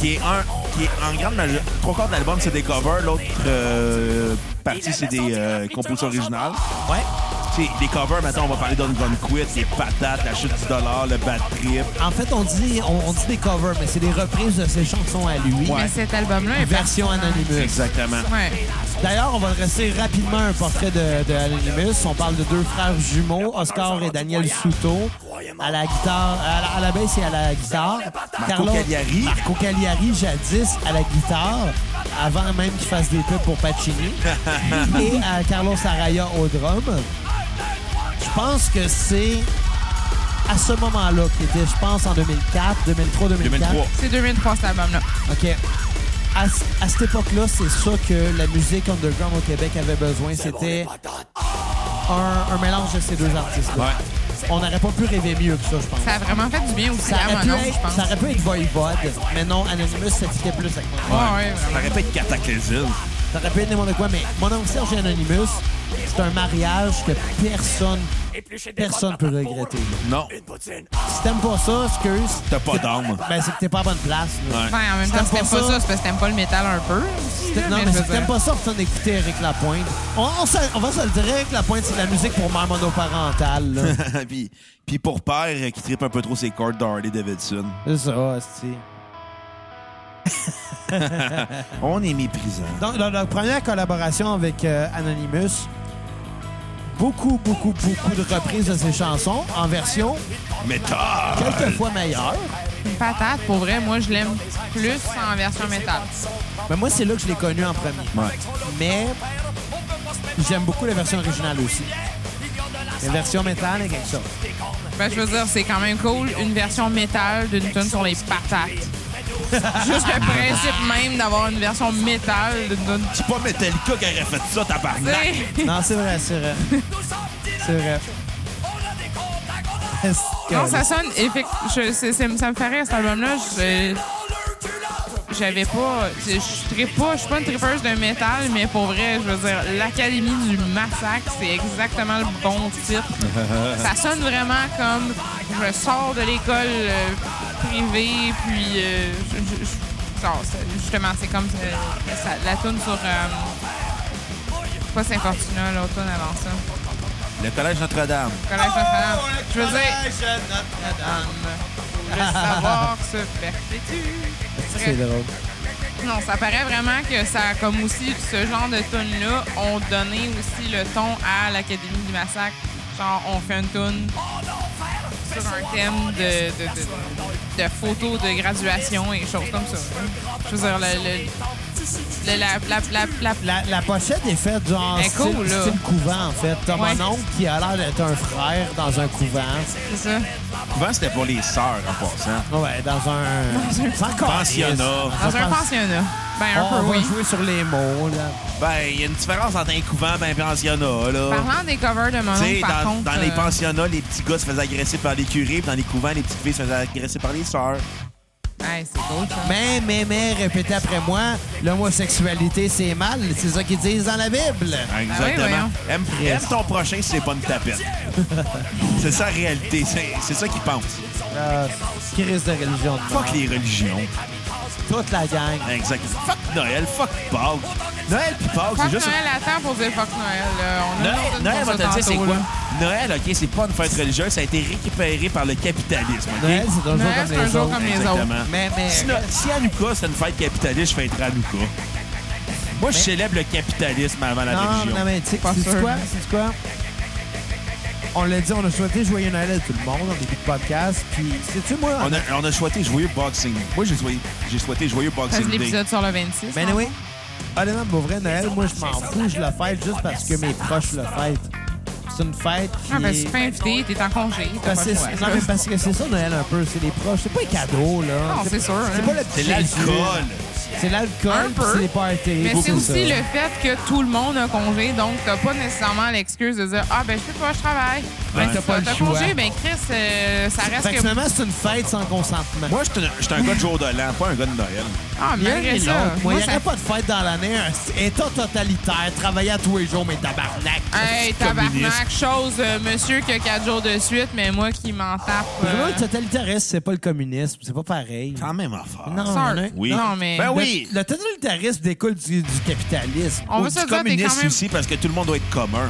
S3: qui est, un, qui est en grande majo- trois quarts de l'album, c'est des covers. L'autre euh, partie, c'est des euh, compositions originales.
S1: Ouais.
S3: C'est des covers, maintenant, on va parler d'On Gun Quit, les patates, la chute du dollar, le bad trip.
S1: En fait, on dit, on, on dit des covers, mais c'est des reprises de ses chansons à lui.
S4: Mais cet album-là est
S1: Version
S4: particulier.
S1: Anonymous.
S3: Exactement.
S4: Ouais.
S1: D'ailleurs, on va dresser rapidement un portrait de, de Anonymous. On parle de deux frères jumeaux, Oscar et Daniel Souto, à la guitare, à la, à la basse et à la guitare. Carlo-
S3: Cagliari.
S1: Marco Cagliari, jadis à la guitare, avant même qu'il fasse des pubs pour Pacini. et à Carlos Araya au drum. Je pense que c'est à ce moment-là qu'il était, je pense, en 2004, 2003, 2004.
S3: 2003.
S4: C'est 2003, cet album-là.
S1: OK. À, c- à cette époque-là, c'est ça que la musique underground au Québec avait besoin. C'était un, un mélange de ces deux artistes-là. On n'aurait pas pu rêver mieux que ça, je pense.
S4: Ça a vraiment fait du bien aussi
S1: Ça
S4: à
S1: aurait, pu
S4: mon oncle, je
S1: être,
S4: pense.
S1: ça aurait pu être Voivode, mais non, Anonymous, ça fitait plus avec moi.
S4: Ouais, ouais,
S3: Ça
S4: vraiment.
S3: aurait pas été cataclysme.
S1: Ça aurait pu être n'importe quoi, mais mon oncle Serge et Anonymous, c'est un mariage que personne personne peut regretter.
S3: Non,
S1: Si t'aimes pas ça, excuse,
S3: t'as pas d'âme.
S1: ben c'est que t'es pas à bonne place. là.
S3: Ouais.
S4: Ouais, Ben, en même temps, si
S1: C'était
S4: t'aimes
S1: pas
S4: pas
S1: ça-
S4: ça, c'est parce que t'aimes pas le métal un peu. aussi, là,
S1: Non, mais
S4: je
S1: si
S4: veux
S1: t'aimes
S4: dire.
S1: pas ça, retourne écouter Eric Lapointe. On, on se- on va se le dire, Eric Lapointe, c'est de la musique pour mère monoparentale. là.
S3: puis, puis pour père euh, qui tripe un peu trop ses cordes d'Harley Davidson.
S1: c'est ça, c'est...
S3: On est méprisant.
S1: Donc, leur, leur première collaboration avec euh, Anonymous, beaucoup, beaucoup, beaucoup de reprises de ses chansons en version
S3: Métal!
S1: quelques fois meilleure.
S4: Une patate, pour vrai, moi, je l'aime plus en version métal.
S1: Mais moi, c'est là que je l'ai connu en premier.
S3: Ouais.
S1: Mais j'aime beaucoup la version originale aussi. La version métal et quelque chose.
S4: Ben, je veux dire, c'est quand même cool, une version métal d'une tonne sur les patates. Juste le principe même d'avoir une version métal d'une tonne.
S3: C'est pas Metallica qui aurait fait ça, tabarnak!
S1: Non, c'est vrai, c'est vrai. C'est vrai. Est-ce que-
S4: Non, ça sonne. effect- je- c'est- c'est- ça me fait rire, cet album-là. Je- J'avais pas. Je je trippe pas. Je suis pas une trippeuse de métal, mais pour vrai, je veux dire, l'Académie du Massacre, c'est exactement le bon titre. ça sonne vraiment comme je sors de l'école euh, privée, puis. euh, je- je- je- non, c'est- justement, c'est comme euh, ça- la tune sur. euh, pas Saint-Fortuna, l'autre tune avant ça.
S3: Le Collège Notre-Dame.
S4: Collège Notre-Dame. Je veux dire. Le savoir se perpétue.
S1: C'est drôle.
S4: Non, ça paraît vraiment que ça, comme aussi ce genre de tune là ont donné aussi le ton à l'Académie du Massacre. Genre, on fait une tune sur un thème de, de, de- de photos de graduation et choses comme ça. Je veux dire, le, le- le- la, la, la, la-
S1: La, la pochette est faite genre
S4: Elle est
S1: style,
S4: cool, là.
S1: style couvent, en fait. T'as
S4: Ouais.
S1: mon oncle qui a l'air d'être un frère dans un couvent.
S4: c'est ça.
S3: Souvent, c'était pour les sœurs, en passant.
S1: Ouais, dans un... C'est encore-
S3: Pensionnat.
S4: Dans un pensionnat. Ben, un
S1: on
S4: peu,
S1: va
S4: oui.
S1: jouer sur les mots, là.
S3: Ben, il y a une différence entre un couvent et un pensionnat, là.
S4: Parlant des covers de mon
S3: Tu sais,
S4: oncle, par
S3: dans,
S4: contre...
S3: dans les
S4: euh,
S3: pensionnats, les petits gars se faisaient agresser par les curés, puis dans les couvents, les petites filles se faisaient agresser par les sœurs.
S4: hey, c'est cool, ça.
S1: Mais, mais, mais, répétez après moi, l'homosexualité, c'est mal. C'est ça qu'ils disent dans la Bible.
S3: Ah, Exactement.
S4: voyons.
S3: aime, aime ton prochain si c'est pas une tapette. c'est ça la réalité. C'est c'est ça qu'ils pensent.
S1: Euh, crise de religion. de merde.
S3: Fuck les religions.
S1: Toute la gang.
S3: Exactement. Fuck Noël, fuck Pâques. Noël pis Pâques,
S4: Fuck
S3: c'est juste...
S4: Noël, attends pour dire fuck Noël. là. On a
S3: Noël,
S4: une
S3: Noël
S4: pour
S3: va
S4: ça
S3: te dire c'est
S4: tantôt,
S3: quoi?
S4: là.
S3: Noël, OK, c'est pas une fête religieuse, ça a été récupéré par le capitalisme, OK?
S1: Noël, c'est un jour
S4: Noël,
S1: comme
S4: c'est un
S1: les
S4: jour
S1: autres.
S4: comme les autres.
S3: Exactement.
S1: Mais, mais,
S3: Si, no- si Hanouka, c'est une fête capitaliste, je fêterai Hanouka. Moi, je célèbre le capitalisme avant la
S1: non,
S3: religion.
S1: non, mais, tu sais,
S4: Pas
S1: c'est
S4: sûr.
S1: quoi? C'est quoi? On l'a dit, on a souhaité joyeux Noël à tout le monde en début de podcast. Puis, sais-tu, moi,
S3: On a, on a souhaité joyeux boxing. Moi, j'ai souhaité, j'ai souhaité joyeux
S4: Ça,
S3: boxing
S4: C'est
S3: day.
S4: l'épisode sur le hein. 26.
S1: Mais anyway, honnêtement, Ah, pour vrai, Noël, moi, je m'en fous, je le fête juste parce que mes proches le fêtent. C'est une fête qui
S4: Ah, ben,
S1: est-
S4: tu pas invité, t'es en congé. t'as
S1: Parce
S4: pas
S1: que
S4: le
S1: Ben, c'est-
S4: choix.
S1: non, mais parce que c'est ça, Noël, un peu. C'est les proches. C'est pas les cadeaux, là.
S4: Non, c'est sûr,
S1: C'est
S4: hein.
S1: pas le petit
S3: C'est l'alcool.
S1: Jésus. C'est l'alcool,
S4: Un
S1: puis
S4: peu.
S1: c'est les parties.
S4: Mais c'est
S3: Beaucoup,
S4: aussi le fait que tout le monde a congé, donc t'as pas nécessairement l'excuse de dire Ah, ben, je sais pas, je travaille.
S1: Ben,
S4: Ben,
S1: t'as pas le
S4: T'as
S1: choix.
S4: congé, ben, Chris, euh, ça
S1: Fait
S4: reste
S1: que
S4: que.
S1: finalement, c'est une fête sans consentement.
S3: Moi, je suis un- je suis un, gars de jour de l'an, pas un gars de Noël.
S4: Ah,
S1: Il y a rien
S4: malgré ça.
S1: d'autre. Moi,
S4: moi,
S1: il n'y
S4: ça-
S1: aurait pas de fête dans l'année. Un État totalitaire, travailler à tous les jours, mais tabarnak.
S4: Hey, tabarnak, chose, euh, monsieur qui a quatre jours de suite, mais moi qui m'en tape. euh,
S1: Le totalitarisme, c'est pas le communisme. C'est pas pareil.
S3: Quand même affaire.
S1: Non,
S4: Sorry.
S1: non.
S3: Oui.
S4: Non, mais.
S3: Ben oui, Oui.
S1: le totalitarisme découle du, du capitalisme.
S4: On
S3: Ou
S4: va se
S3: du
S4: dire, t'es quand
S3: communiste
S4: même,
S3: aussi, parce que tout le monde doit être commun.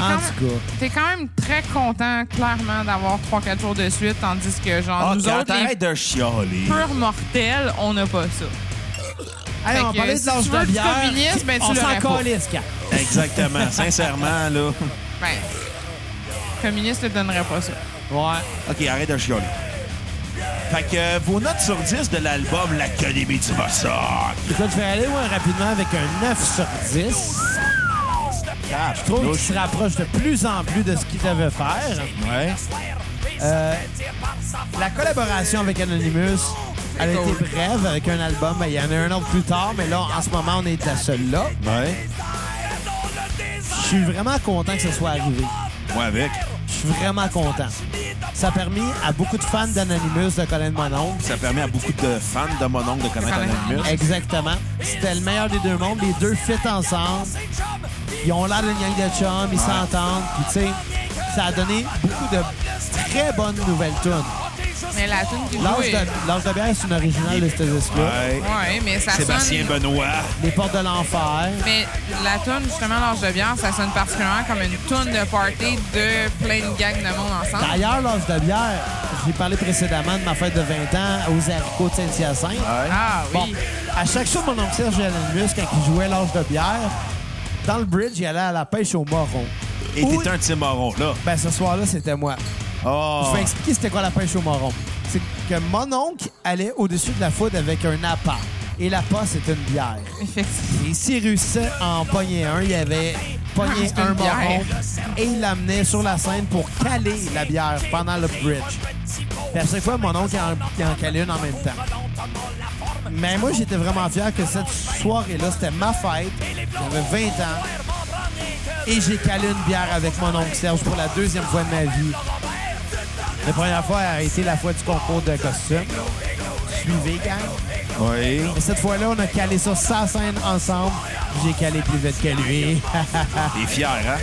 S1: En
S4: quand,
S1: tout cas.
S4: même, t'es quand même très content, clairement, d'avoir 3-4 jours de suite, tandis que, genre,
S3: Ah,
S4: nous
S3: quand
S4: autres, les
S3: t'arrêtes de chialer.
S4: purs mortels, on n'a pas ça.
S1: Hey, on
S4: Fait que,
S1: parlait de
S4: si
S1: l'âge
S4: tu veux
S1: de
S4: du
S1: bière.
S4: communisme, ben, tu
S1: on s'en
S4: l'aurais pas.
S1: calisse, Kat.
S3: Exactement. Sincèrement, là.
S4: Ben, le communiste ne donnerait pas ça.
S1: Ouais.
S3: OK, arrête de chialer. Fait que euh, vos notes sur 10 de l'album L'Académie du Ressort.
S1: Écoute, je vais aller ouais, rapidement avec un 9 sur 10. Je trouve qu'il se rapproche de plus en plus de ce qu'il devait faire.
S3: Ouais.
S1: Euh, la collaboration avec Anonymous, elle a été brève avec un album. Ben, Il y en a un autre plus tard, mais là, en ce moment, on est la seule là.
S3: Ouais.
S1: Je suis vraiment content que ce soit arrivé.
S3: Moi avec.
S1: Je suis vraiment content. Ça a permis à beaucoup de fans d'Anonymous de connaître mon oncle.
S3: Ça permet à beaucoup de fans de mon oncle de connaître
S4: Connaître.
S3: Anonymous.
S1: Exactement. C'était le meilleur des deux mondes. Les deux fit ensemble. Ils ont l'air d'une gang de chums. Ils s'entendent. Puis, tu sais, ça a donné beaucoup de très bonnes nouvelles tunes.
S4: Mais la tune qui joue
S1: L'âge
S4: est...
S1: de, L'Âge de bière, c'est une originale de ce disque-là.
S3: Ouais.
S4: Ouais, mais ça
S3: Sébastien
S4: sonne...
S3: Benoît.
S1: Les portes de l'enfer.
S4: Mais la toune, justement, l'âge de bière, ça sonne particulièrement comme une toune de party de plein de gangs de monde ensemble.
S1: D'ailleurs, l'âge de bière, j'ai parlé précédemment de ma fête de 20 ans aux haricots de Saint-Hyacinthe.
S4: Ah
S1: Bon,
S4: oui.
S1: à chaque show, mon oncle Serge Alain quand il jouait l'âge de bière, dans le bridge, il allait à la pêche au moron.
S3: Et
S1: Ou-
S3: t'es un timoron, là.
S1: Ben, ce soir-là, c'était moi.
S3: Oh.
S1: Je vais expliquer c'était quoi la pêche au moron. C'est que mon oncle allait au-dessus de la foudre avec un appât. Et l'appât, c'était une bière.
S4: Effectivement.
S1: Et s'il réussissait à en pogner un, il avait pogné
S4: Ah, C'est une
S1: un
S4: bière.
S1: moron et il l'amenait sur la scène pour caler la bière pendant le bridge. Puis à chaque fois, mon oncle il en, il en calait une en même temps. Mais moi, j'étais vraiment fier que cette soirée-là, c'était ma fête. J'avais 20 ans. Et j'ai calé une bière avec mon oncle Serge pour la deuxième fois de ma vie. La première fois a été la fois du concours de costume. Suivez, gang.
S3: Oui.
S1: Et cette fois-là, on a calé ça sa scène ensemble. J'ai calé plus vite que lui.
S3: T'es fier, hein?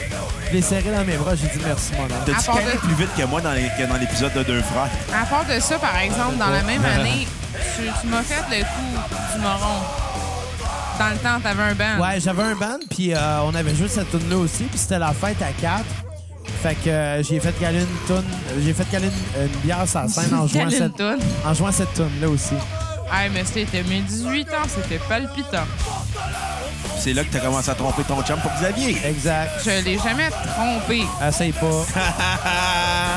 S1: je l'ai serré dans mes bras, j'ai dit merci, mon homme.
S4: À
S3: T'as-tu
S4: part
S3: calé
S4: de-
S3: plus vite que moi dans les- que dans l'épisode de Deux Frères?
S4: À part de ça, par exemple, dans la même année, tu, tu m'as fait le coup du moron. Dans le temps, t'avais un band.
S1: Ouais, j'avais un band, puis euh, on avait joué cette tune là aussi, puis c'était la fête à 4. Fait que euh, j'ai fait caler une toune, euh, j'ai fait caler une, une bière sa scène en jouant
S4: Calais
S1: cette
S4: toune.
S1: en jouant cette tune là aussi.
S4: Ah, mais c'était mes 18 ans, c'était palpitant.
S3: C'est là que t'as commencé à tromper ton chum pour Xavier.
S1: Exact.
S4: Je l'ai jamais trompé.
S1: Essaye pas.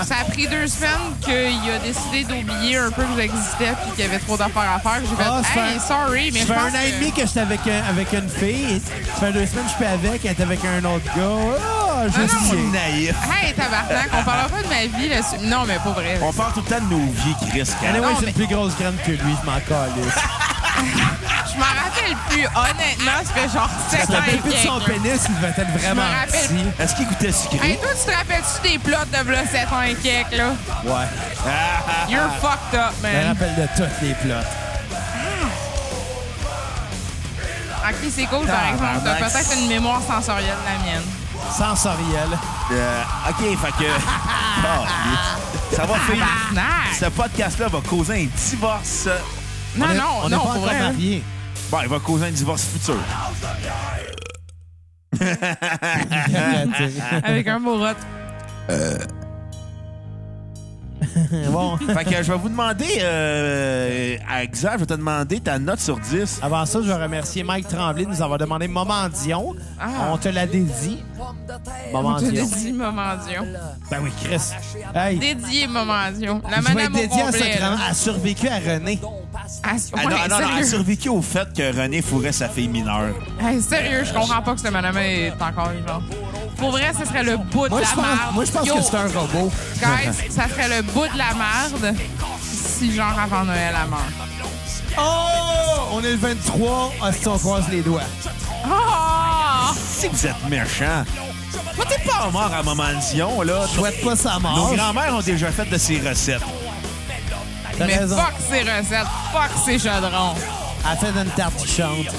S4: Ça a pris deux semaines qu'il a décidé d'oublier un peu que j'existais puis qu'il y avait trop d'affaires à faire. J'ai fait
S1: Ah, ça fait
S4: Hey,
S1: un-
S4: sorry, mais
S1: Ça
S4: je
S1: fait
S4: pense
S1: un an et
S4: que-
S1: demi que j'étais avec, un- avec une fille. et Ça fait deux semaines que je suis avec, elle est avec un autre gars. Ah, je
S4: non,
S1: sais.
S3: C'est naïf.
S4: Hey, tabarnak, on parlera pas de ma vie là-dessus. Non, mais pour vrai.
S3: On parle tout le temps de nos vies, Chris. Kat.
S1: Anyway,
S4: Ah Non,
S1: j'ai
S4: mais-
S1: une plus grosse graine que lui, je m'en calisse.
S4: Je m'en rappelle plus, honnêtement, ça fait genre 7
S1: Je me
S4: ans
S1: rappelle
S4: et
S1: plus de son
S4: quelques.
S1: pénis, il devait être vraiment
S4: Je me rappelle.
S1: petit.
S3: Est-ce qu'il goûtait
S4: Hey,
S3: sucré?
S4: toi, tu te rappelles-tu des plots de v'là 7 ans et quelques, là?
S1: Ouais. Ah.
S4: You're fucked up,
S1: Je me
S4: man.
S1: rappelle de toutes les plots. Ben,
S4: Ok, c'est cool, par exemple. T'as
S3: Tabarnak.
S4: peut-être une mémoire sensorielle, la mienne.
S1: Sensoriel.
S3: Euh, OK, fait que... Ah, yes. ça va, fille.
S4: Tabarnak.
S3: Ce podcast-là va causer un divorce.
S4: Non, Ah non,
S1: on n'est
S4: non,
S1: pas
S4: pour
S1: encore
S4: vrai. hein.
S1: mariés.
S3: Bon, il va causer un divorce futur.
S4: hein, Avec un beau rot.
S1: bon,
S3: Fait que je vais vous demander, euh, à Xav, je vais te demander ta note sur 10.
S1: avant ça, je veux remercier Mike Tremblay de nous avoir demandé Moment Dion.
S4: Ah.
S1: On te l'a dédié. Moment Dion.
S4: Dédié Maman Dion.
S1: Ben oui, Chris. Hey,
S4: Dédié Maman Dion. La
S1: je vais être
S4: madame au
S1: dédié à
S4: complet.
S1: cette
S4: là.
S1: grande- a survécu à René.
S4: Ah,
S3: Ah, non,
S4: ouais,
S3: non, non, elle a
S4: sérieux.
S3: survécu au fait que René fourrait sa fille mineure.
S4: Hey, sérieux, je comprends pas que cette madame est encore vivante. Pour vrai, ce serait le bout de
S1: Moi,
S4: la
S1: je pense,
S4: merde.
S1: moi, je pense
S4: Yo,
S1: que c'est un robot.
S4: Guys, ça serait le bout de la merde si, genre, avant Noël, elle meurt.
S1: Oh! On est le 23. Ah, si on croise les doigts.
S4: Oh!
S3: Si vous êtes méchant, moi, t'es pas mort à Maman Dion, là.
S1: Je souhaite pas sa mort.
S3: Nos grands-mères ont déjà fait de ces recettes.
S1: T'as
S4: Mais
S1: raison.
S4: fuck ces recettes, fuck ces chaudrons.
S1: Elle fait une tarte qui chante.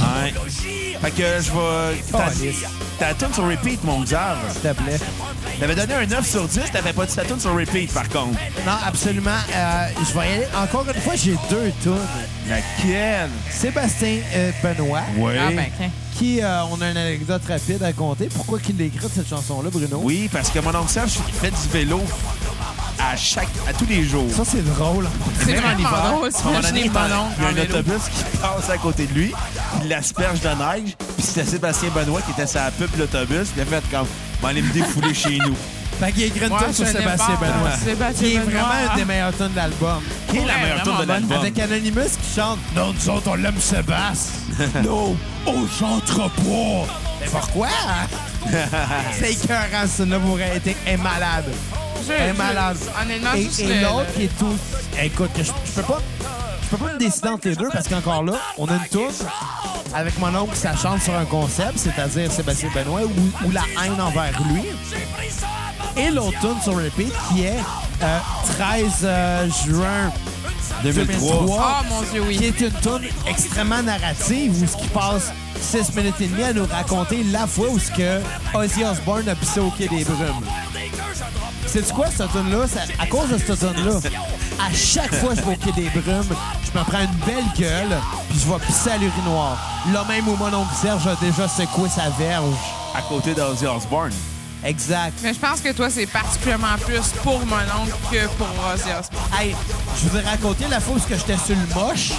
S3: Hein? Fait que je vais... ta-
S1: Calice.
S3: ta tune sur repeat, mon Xav.
S1: s'il te plaît.
S3: T'avais donné un 9 sur 10, t'avais pas dit ta tune sur repeat, par contre.
S1: Non, absolument. Euh, je vais y aller. Encore une fois, j'ai deux tunes.
S3: Laquelle?
S1: Sébastien euh, Benoît,
S3: Oui.
S4: Ah, ben, tiens.
S1: qui, euh, on a une anecdote rapide à compter. Pourquoi qu'il l'a écrite, cette chanson-là, Bruno?
S3: Oui, parce que mon oncle Serge fait du vélo à chaque, à tous les jours.
S1: Ça, c'est drôle.
S4: C'est
S3: Même en
S4: vraiment
S3: hiver,
S4: drôle.
S3: À un moment donné,
S4: Imaginez
S3: il y a
S4: mon
S3: un-
S4: oncle
S3: il y a
S4: en
S3: un
S4: vélo.
S3: autobus qui passe à côté de lui, il l'asperge de neige, puis c'était Sébastien Benoît qui était sa pub l'autobus, il a fait comme « M'en aller me défouler chez nous
S1: Fait qu'il a écrit une
S4: Ouais,
S1: tune sur
S4: je l'ai
S1: Sébastien
S4: pas.
S1: Benoît.
S4: hein, Sébastien
S1: qui est
S4: Benoît.
S1: vraiment une des meilleures tunes de l'album. ».
S3: Qui est la
S4: Ouais,
S3: meilleure tune de
S4: vraiment bonne.
S3: l'album?
S1: Avec Anonymous qui chante
S3: Non, nous autres, on l'aime Sébastien. non, on chantera pas.
S1: Mais pourquoi? c'est écœurant, ce là pour été est malade.
S4: Je-
S1: Elle est
S4: je-
S1: malade.
S4: Honnêtement,
S1: Et,
S4: juste
S1: et
S4: le-
S1: l'autre qui est tout. Écoute, je, je peux pas. Je peux pas me décider entre les deux parce qu'encore là, on a une touche avec mon oncle, ça chante sur un concept, c'est-à-dire Sébastien Benoît ou, ou la haine envers lui. Et l'autre tune sur repeat qui est euh, 13 euh, juin 2003.
S4: Ah, mon Dieu, oui.
S1: Qui est une tune extrêmement narrative où ce qui passe 6 minutes et demie à nous raconter la fois où ce que Ozzy Osbourne a pissé au quai des brumes. C'est quoi cette tune là à cause de cette tune là à chaque fois que je vais au quai des brumes, je me prends une belle gueule puis je vais pisser à l'urinoir. Là même où mon oncle Serge a déjà secoué sa verge.
S3: À côté d'Ozzy Osbourne.
S1: Exact.
S4: Mais je pense que toi, c'est particulièrement plus pour mon oncle que pour Ozzy Osbourne.
S1: Hey, je vous ai raconté la fois où ce que j'étais sur le moche.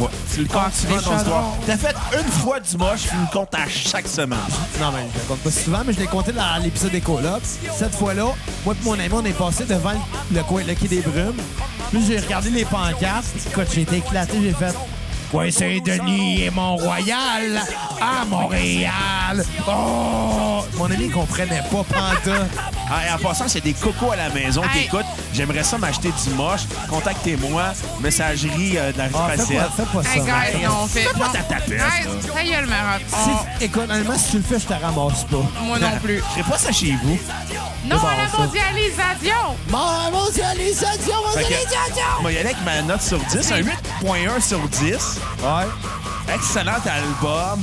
S3: Ouais. Tu le comptes souvent,
S1: les
S3: ton histoire.
S1: chaudrons.
S3: T'as fait une fois du moche, tu le comptes à chaque semaine.
S1: Non, mais je le compte pas souvent, mais je l'ai compté dans l'épisode des colocs. Cette fois-là, moi et mon ami, on est passé devant le, coin, le quai des brumes. Puis j'ai regardé les pancartes. Puis, écoute, j'ai été éclaté, j'ai fait. Ouais, c'est Denis et Mont-Royal à Montréal. Oh! Mon ami, il comprenait pas Panta.
S3: Ah, et en passant, c'est des cocos à la maison qui
S4: Hey.
S3: écoutent. J'aimerais ça m'acheter du moche. Contactez-moi. Messagerie euh, de la rue
S1: Ah, fais
S3: Faciale.
S1: pas, fais pas ça.
S4: Hey, guys,
S1: Marie.
S4: non, on fait.
S3: Fais pas
S4: non.
S3: ta tapette,
S4: Guys, ta gueule, Maroc.
S1: Si- écoute, honnêtement, si tu le fais, je te ramasse pas.
S4: On- Moi non plus.
S3: Je ferai pas ça chez vous.
S4: Non à
S1: ça.
S4: la mondialisation!
S1: Mon mon Dieu, les adieux, mon
S3: Fait
S1: Dieu,
S3: que-
S1: les adieux!
S3: Moi, y aller avec ma note sur 10, un 8.1 sur 10.
S1: Ouais.
S3: Excellent album.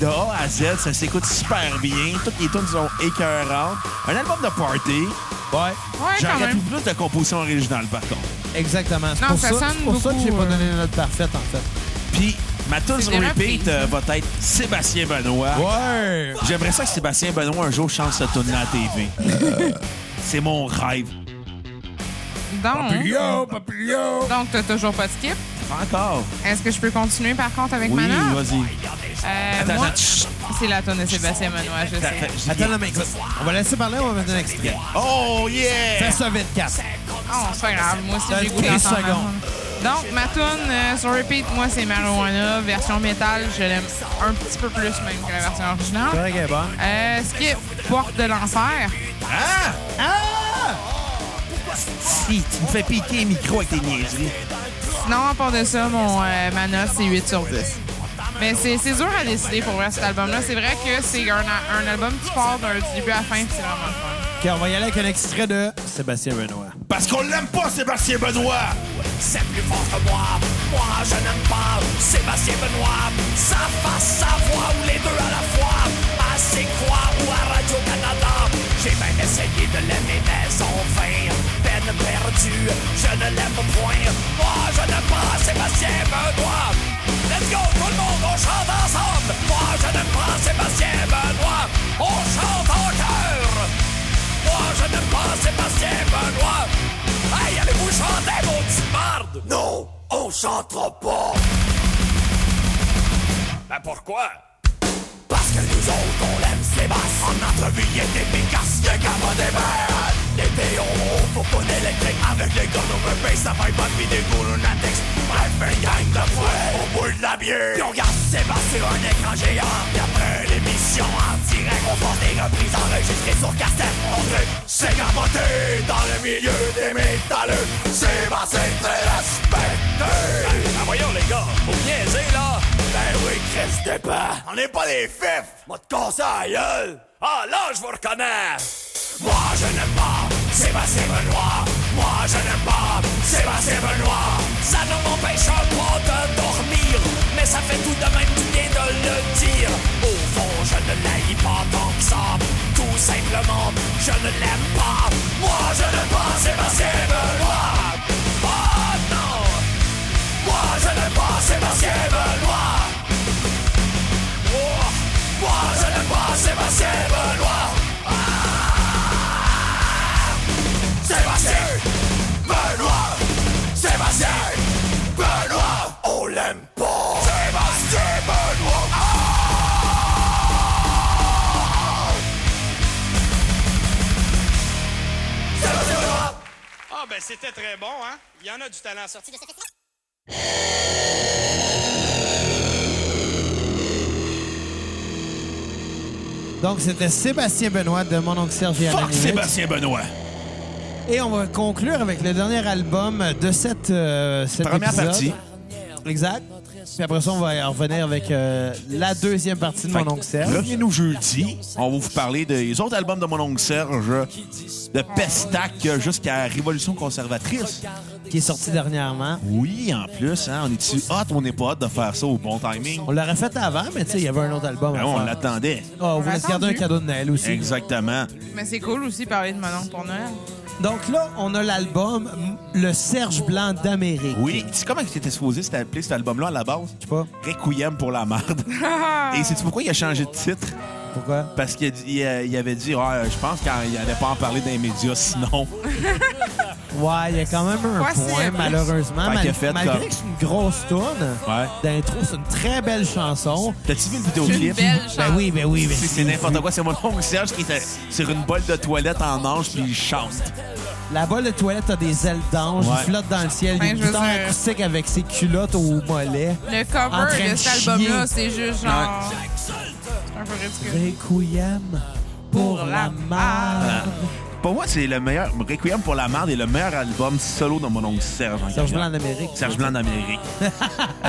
S3: De A à Z, ça s'écoute super bien. Toutes les tunes sont écœurantes. Un album de party.
S1: Ouais.
S4: Ouais, quand
S3: J'aurais
S4: même.
S3: plus plus de composition originale, par contre.
S1: Exactement. C'est
S4: Non,
S1: pour
S4: ça
S1: ça,
S4: sonne
S1: c'est pour ça que j'ai
S4: beaucoup,
S1: pas
S4: euh,
S1: donné la note parfaite, en fait.
S3: Puis, ma tune
S4: C'est
S3: sur
S4: déjà
S3: repeat
S4: pris.
S3: euh, va être Sébastien Benoît.
S1: Ouais!
S3: J'aimerais ça que Sébastien Benoît un jour chante cette tune à la TV. Euh. C'est mon rêve.
S4: Donc,
S1: Yo, papillon!
S4: donc t'as toujours pas de skip.
S3: Pas encore.
S4: Est-ce que je peux continuer par contre avec
S3: Oui,
S4: ma note?
S3: vas-y.
S4: Euh,
S3: Attends,
S4: moi,
S3: attends. Chut.
S4: c'est la tonne de Sébastien Benoît, je
S3: Attends,
S4: sais.
S3: j'ai-
S1: Attends, là, mais écoute, on va laisser parler, on va mettre un extrait.
S3: Oh, yeah!
S1: Fais ça vite, Cap.
S4: Oh, c'est pas grave, moi aussi
S1: T'as
S4: j'ai le goût
S1: 15
S4: d'entendre.
S1: secondes.
S4: la tonne. Donc, ma tune sur repeat, moi c'est Marijuana, version métal, je l'aime un petit peu plus même que la version originale.
S3: hein,
S1: Correct, est bon.
S4: Euh, skip, Porte de l'enfer.
S3: Ah! Ah! Si, tu me fais piquer les micros avec tes niaiseries.
S4: Sinon, à part de ça, mon, euh, ma note, c'est 8 sur 10. Mais c'est c'est dur à décider pour vrai, cet album-là. C'est vrai que c'est un, un album qui part d'un début à la fin, puis c'est vraiment le
S1: OK, on va y aller avec un extrait de Sébastien Benoît.
S3: Parce qu'on l'aime pas, Sébastien Benoît!
S2: C'est plus fort que moi, moi je n'aime pas Sébastien Benoît, sa face, sa voix ou les deux à la fois. À C'est quoi ou à Radio-Canada, j'ai même essayé de l'aimer mais en vain. Peine perdue, je ne l'aime point, moi je n'aime pas Sébastien Benoît. Let's go tout le monde, on chante ensemble, moi je n'aime pas Sébastien Benoît, on chante en chœur. Moi je n'aime pas Sébastien Benoît Hey, allez-vous chanter, mon petit marde Non, on chantera pas Ben pourquoi Parce que nous autres, on l'aime Sébastien En entrevue, il est efficace, le gamin des verres L'été, on roule pour qu'on électrique Avec les gars, on me paye, ça fait pas de vidéo, lunatics Bref, ben, un gang de fouet au bout de la bière Puis on regarde Sébastien, un écran géant Puis après l'émission, en direct, on pense des reprises enregistrées sur cassette On truc, c'est capoté dans le milieu des métalleux Sébastien, très respecté Ben voyons les gars, vous niaisez là Ben oui, Chris de pas, on n'est pas des fifs Moi de conseil, Ah là, je vous reconnais Moi je n'aime pas Sébastien Benoît Moi je n'aime pas Sébastien Benoît Ça ne m'empêche pas de dormir Mais ça fait tout de même du bien de le dire Au fond, je ne l'haïs pas tant que ça. Tout simplement, je ne l'aime pas. Moi, je ne pas Sébastien Benoît. Oh non! Moi, je ne pas Sébastien Benoît. Oh. Moi, je ne pas Sébastien Benoît. Ah. Sébastien Benoît. Sébastien Benoît. On l'aime pas. Sébastien Benoît.
S8: Ah, ben c'était très bon, hein? Il y en a du talent sorti de cette
S1: Donc, c'était Sébastien Benoît de Mon Oncle Serge et Anna
S3: Fuck
S1: Nimitz.
S3: Sébastien Benoît.
S1: Et on va conclure avec le dernier album de cette, euh, cet
S3: Première
S1: épisode.
S3: partie.
S1: Exact. Puis après ça, on va en revenir avec euh, la deuxième partie de
S3: Fait
S1: Mon Oncle Serge.
S3: Revenez-nous jeudi. On va vous parler des autres albums de mon oncle Serge, de Pestac jusqu'à Révolution conservatrice.
S1: qui est sorti dernièrement.
S3: Oui, en plus, hein, on est-tu hot? On n'est pas hot de faire ça au bon timing.
S1: On l'aurait fait avant, mais tu sais, il y avait un autre album.
S3: Ben
S1: à
S3: oui, on
S1: faire.
S3: l'attendait.
S1: Ah, on voulait se garder un
S4: Attendu.
S1: cadeau de Noël aussi.
S3: Exactement.
S4: Mais c'est cool aussi de parler de mon oncle pour Noël.
S1: Donc là, on a l'album M- Le Serge Blanc d'Amérique.
S3: Oui, c'est comment c'était supposé s'appeler cet album-là à la base?
S1: Je sais pas
S3: Requiem pour la marde. Et sais-tu pourquoi il a changé de titre?
S1: pourquoi.
S3: Parce qu'il a dit- il a- il avait dit, Ah, je pense qu'il n'allait pas en parler dans les médias sinon.
S1: Ouais, il y a quand même un
S4: Ouais, c'est
S1: point,
S4: vrai.
S1: malheureusement.
S3: Fait qu'il a
S1: Mal-
S3: fait
S1: malgré
S3: comme-
S1: que c'est une grosse tourne
S3: Ouais.
S1: d'intro, c'est une très belle chanson.
S3: T'as-tu vu le
S4: C'est
S3: vidéoclip?
S4: une belle chanson.
S1: Ben oui, ben oui, ben
S3: C'est c'est n'importe quoi. C'est mon oncle Serge qui est sur une bolle de toilette en ange puis il chante.
S1: La bolle de toilette a des ailes d'ange,
S3: Ouais.
S1: il flotte dans le ciel, il y a
S4: Ben,
S1: une
S4: je veux
S1: guitare
S4: dire-
S1: acoustique avec ses culottes au mollet.
S4: Le
S1: En train
S4: cover
S1: de
S4: de cet album-là,
S1: chier.
S4: c'est juste genre. C'est un peu ridicule.
S1: Requiem pour la mare.
S3: Pour moi, c'est le meilleur. Requiem pour la merde est le meilleur album solo de mon oncle Serge. en
S1: Serge
S3: carrière.
S1: Blanc d'Amérique.
S3: Serge Blanc d'Amérique.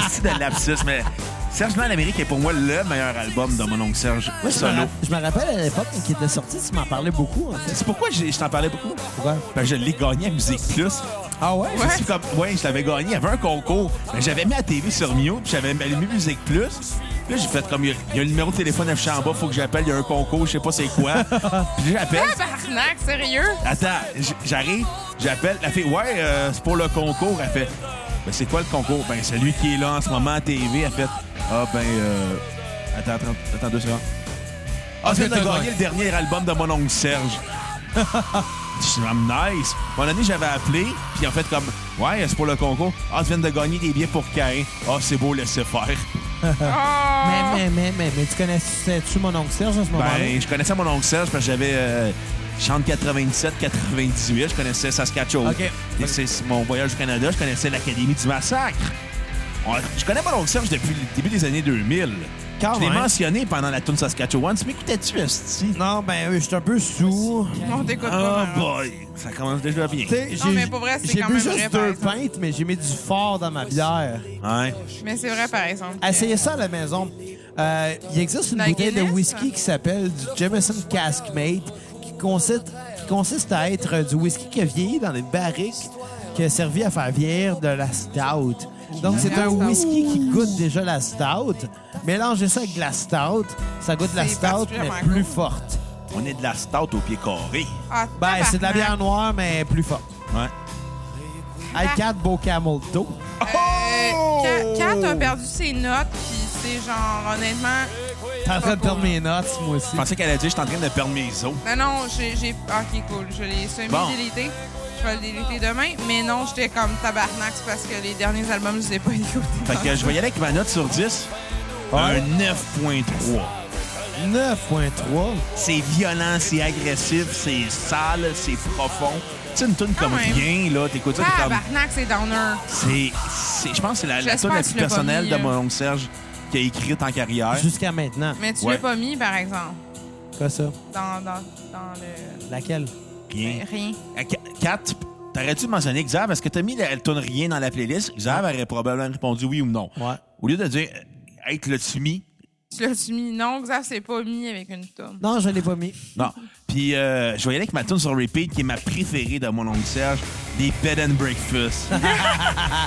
S3: C'est de lapsus, mais Serge Blanc d'Amérique est pour moi le meilleur album de mon oncle Serge
S1: Moi, je me,
S3: solo.
S1: ra- je me rappelle à l'époque quand il était sorti, tu m'en parlais beaucoup, en fait.
S3: C'est pourquoi j'ai- je t'en parlais beaucoup.
S1: Pourquoi?
S3: Ben, je l'ai gagné à Musique Plus.
S1: Ah ouais?
S3: Je suis comme, ouais, je l'avais gagné. Il y avait un concours. Ben, j'avais mis la TV sur Mio, puis j'avais allumé Musique Plus. Puis là, j'ai fait comme, il y a- il y a le numéro de téléphone affiché en bas, faut que j'appelle, il y a un concours, je sais pas c'est quoi. puis là, j'appelle.
S4: Tabarnak, sérieux?
S3: Attends, j- j'arrive, j'appelle. La fille, ouais, euh, c'est pour le concours. Elle fait, ben c'est quoi le concours? Ben celui qui est là en ce moment à TV. Elle fait, ah ben, euh, attends, attends, attends deux secondes. Ah, c'est
S1: que
S3: de
S1: t'as
S3: gagner
S1: gagné.
S3: le dernier album de mon oncle Serge. Je suis comme, nice. Mon année, j'avais appelé, puis en fait, comme, ouais, c'est pour le concours. Ah, tu viens de gagner des billets pour Cain. Ah, c'est beau, laissez faire.
S1: Mais,
S4: Oh!
S1: mais, mais, mais, mais tu connaissais-tu mon oncle Serge à ce moment-là?
S3: Ben, je connaissais mon oncle Serge parce que j'avais euh, chante 97, 98. Je connaissais Saskatchewan.
S1: OK.
S3: Et c'est c'est mon voyage au Canada. Je connaissais l'Académie du Massacre. On- je connais mon oncle Serge depuis le début des années 2000.
S1: Quand
S3: je l'ai
S1: même.
S3: mentionné pendant la tournée Saskatchewan. Tu m'écoutais-tu, Esti?
S1: non, ben, oui, je suis un peu sous.
S4: On t'écoute
S1: Ah,
S3: Oh
S4: pas.
S1: ben,
S4: maman.
S3: boy! Ça commence déjà bien.
S1: Tu sais, j'ai-
S4: mais pour vrai, c'est
S1: J'ai
S4: quand
S1: bu
S4: même
S1: juste
S4: vrai, par
S1: deux
S4: exemple.
S1: pintes, mais j'ai mis du fort dans ma bière.
S3: Ouais.
S4: Mais c'est vrai, par exemple.
S1: Essayez ça à la maison. Euh, il existe une
S4: La
S1: bouteille de
S4: Guinness?
S1: whisky qui s'appelle du Jameson Caskmate, qui consiste, qui consiste à être euh, du whisky qui a vieilli dans des barriques qui a servi à faire vieillir de la stout. Donc, c'est un whisky qui goûte déjà la stout. Mélangez ça avec de la stout, ça goûte la
S4: C'est
S1: stout, mais
S4: particulièrement
S1: plus
S4: cool.
S1: forte.
S3: On est de la stout au pied carré.
S4: Ah,
S1: Ben, c'est de la bière
S4: tabarnak.
S1: noire, mais plus forte.
S3: Ouais.
S1: I got Beau Camel Toe.
S4: Euh, Kat- Kat a perdu ses notes, puis c'est genre, honnêtement.
S1: T'es en train de perdre mes notes, moi aussi.
S3: Je pensais qu'elle a dit, je suis en train de perdre mes os.
S4: Non, ben non, j'ai. j'ai- ah, Ok, cool. Je l'ai semi-délité. Je vais le déliter demain. Mais non, j'étais comme tabarnak c'est parce que les derniers albums, je les ai pas écoutés.
S3: Fait que je vais y aller avec ma note sur 10. Un 9.3.
S1: 9.3.
S3: C'est violent, c'est agressif, c'est sale, c'est profond. Tu sais, une tune comme
S4: Ah ouais.
S3: rien, là, t'écoutes ça, t'es comme...
S4: Tabarnak, c'est downer.
S3: C'est... c'est- Je pense que c'est la, la
S4: J'espère
S3: tune la
S4: que
S3: plus
S4: tu l'as pas
S3: personnelle
S4: mis, euh.
S3: de
S4: là.
S3: mon oncle Serge qui a écrite en carrière.
S1: Jusqu'à maintenant.
S4: Mais tu
S3: Ouais.
S4: l'as pas mis, par exemple,
S1: Quoi ça?
S4: dans, dans, dans le.
S1: Laquelle?
S3: Rien.
S4: Rien.
S3: À qu- Quatre, t'aurais dû mentionner Xav, est-ce que t'as mis la tune rien dans la playlist? Xav aurait probablement répondu oui ou non.
S1: Ouais.
S3: Au lieu de dire, être le tu mis?
S4: Tu l'as mis. Non, Xav, c'est pas mis avec une tonne.
S1: Non, je l'ai pas mis.
S3: Non. Puis euh, je vais y aller avec ma tune sur repeat, qui est ma préférée dans mon oncle Serge, des bed and breakfast.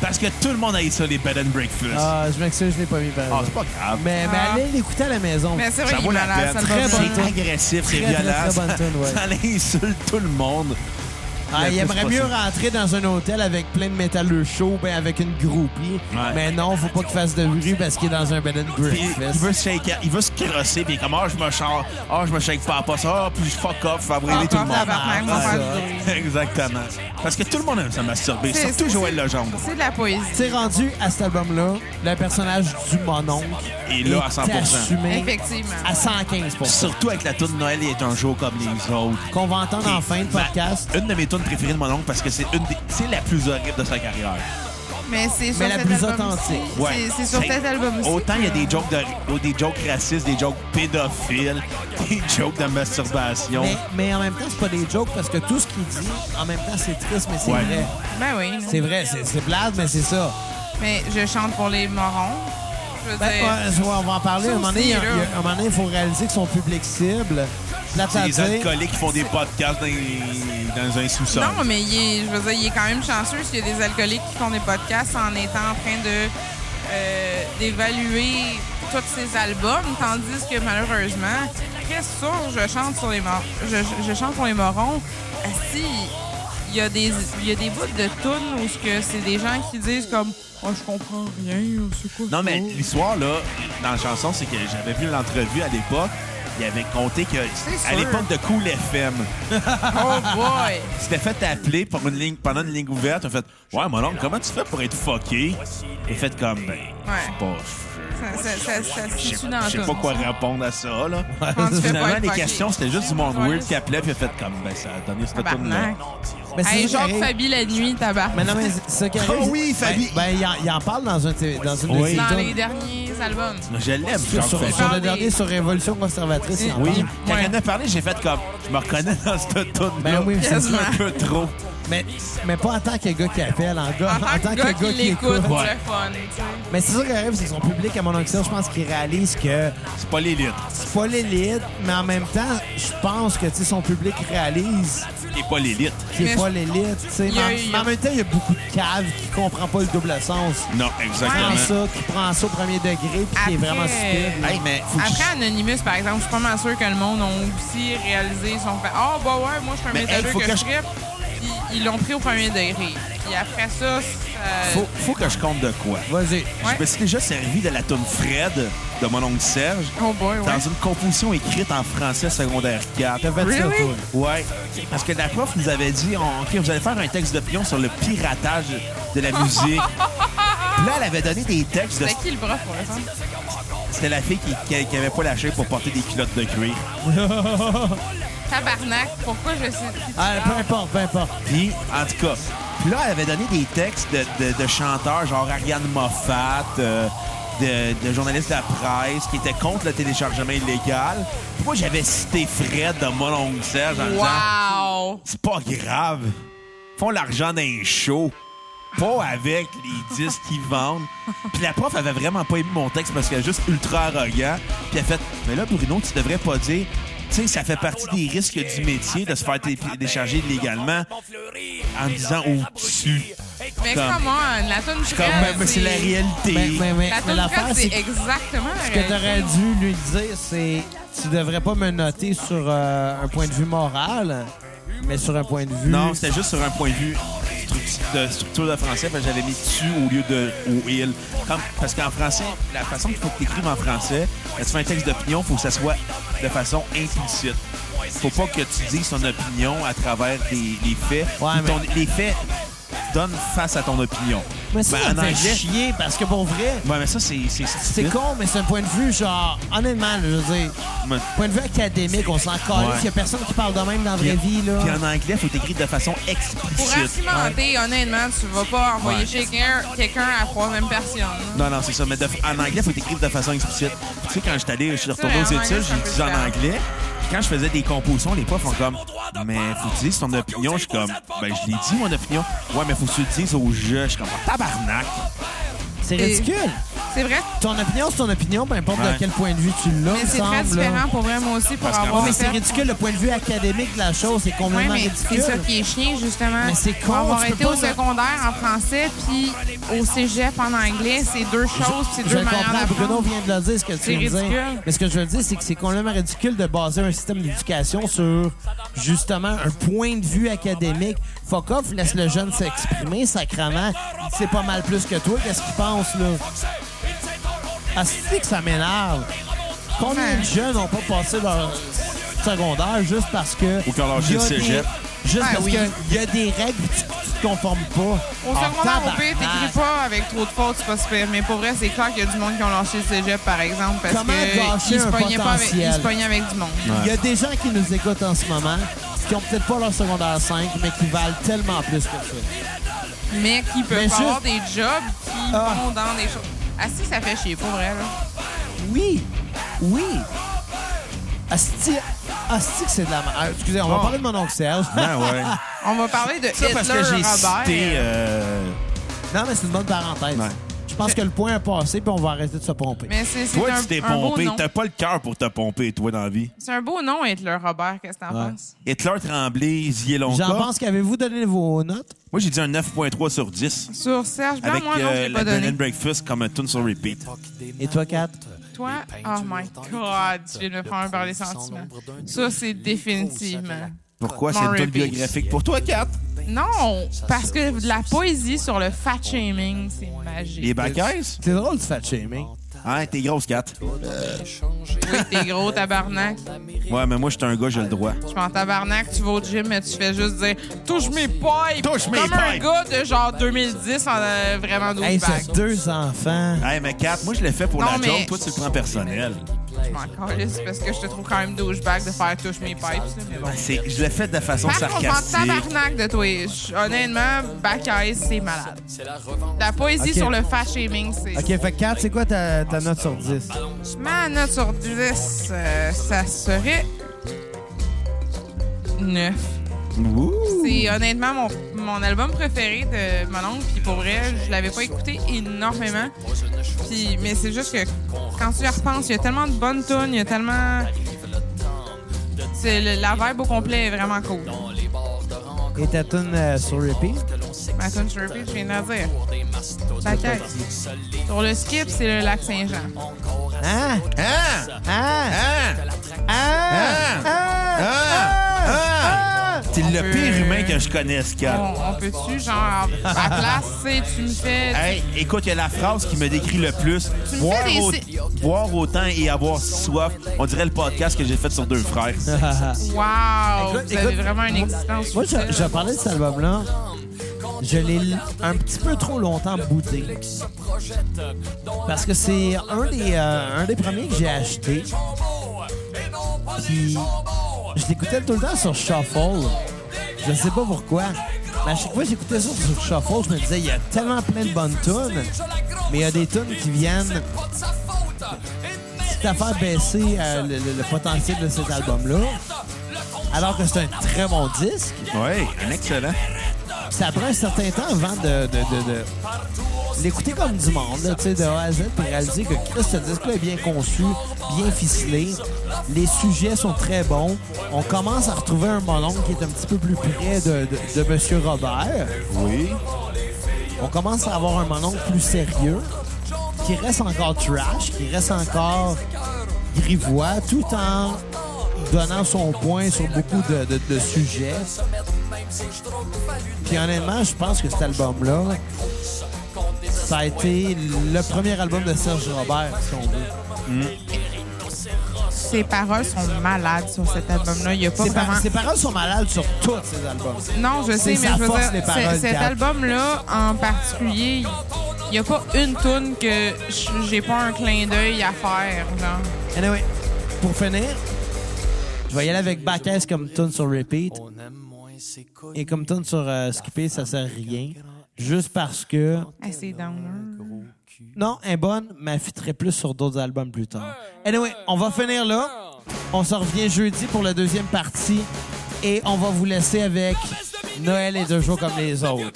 S3: Parce que tout le monde a ça, les bed and breakfast. Ah,
S1: Ah, je m'excuse, je l'ai pas mis par exemple.
S3: c'est pas grave.
S1: Mais, mais allez l'écouter à la maison.
S4: Ah. Mais c'est vrai,
S3: ça
S4: il est
S3: vaut la
S4: malade,
S3: peine.
S4: ça me
S1: Très
S4: va
S1: bonne
S4: bien.
S3: C'est
S1: tune.
S3: agressif, c'est
S1: Très, très,
S3: violent.
S1: très bonne
S3: ça-
S1: tune, ouais.
S3: ça insulte tout le monde.
S1: Ah, il
S3: Le plus
S1: aimerait mieux
S3: possible.
S1: rentrer dans un hôtel avec plein de métalleux chauds, ben avec une groupie.
S3: Ouais.
S1: Mais non, faut pas qu'il fasse de bruit parce qu'il est dans un bed and
S3: Puis, il
S1: breakfast.
S3: veut se shaker, il veut se crosser, puis il est comme, ah, je me char, ah, je me shake pas, pas ça, ah, puis je fuck off, je vais brûler tout le monde.
S4: Encore tabarnak,
S1: Ah,
S4: on va faire
S1: ça.
S4: du bruit.
S3: Exactement. Parce que tout le monde aime se masturber,
S4: C'est-
S3: surtout
S4: c'est-
S3: Joël Legendre.
S4: C'est de la poésie.
S1: C'est rendu à cet album-là, le personnage du mononcle
S3: Et là, à 100%.
S1: assumé
S4: Effectivement.
S1: à 115
S3: Surtout avec la toune Noël, il est un jour comme les autres.
S1: Qu'on va entendre en fin de
S3: Ma-
S1: podcast.
S3: une de mes tunes préférées de mon oncle parce que c'est une des- c'est la plus horrible de sa carrière.
S4: Mais c'est sur
S1: Mais la
S4: cet
S1: plus
S4: album
S1: authentique.
S4: aussi.
S3: Ouais.
S4: C'est- C'est sur cet album aussi.
S3: Autant il y a
S4: que-
S3: des jokes de, oh, des jokes racistes, des jokes pédophiles, des jokes de masturbation.
S1: Mais, mais en même temps, c'est pas des jokes parce que tout ce qu'il dit, en même temps, c'est triste, mais c'est
S3: Ouais.
S1: vrai.
S4: Ben oui.
S1: C'est vrai, c'est c'est plate, mais c'est ça.
S4: Mais je chante pour les morons. Je veux
S1: Ben,
S4: dire,
S1: ouais, je vois, on va en parler.
S4: Ça
S1: un moment donné,
S4: aussi,
S1: il y a-
S4: là.
S1: il y a- un moment donné, il faut réaliser que son public cible, plate à
S3: Les
S1: dire,
S3: alcooliques qui font des podcasts dans, dans un sous-sol.
S4: Non, mais il est, je veux dire, il est quand même chanceux s'il y a des alcooliques qui font des podcasts en étant en train de euh, d'évaluer tous ses albums, tandis que malheureusement, très sûr, je chante sur les morons. Je, je- je chante pour les morons. Ah, si, il y a des il y a des bouts de tunes où ce que c'est des gens qui disent comme oh je comprends rien, c'est quoi
S3: Non,
S4: ça?
S3: mais l'histoire, là, dans la chanson, c'est que j'avais vu l'entrevue à l'époque. Il avait compté que,
S4: C'est
S3: à
S4: sûr.
S3: l'époque de Cool FM,
S4: oh boy,
S3: il s'était fait appeler pour une ligne, pendant une ligne ouverte. Il a fait Ouais, mon oncle, comment tu fais pour être fucké Il a fait comme Ben, je sais pas,
S4: ça, ça, ça, ça se
S3: je- je
S4: situe
S3: sais
S4: dans
S3: pas- je sais
S4: tout.
S3: pas quoi répondre à ça, là.
S4: Quand tu fais pas
S3: Finalement,
S4: être
S3: les
S4: fucké.
S3: questions, c'était juste du monde
S4: Ouais.
S3: weird qui appelait, puis il a fait comme Ben, ça a donné cette tourne là
S4: Tabarnak.
S1: mais c'est
S4: Hey,
S1: ça
S4: genre
S1: qui arrive.
S4: Fabi la nuit, tabac.
S1: Mais non, mais c'est ça qui arrive.
S3: Oh oui, Fabi.
S1: Ben, ben, il, en, il en parle dans, un, t- dans une
S3: Oui.
S1: des
S4: Dans
S1: tunes.
S4: les derniers albums.
S3: Je l'aime,
S1: Sur,
S3: Jean
S1: sur-
S3: Fabi.
S1: sur le
S4: Dans
S1: dernier,
S4: les-
S1: sur Révolution conservatrice, il en
S3: Oui,
S1: parle.
S3: quand
S4: Ouais.
S3: il en a parlé, j'ai fait comme Je me reconnais dans cette tourne là
S1: Ben oui, c'est
S4: Quasiment.
S3: un peu trop.
S1: Mais, mais pas en tant que gars qui appelle, en, gars,
S4: En tant que gars qui l'écoute,
S1: écoute.
S4: pour
S3: Ouais.
S4: le fun. tu sais.
S1: Mais c'est ça qui arrive, c'est que son public, à mon oncle, Serge, je pense qu'il réalise que
S3: C'est pas l'élite.
S1: c'est pas l'élite, mais en même temps, je pense que tu sais, son public réalise
S3: C'est pas l'élite.
S1: qu'il n'est
S4: Mais
S1: pas l'élite. tu sais.
S4: Il y a-
S1: Mais en- mais en même temps, il y a beaucoup de caves qui comprennent pas le double sens.
S3: Non,
S1: Qui
S3: exactement.
S1: prend ça, qui prend ça au premier degré, puis qui est
S4: Après-
S1: vraiment stupide.
S3: Hey, mais faut que
S4: Après Anonymous, par exemple, je suis pas mal sûr que le monde a aussi réalisé son fait. Ah, bah ouais, moi, je suis un
S3: Mais, hey,
S4: métalleux
S3: faut
S4: que,
S3: que
S4: je
S3: je-
S4: trippe. Puis ils l'ont pris au premier degré. Puis après ça, euh,
S3: je-
S4: ça-
S3: faut, faut que je compte de quoi.
S1: Vas-y.
S4: Ouais.
S3: Je me suis déjà servi de la tome Fred de mon oncle Serge
S4: Oh boy, ouais.
S3: dans une composition écrite en français secondaire 4.
S1: T'as fait ça,
S4: Really?
S1: toi.
S3: Ouais, parce que la prof nous avait dit, on- OK, vous allez faire un texte d'opinion sur le piratage de la musique. Puis là, elle avait donné des textes de...
S4: C'était qui le bras, pour exemple?
S3: C'était la fille qui, qui, qui avait pas lâché pour porter des culottes de cuir.
S4: Tabarnak, pourquoi je sais.
S1: Ah, peu importe, peu importe.
S3: Puis, en tout cas, puis là, elle avait donné des textes de, de- de chanteurs, genre Ariane Moffat, euh, de, de journalistes de la presse, qui étaient contre le téléchargement illégal. Puis moi, j'avais cité Fred de mon oncle Serge en disant
S4: Wow!
S3: C'est pas grave. Ils font l'argent d'un show. Pas avec les disques qu'ils vendent. Puis la prof avait vraiment pas aimé mon texte parce qu'elle est juste ultra arrogant. Puis elle a fait Mais là, Bruno, tu devrais pas dire. Tu sais, ça fait partie des risques du métier de se faire dé- décharger illégalement en disant au-dessus.
S4: Mais
S3: Comme-
S4: comment? La tonne
S3: Comme, mais- mais c'est la
S1: Mais,
S3: réalité.
S1: mais, mais,
S4: La
S1: mais
S4: tonne
S1: l'affaire,
S4: Fred,
S1: c'est
S4: c'est exactement la
S1: ce que t'aurais
S4: réalité.
S1: dû lui dire, c'est tu devrais pas me noter sur euh, un point de vue moral, mais sur un point de vue.
S3: Non, c'était juste sur un point de vue stru- de structure de français, parce que j'avais mis tu au lieu de ou il. Comme- parce qu'en français, la façon qu'il faut que tu écrives en français, quand tu fais un texte d'opinion, il faut que ça soit de façon implicite. faut pas que tu dises ton opinion à travers les, les faits.
S1: Ouais,
S3: ou ton-
S1: mais-
S3: Les faits donnent face à ton opinion.
S1: mais ça,
S3: Ben,
S1: ça me
S3: en
S1: fait
S3: anglais-
S1: chier parce que pour vrai,
S3: Ouais, mais ça, c'est. C'est
S1: c'est con, mais c'est un point de vue genre honnêtement, là, je veux dire,
S3: Mais-
S1: point de vue académique, on s'en calme.
S3: Ouais.
S1: Il y a personne qui parle de même dans la
S3: Puis
S1: vraie vie là.
S3: puis en anglais, faut t'écrire de façon
S4: Pour
S3: explicite.
S4: argumenter, honnêtement, tu vas pas envoyer
S3: Ouais.
S4: quelqu'un quelqu'un à la troisième personne.
S3: Non, non, c'est ça. Mais de- en anglais, il faut t'écrire de façon explicite. Tu sais, quand je suis allé, je suis retourné
S4: vrai,
S3: aux
S4: en anglais,
S3: études,
S4: c'est un peu
S3: j'ai dit en
S4: différent.
S3: anglais. Puis Quand je faisais des compositions, les profs font comme Mais faut que tu dises ton opinion. Je suis comme Ben, je l'ai dit, mon opinion. Ouais, mais faut que tu le dises au jeu. Je suis comme Tabarnak.
S1: C'est ridicule.
S4: C'est vrai,
S1: Ton opinion, c'est ton opinion, peu importe de
S3: Ouais.
S1: quel point de vue tu l'as.
S4: mais
S1: il
S4: c'est
S1: me
S4: très
S1: semble, là.
S4: différent pour vrai, moi aussi, pour
S3: Parce qu'en
S4: avoir
S3: fait,
S1: Mais
S4: été-
S1: c'est ridicule, le point de vue académique de la chose, c'est
S4: Ouais,
S1: complètement
S4: mais c'est
S1: ridicule.
S4: ça qui est chiant, justement.
S1: Mais c'est con,
S4: Pour avoir
S1: tu peux
S4: été
S1: pas
S4: au
S1: le-
S4: secondaire en français, puis au cégep en anglais, c'est deux choses, c'est
S1: Je
S4: deux
S1: le
S4: manières
S1: comprends, Bruno
S4: d'apprendre.
S1: vient de le dire, ce que tu
S4: C'est
S1: viens de dire.
S4: ridicule.
S1: Mais ce que je veux dire, c'est que c'est complètement ridicule de baser un système d'éducation sur, justement, un point de vue académique. Fuck off, laisse le jeune s'exprimer, sacrement. Il sait pas mal plus que toi, qu'est-ce qu'il pense, là? Ah, c'est que ça m'énerve. Combien
S4: Ouais.
S1: de jeunes n'ont pas passé leur secondaire juste parce que...
S3: Ou qui ont lâché
S1: il y a
S3: le
S1: des-
S3: cégep.
S1: Juste
S4: Ah
S1: parce
S4: oui.
S1: qu'il y a des règles et tu tu te conformes pas.
S4: Au
S1: Ah,
S4: secondaire, au pire,
S1: tabarnak.
S4: t'écris pas avec trop de fautes, c'est pas super. Mais pour vrai, c'est clair qu'il y a du monde qui ont lâché le cégep, par exemple, parce
S1: Comment
S4: que
S1: gâcher
S4: ils se
S1: un
S4: pognaient pas avec- ils se
S1: potentiel?
S4: pognaient avec du monde.
S1: Il y a des gens qui nous écoutent en ce moment qui ont peut-être pas leur secondaire 5, mais qui valent tellement plus que ça.
S4: Mais qui peuvent
S1: Mais
S4: pas
S1: juste-
S4: avoir des jobs qui
S1: Ah.
S4: vont dans des choses. Ah si, ça fait chier, pour vrai, là.
S1: Oui, oui. Asti, asti que c'est de la merde. Excusez, on va
S3: Bon.
S1: parler de mon oncle Serge.
S4: Ah,
S3: Ben ouais.
S4: On va parler de
S3: Ça,
S4: Hitler,
S3: parce que j'ai
S4: Robert.
S3: cité... euh,
S1: non, mais c'est une bonne parenthèse.
S3: Ouais.
S1: Je pense que le point est passé, puis on va arrêter de se pomper.
S4: Mais c'est c'est
S3: Toi,
S4: un,
S3: tu t'es
S4: un beau
S3: pompé.
S4: nom.
S3: T'as pas le cœur pour te pomper, toi, dans la vie.
S4: C'est un beau nom, Hitler, Robert. Qu'est-ce que t'en penses?
S3: Hitler Tremblay, Zielonka.
S1: J'en pense qu'avez-vous donné vos notes?
S3: Moi, j'ai dit un 9.3 sur 10.
S4: Sur Serge Blanc,
S3: Avec
S4: moi, non, je
S3: euh,
S4: l'ai
S3: la
S4: pas
S3: Bed
S4: donné.
S3: and Breakfast comme un tune sur repeat.
S1: Et toi, Kat?
S4: Toi, oh my God, tu viens de me prendre par les sentiments. Ça, c'est définitivement.
S3: Pourquoi
S4: Mon
S3: c'est une
S4: repeat.
S3: tune biographique pour toi, Kat?
S4: Non, parce que de la poésie sur le fat shaming, c'est magique.
S3: Les backers?
S1: C'est drôle du fat-shaming.
S3: Hein, t'es grosse, Kat.
S4: Oui, t'es gros tabarnak.
S3: Ouais, mais moi, je suis un gars, j'ai le droit.
S4: Je suis en tabarnak, tu vas au gym, mais tu fais juste dire touche mes pipes.
S3: Touche mes
S4: Comme un
S3: pipes.
S4: gars de genre 2010 en a vraiment 12
S1: Hey,
S4: bagues.
S1: c'est deux enfants.
S3: Hey, mais Kat, moi, je l'ai fait pour
S4: Non,
S3: la
S4: mais-
S3: joke. Toi, tu le prends personnel.
S4: Je m'en calisse parce que je te trouve quand même douchebag de faire touche mes pipes. là, mais bon.
S3: Ben, c'est- Je l'ai fait de façon
S4: Par contre, en
S3: sarcastique.
S4: tabarnak de toi, je- honnêtement, back eyes, c'est malade. La poésie
S1: Ok.
S4: sur le fat shaming, c'est.
S1: OK, fait que Kat, c'est quoi ta, ta note sur 10?
S4: Ma note sur 10, euh, ça serait 9. C'est honnêtement mon, mon album préféré de mon oncle. Puis pour vrai, je l'avais pas écouté énormément. Puis, mais c'est juste que quand tu y repenses, il y a tellement de bonnes tunes, il y a tellement. C'est le- la vibe au complet est vraiment cool.
S1: Et ta tune euh, sur repeat?
S4: Ma tune sur repeat, je viens de la dire. La tête. Sur le skip, c'est le lac Saint-Jean.
S1: Hein?
S3: Hein?
S1: Hein?
S3: Hein?
S1: Hein?
S3: Hein? Hein? Hein? T'es le
S4: peut-
S3: pire humain que je connaisse, Kat.
S4: On, on peut-tu, genre, à la place, tu sais, tu me fais.
S3: Hey, écoute, il y a la phrase qui me décrit le plus.
S4: Tu me
S3: Boire,
S4: fais des
S3: au-
S4: si-
S3: boire autant et avoir si soif, on dirait le podcast que j'ai fait sur deux frères.
S4: Wow!
S1: Écoute,
S4: vous avez
S1: écoute,
S4: vraiment une existence.
S1: Moi, je,
S4: utile.
S1: je parlais de cet album-là. Je l'ai l- un petit peu trop longtemps boudé. Parce que c'est un des, euh, un des premiers que j'ai acheté. Puis, je l'écoutais tout le temps sur Shuffle. Je sais pas pourquoi. Mais à chaque fois que j'écoutais ça sur Shuffle, je me disais, il y a tellement plein de bonnes tunes. Mais il y a des tunes qui viennent. Tout à faire baisser euh, le- le- le potentiel de cet album-là. Alors que c'est un très bon disque.
S3: Oui, un excellent.
S1: Ça prend un certain temps avant de, de, de, de- l'écouter comme du monde, là, tu sais, de A à Z, pour réaliser que Chris, ce disque-là est bien conçu, bien ficelé. Les sujets sont très bons. On commence à retrouver un mononcle qui est un petit peu plus près de, de, de Monsieur Robert.
S3: Oui.
S1: On commence à avoir un mononcle plus sérieux, qui reste encore trash, qui reste encore grivois, tout en donnant son point sur beaucoup de, de- de sujets. Puis honnêtement, je pense que cet album-là, ça a été le premier album de Serge Robert, si on veut.
S4: Ses paroles sont malades sur cet album-là. Il n'y a pas
S1: Ses,
S4: vraiment.
S1: par- ses paroles sont malades sur tous ses albums.
S4: Non, je sais,
S1: c'est
S4: mais
S1: sa
S4: je veux
S1: force,
S4: dire,
S1: les
S4: c'est-
S1: paroles,
S4: cet
S1: Gab.
S4: album-là en particulier, il n'y a pas une tune que j- j'ai pas un clin d'œil à faire. Genre.
S1: Anyway, pour finir, je vais y aller avec Bacchus comme tune sur repeat. Et comme tune sur euh, skipper, ça sert à rien. Juste parce que.
S4: Ah, c'est down.
S1: Non, elle est bonne, mais elle fitterait plus sur d'autres albums plus tard. Anyway, on va finir là. On se revient jeudi pour la deuxième partie. Et on va vous laisser avec Noël et deux jours comme les autres.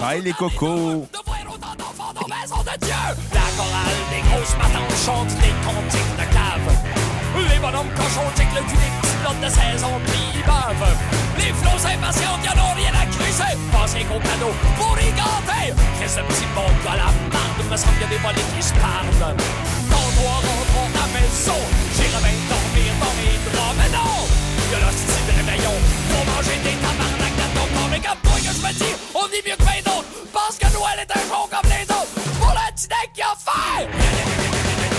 S3: Bye les cocos.
S2: de voir autant d'enfants dans maison de Dieu. La chorale des chante des cantiques de cave. Les bonhommes cochons tic le cul des petites notes de saison, puis ils bavent. Les flots impatients, y'en ont rien à crisser. Pensez qu'au cadeau, pour y gâter. Que ce petit monde de la marde, me semble qu'il y a des volets qui se parlent. Quand doit rentrer à maison, j'irai bien dormir dans mes draps, mais non! Y'a le style de réveillon, pour manger des tabarnak de ton corps. Mais comme toi que je me dis, on dit mieux que bien d'autres. Pense que Noël est un con comme les autres. Pour la tinac qui a fait!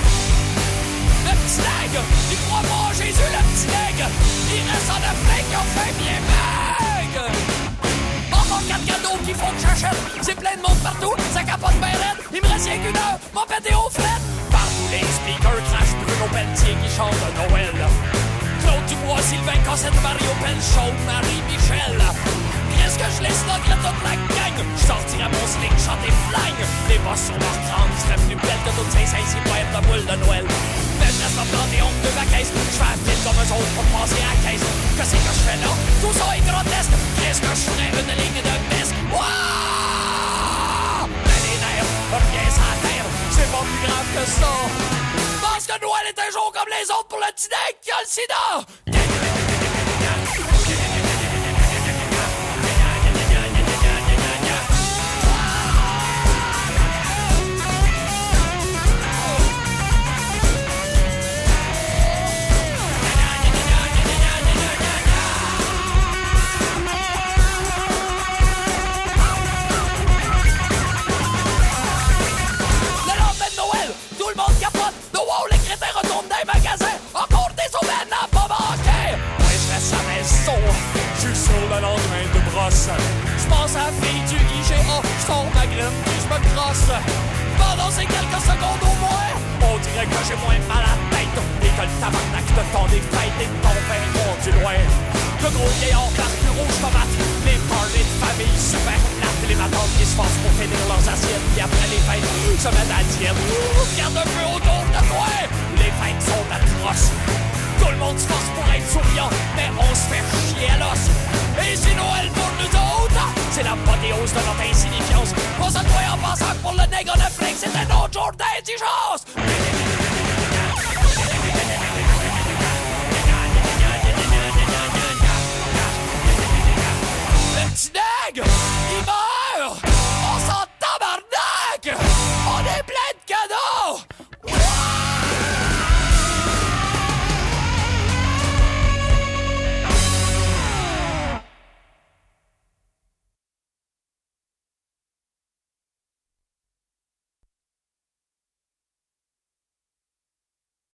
S2: Le petit nègre, il croit pas en Jésus, le petit nègre. Il reste en Afrique, ils ont fait bien vague. Encore quatre cadeaux qu'il faut que j'achète. C'est plein de monde partout, ça capote bien raide. Il me reste rien qu'une heure, mon pété aux frettes. Partout les speakers crachent Bruno Pelletier qui chante Noël. Claude Dubois, Sylvain Cossette, Mario Pelchon, Marie-Michel. Qu'est-ce que je laisse là toute la gang? Je sortirai mon sling, chanter flingue. Les boss sur leur crâne, je serais plus belle que toutes ces saints boîtes de boule de Noël. Mais je reste en plan des hontes de ma caisse. Je fais appel comme eux autres pour passer à la caisse. Que c'est que je fais là? Tout ça est grotesque. Qu'est-ce que je ferais une ligne de mesque? Wouah! Mais les nerfs, reviens à terre. C'est pas plus grave que ça. Parce que Noël est un jour comme les autres pour le petit nec qui a le sida. Le lendemain de Noël, tout le monde capote. No wow, les crétins retournent dans les magasins. Encore des aubaines à pas manquer. Moi, je reste à maison. Je suis sur le lendemain de brosse. Je pense à la fille du IGA. Je tombe ma graine puis je me crosse. Pendant ces quelques secondes au moins, on dirait que j'ai moins mal à la tête. Et que le tabarnak de temps des fêtes et de ton vin vont du loin. Le gros vieillard par plus rouge tomate. Les parlers de famille super plates. Les madames qui se forcent pour finir leurs assiettes. Puis après les fêtes, se mettent à dire Regarde un peu autour de toi. Les fêtes sont atroces. Tout le monde se force pour être souriant, mais on se fait chier à l'os. Et c'est Noël pour nous autres. C'est la l'apothéose de notre insignifiance. On se croit en pensant que pour le nègre en Afrique, c'est un autre jour d'indigence.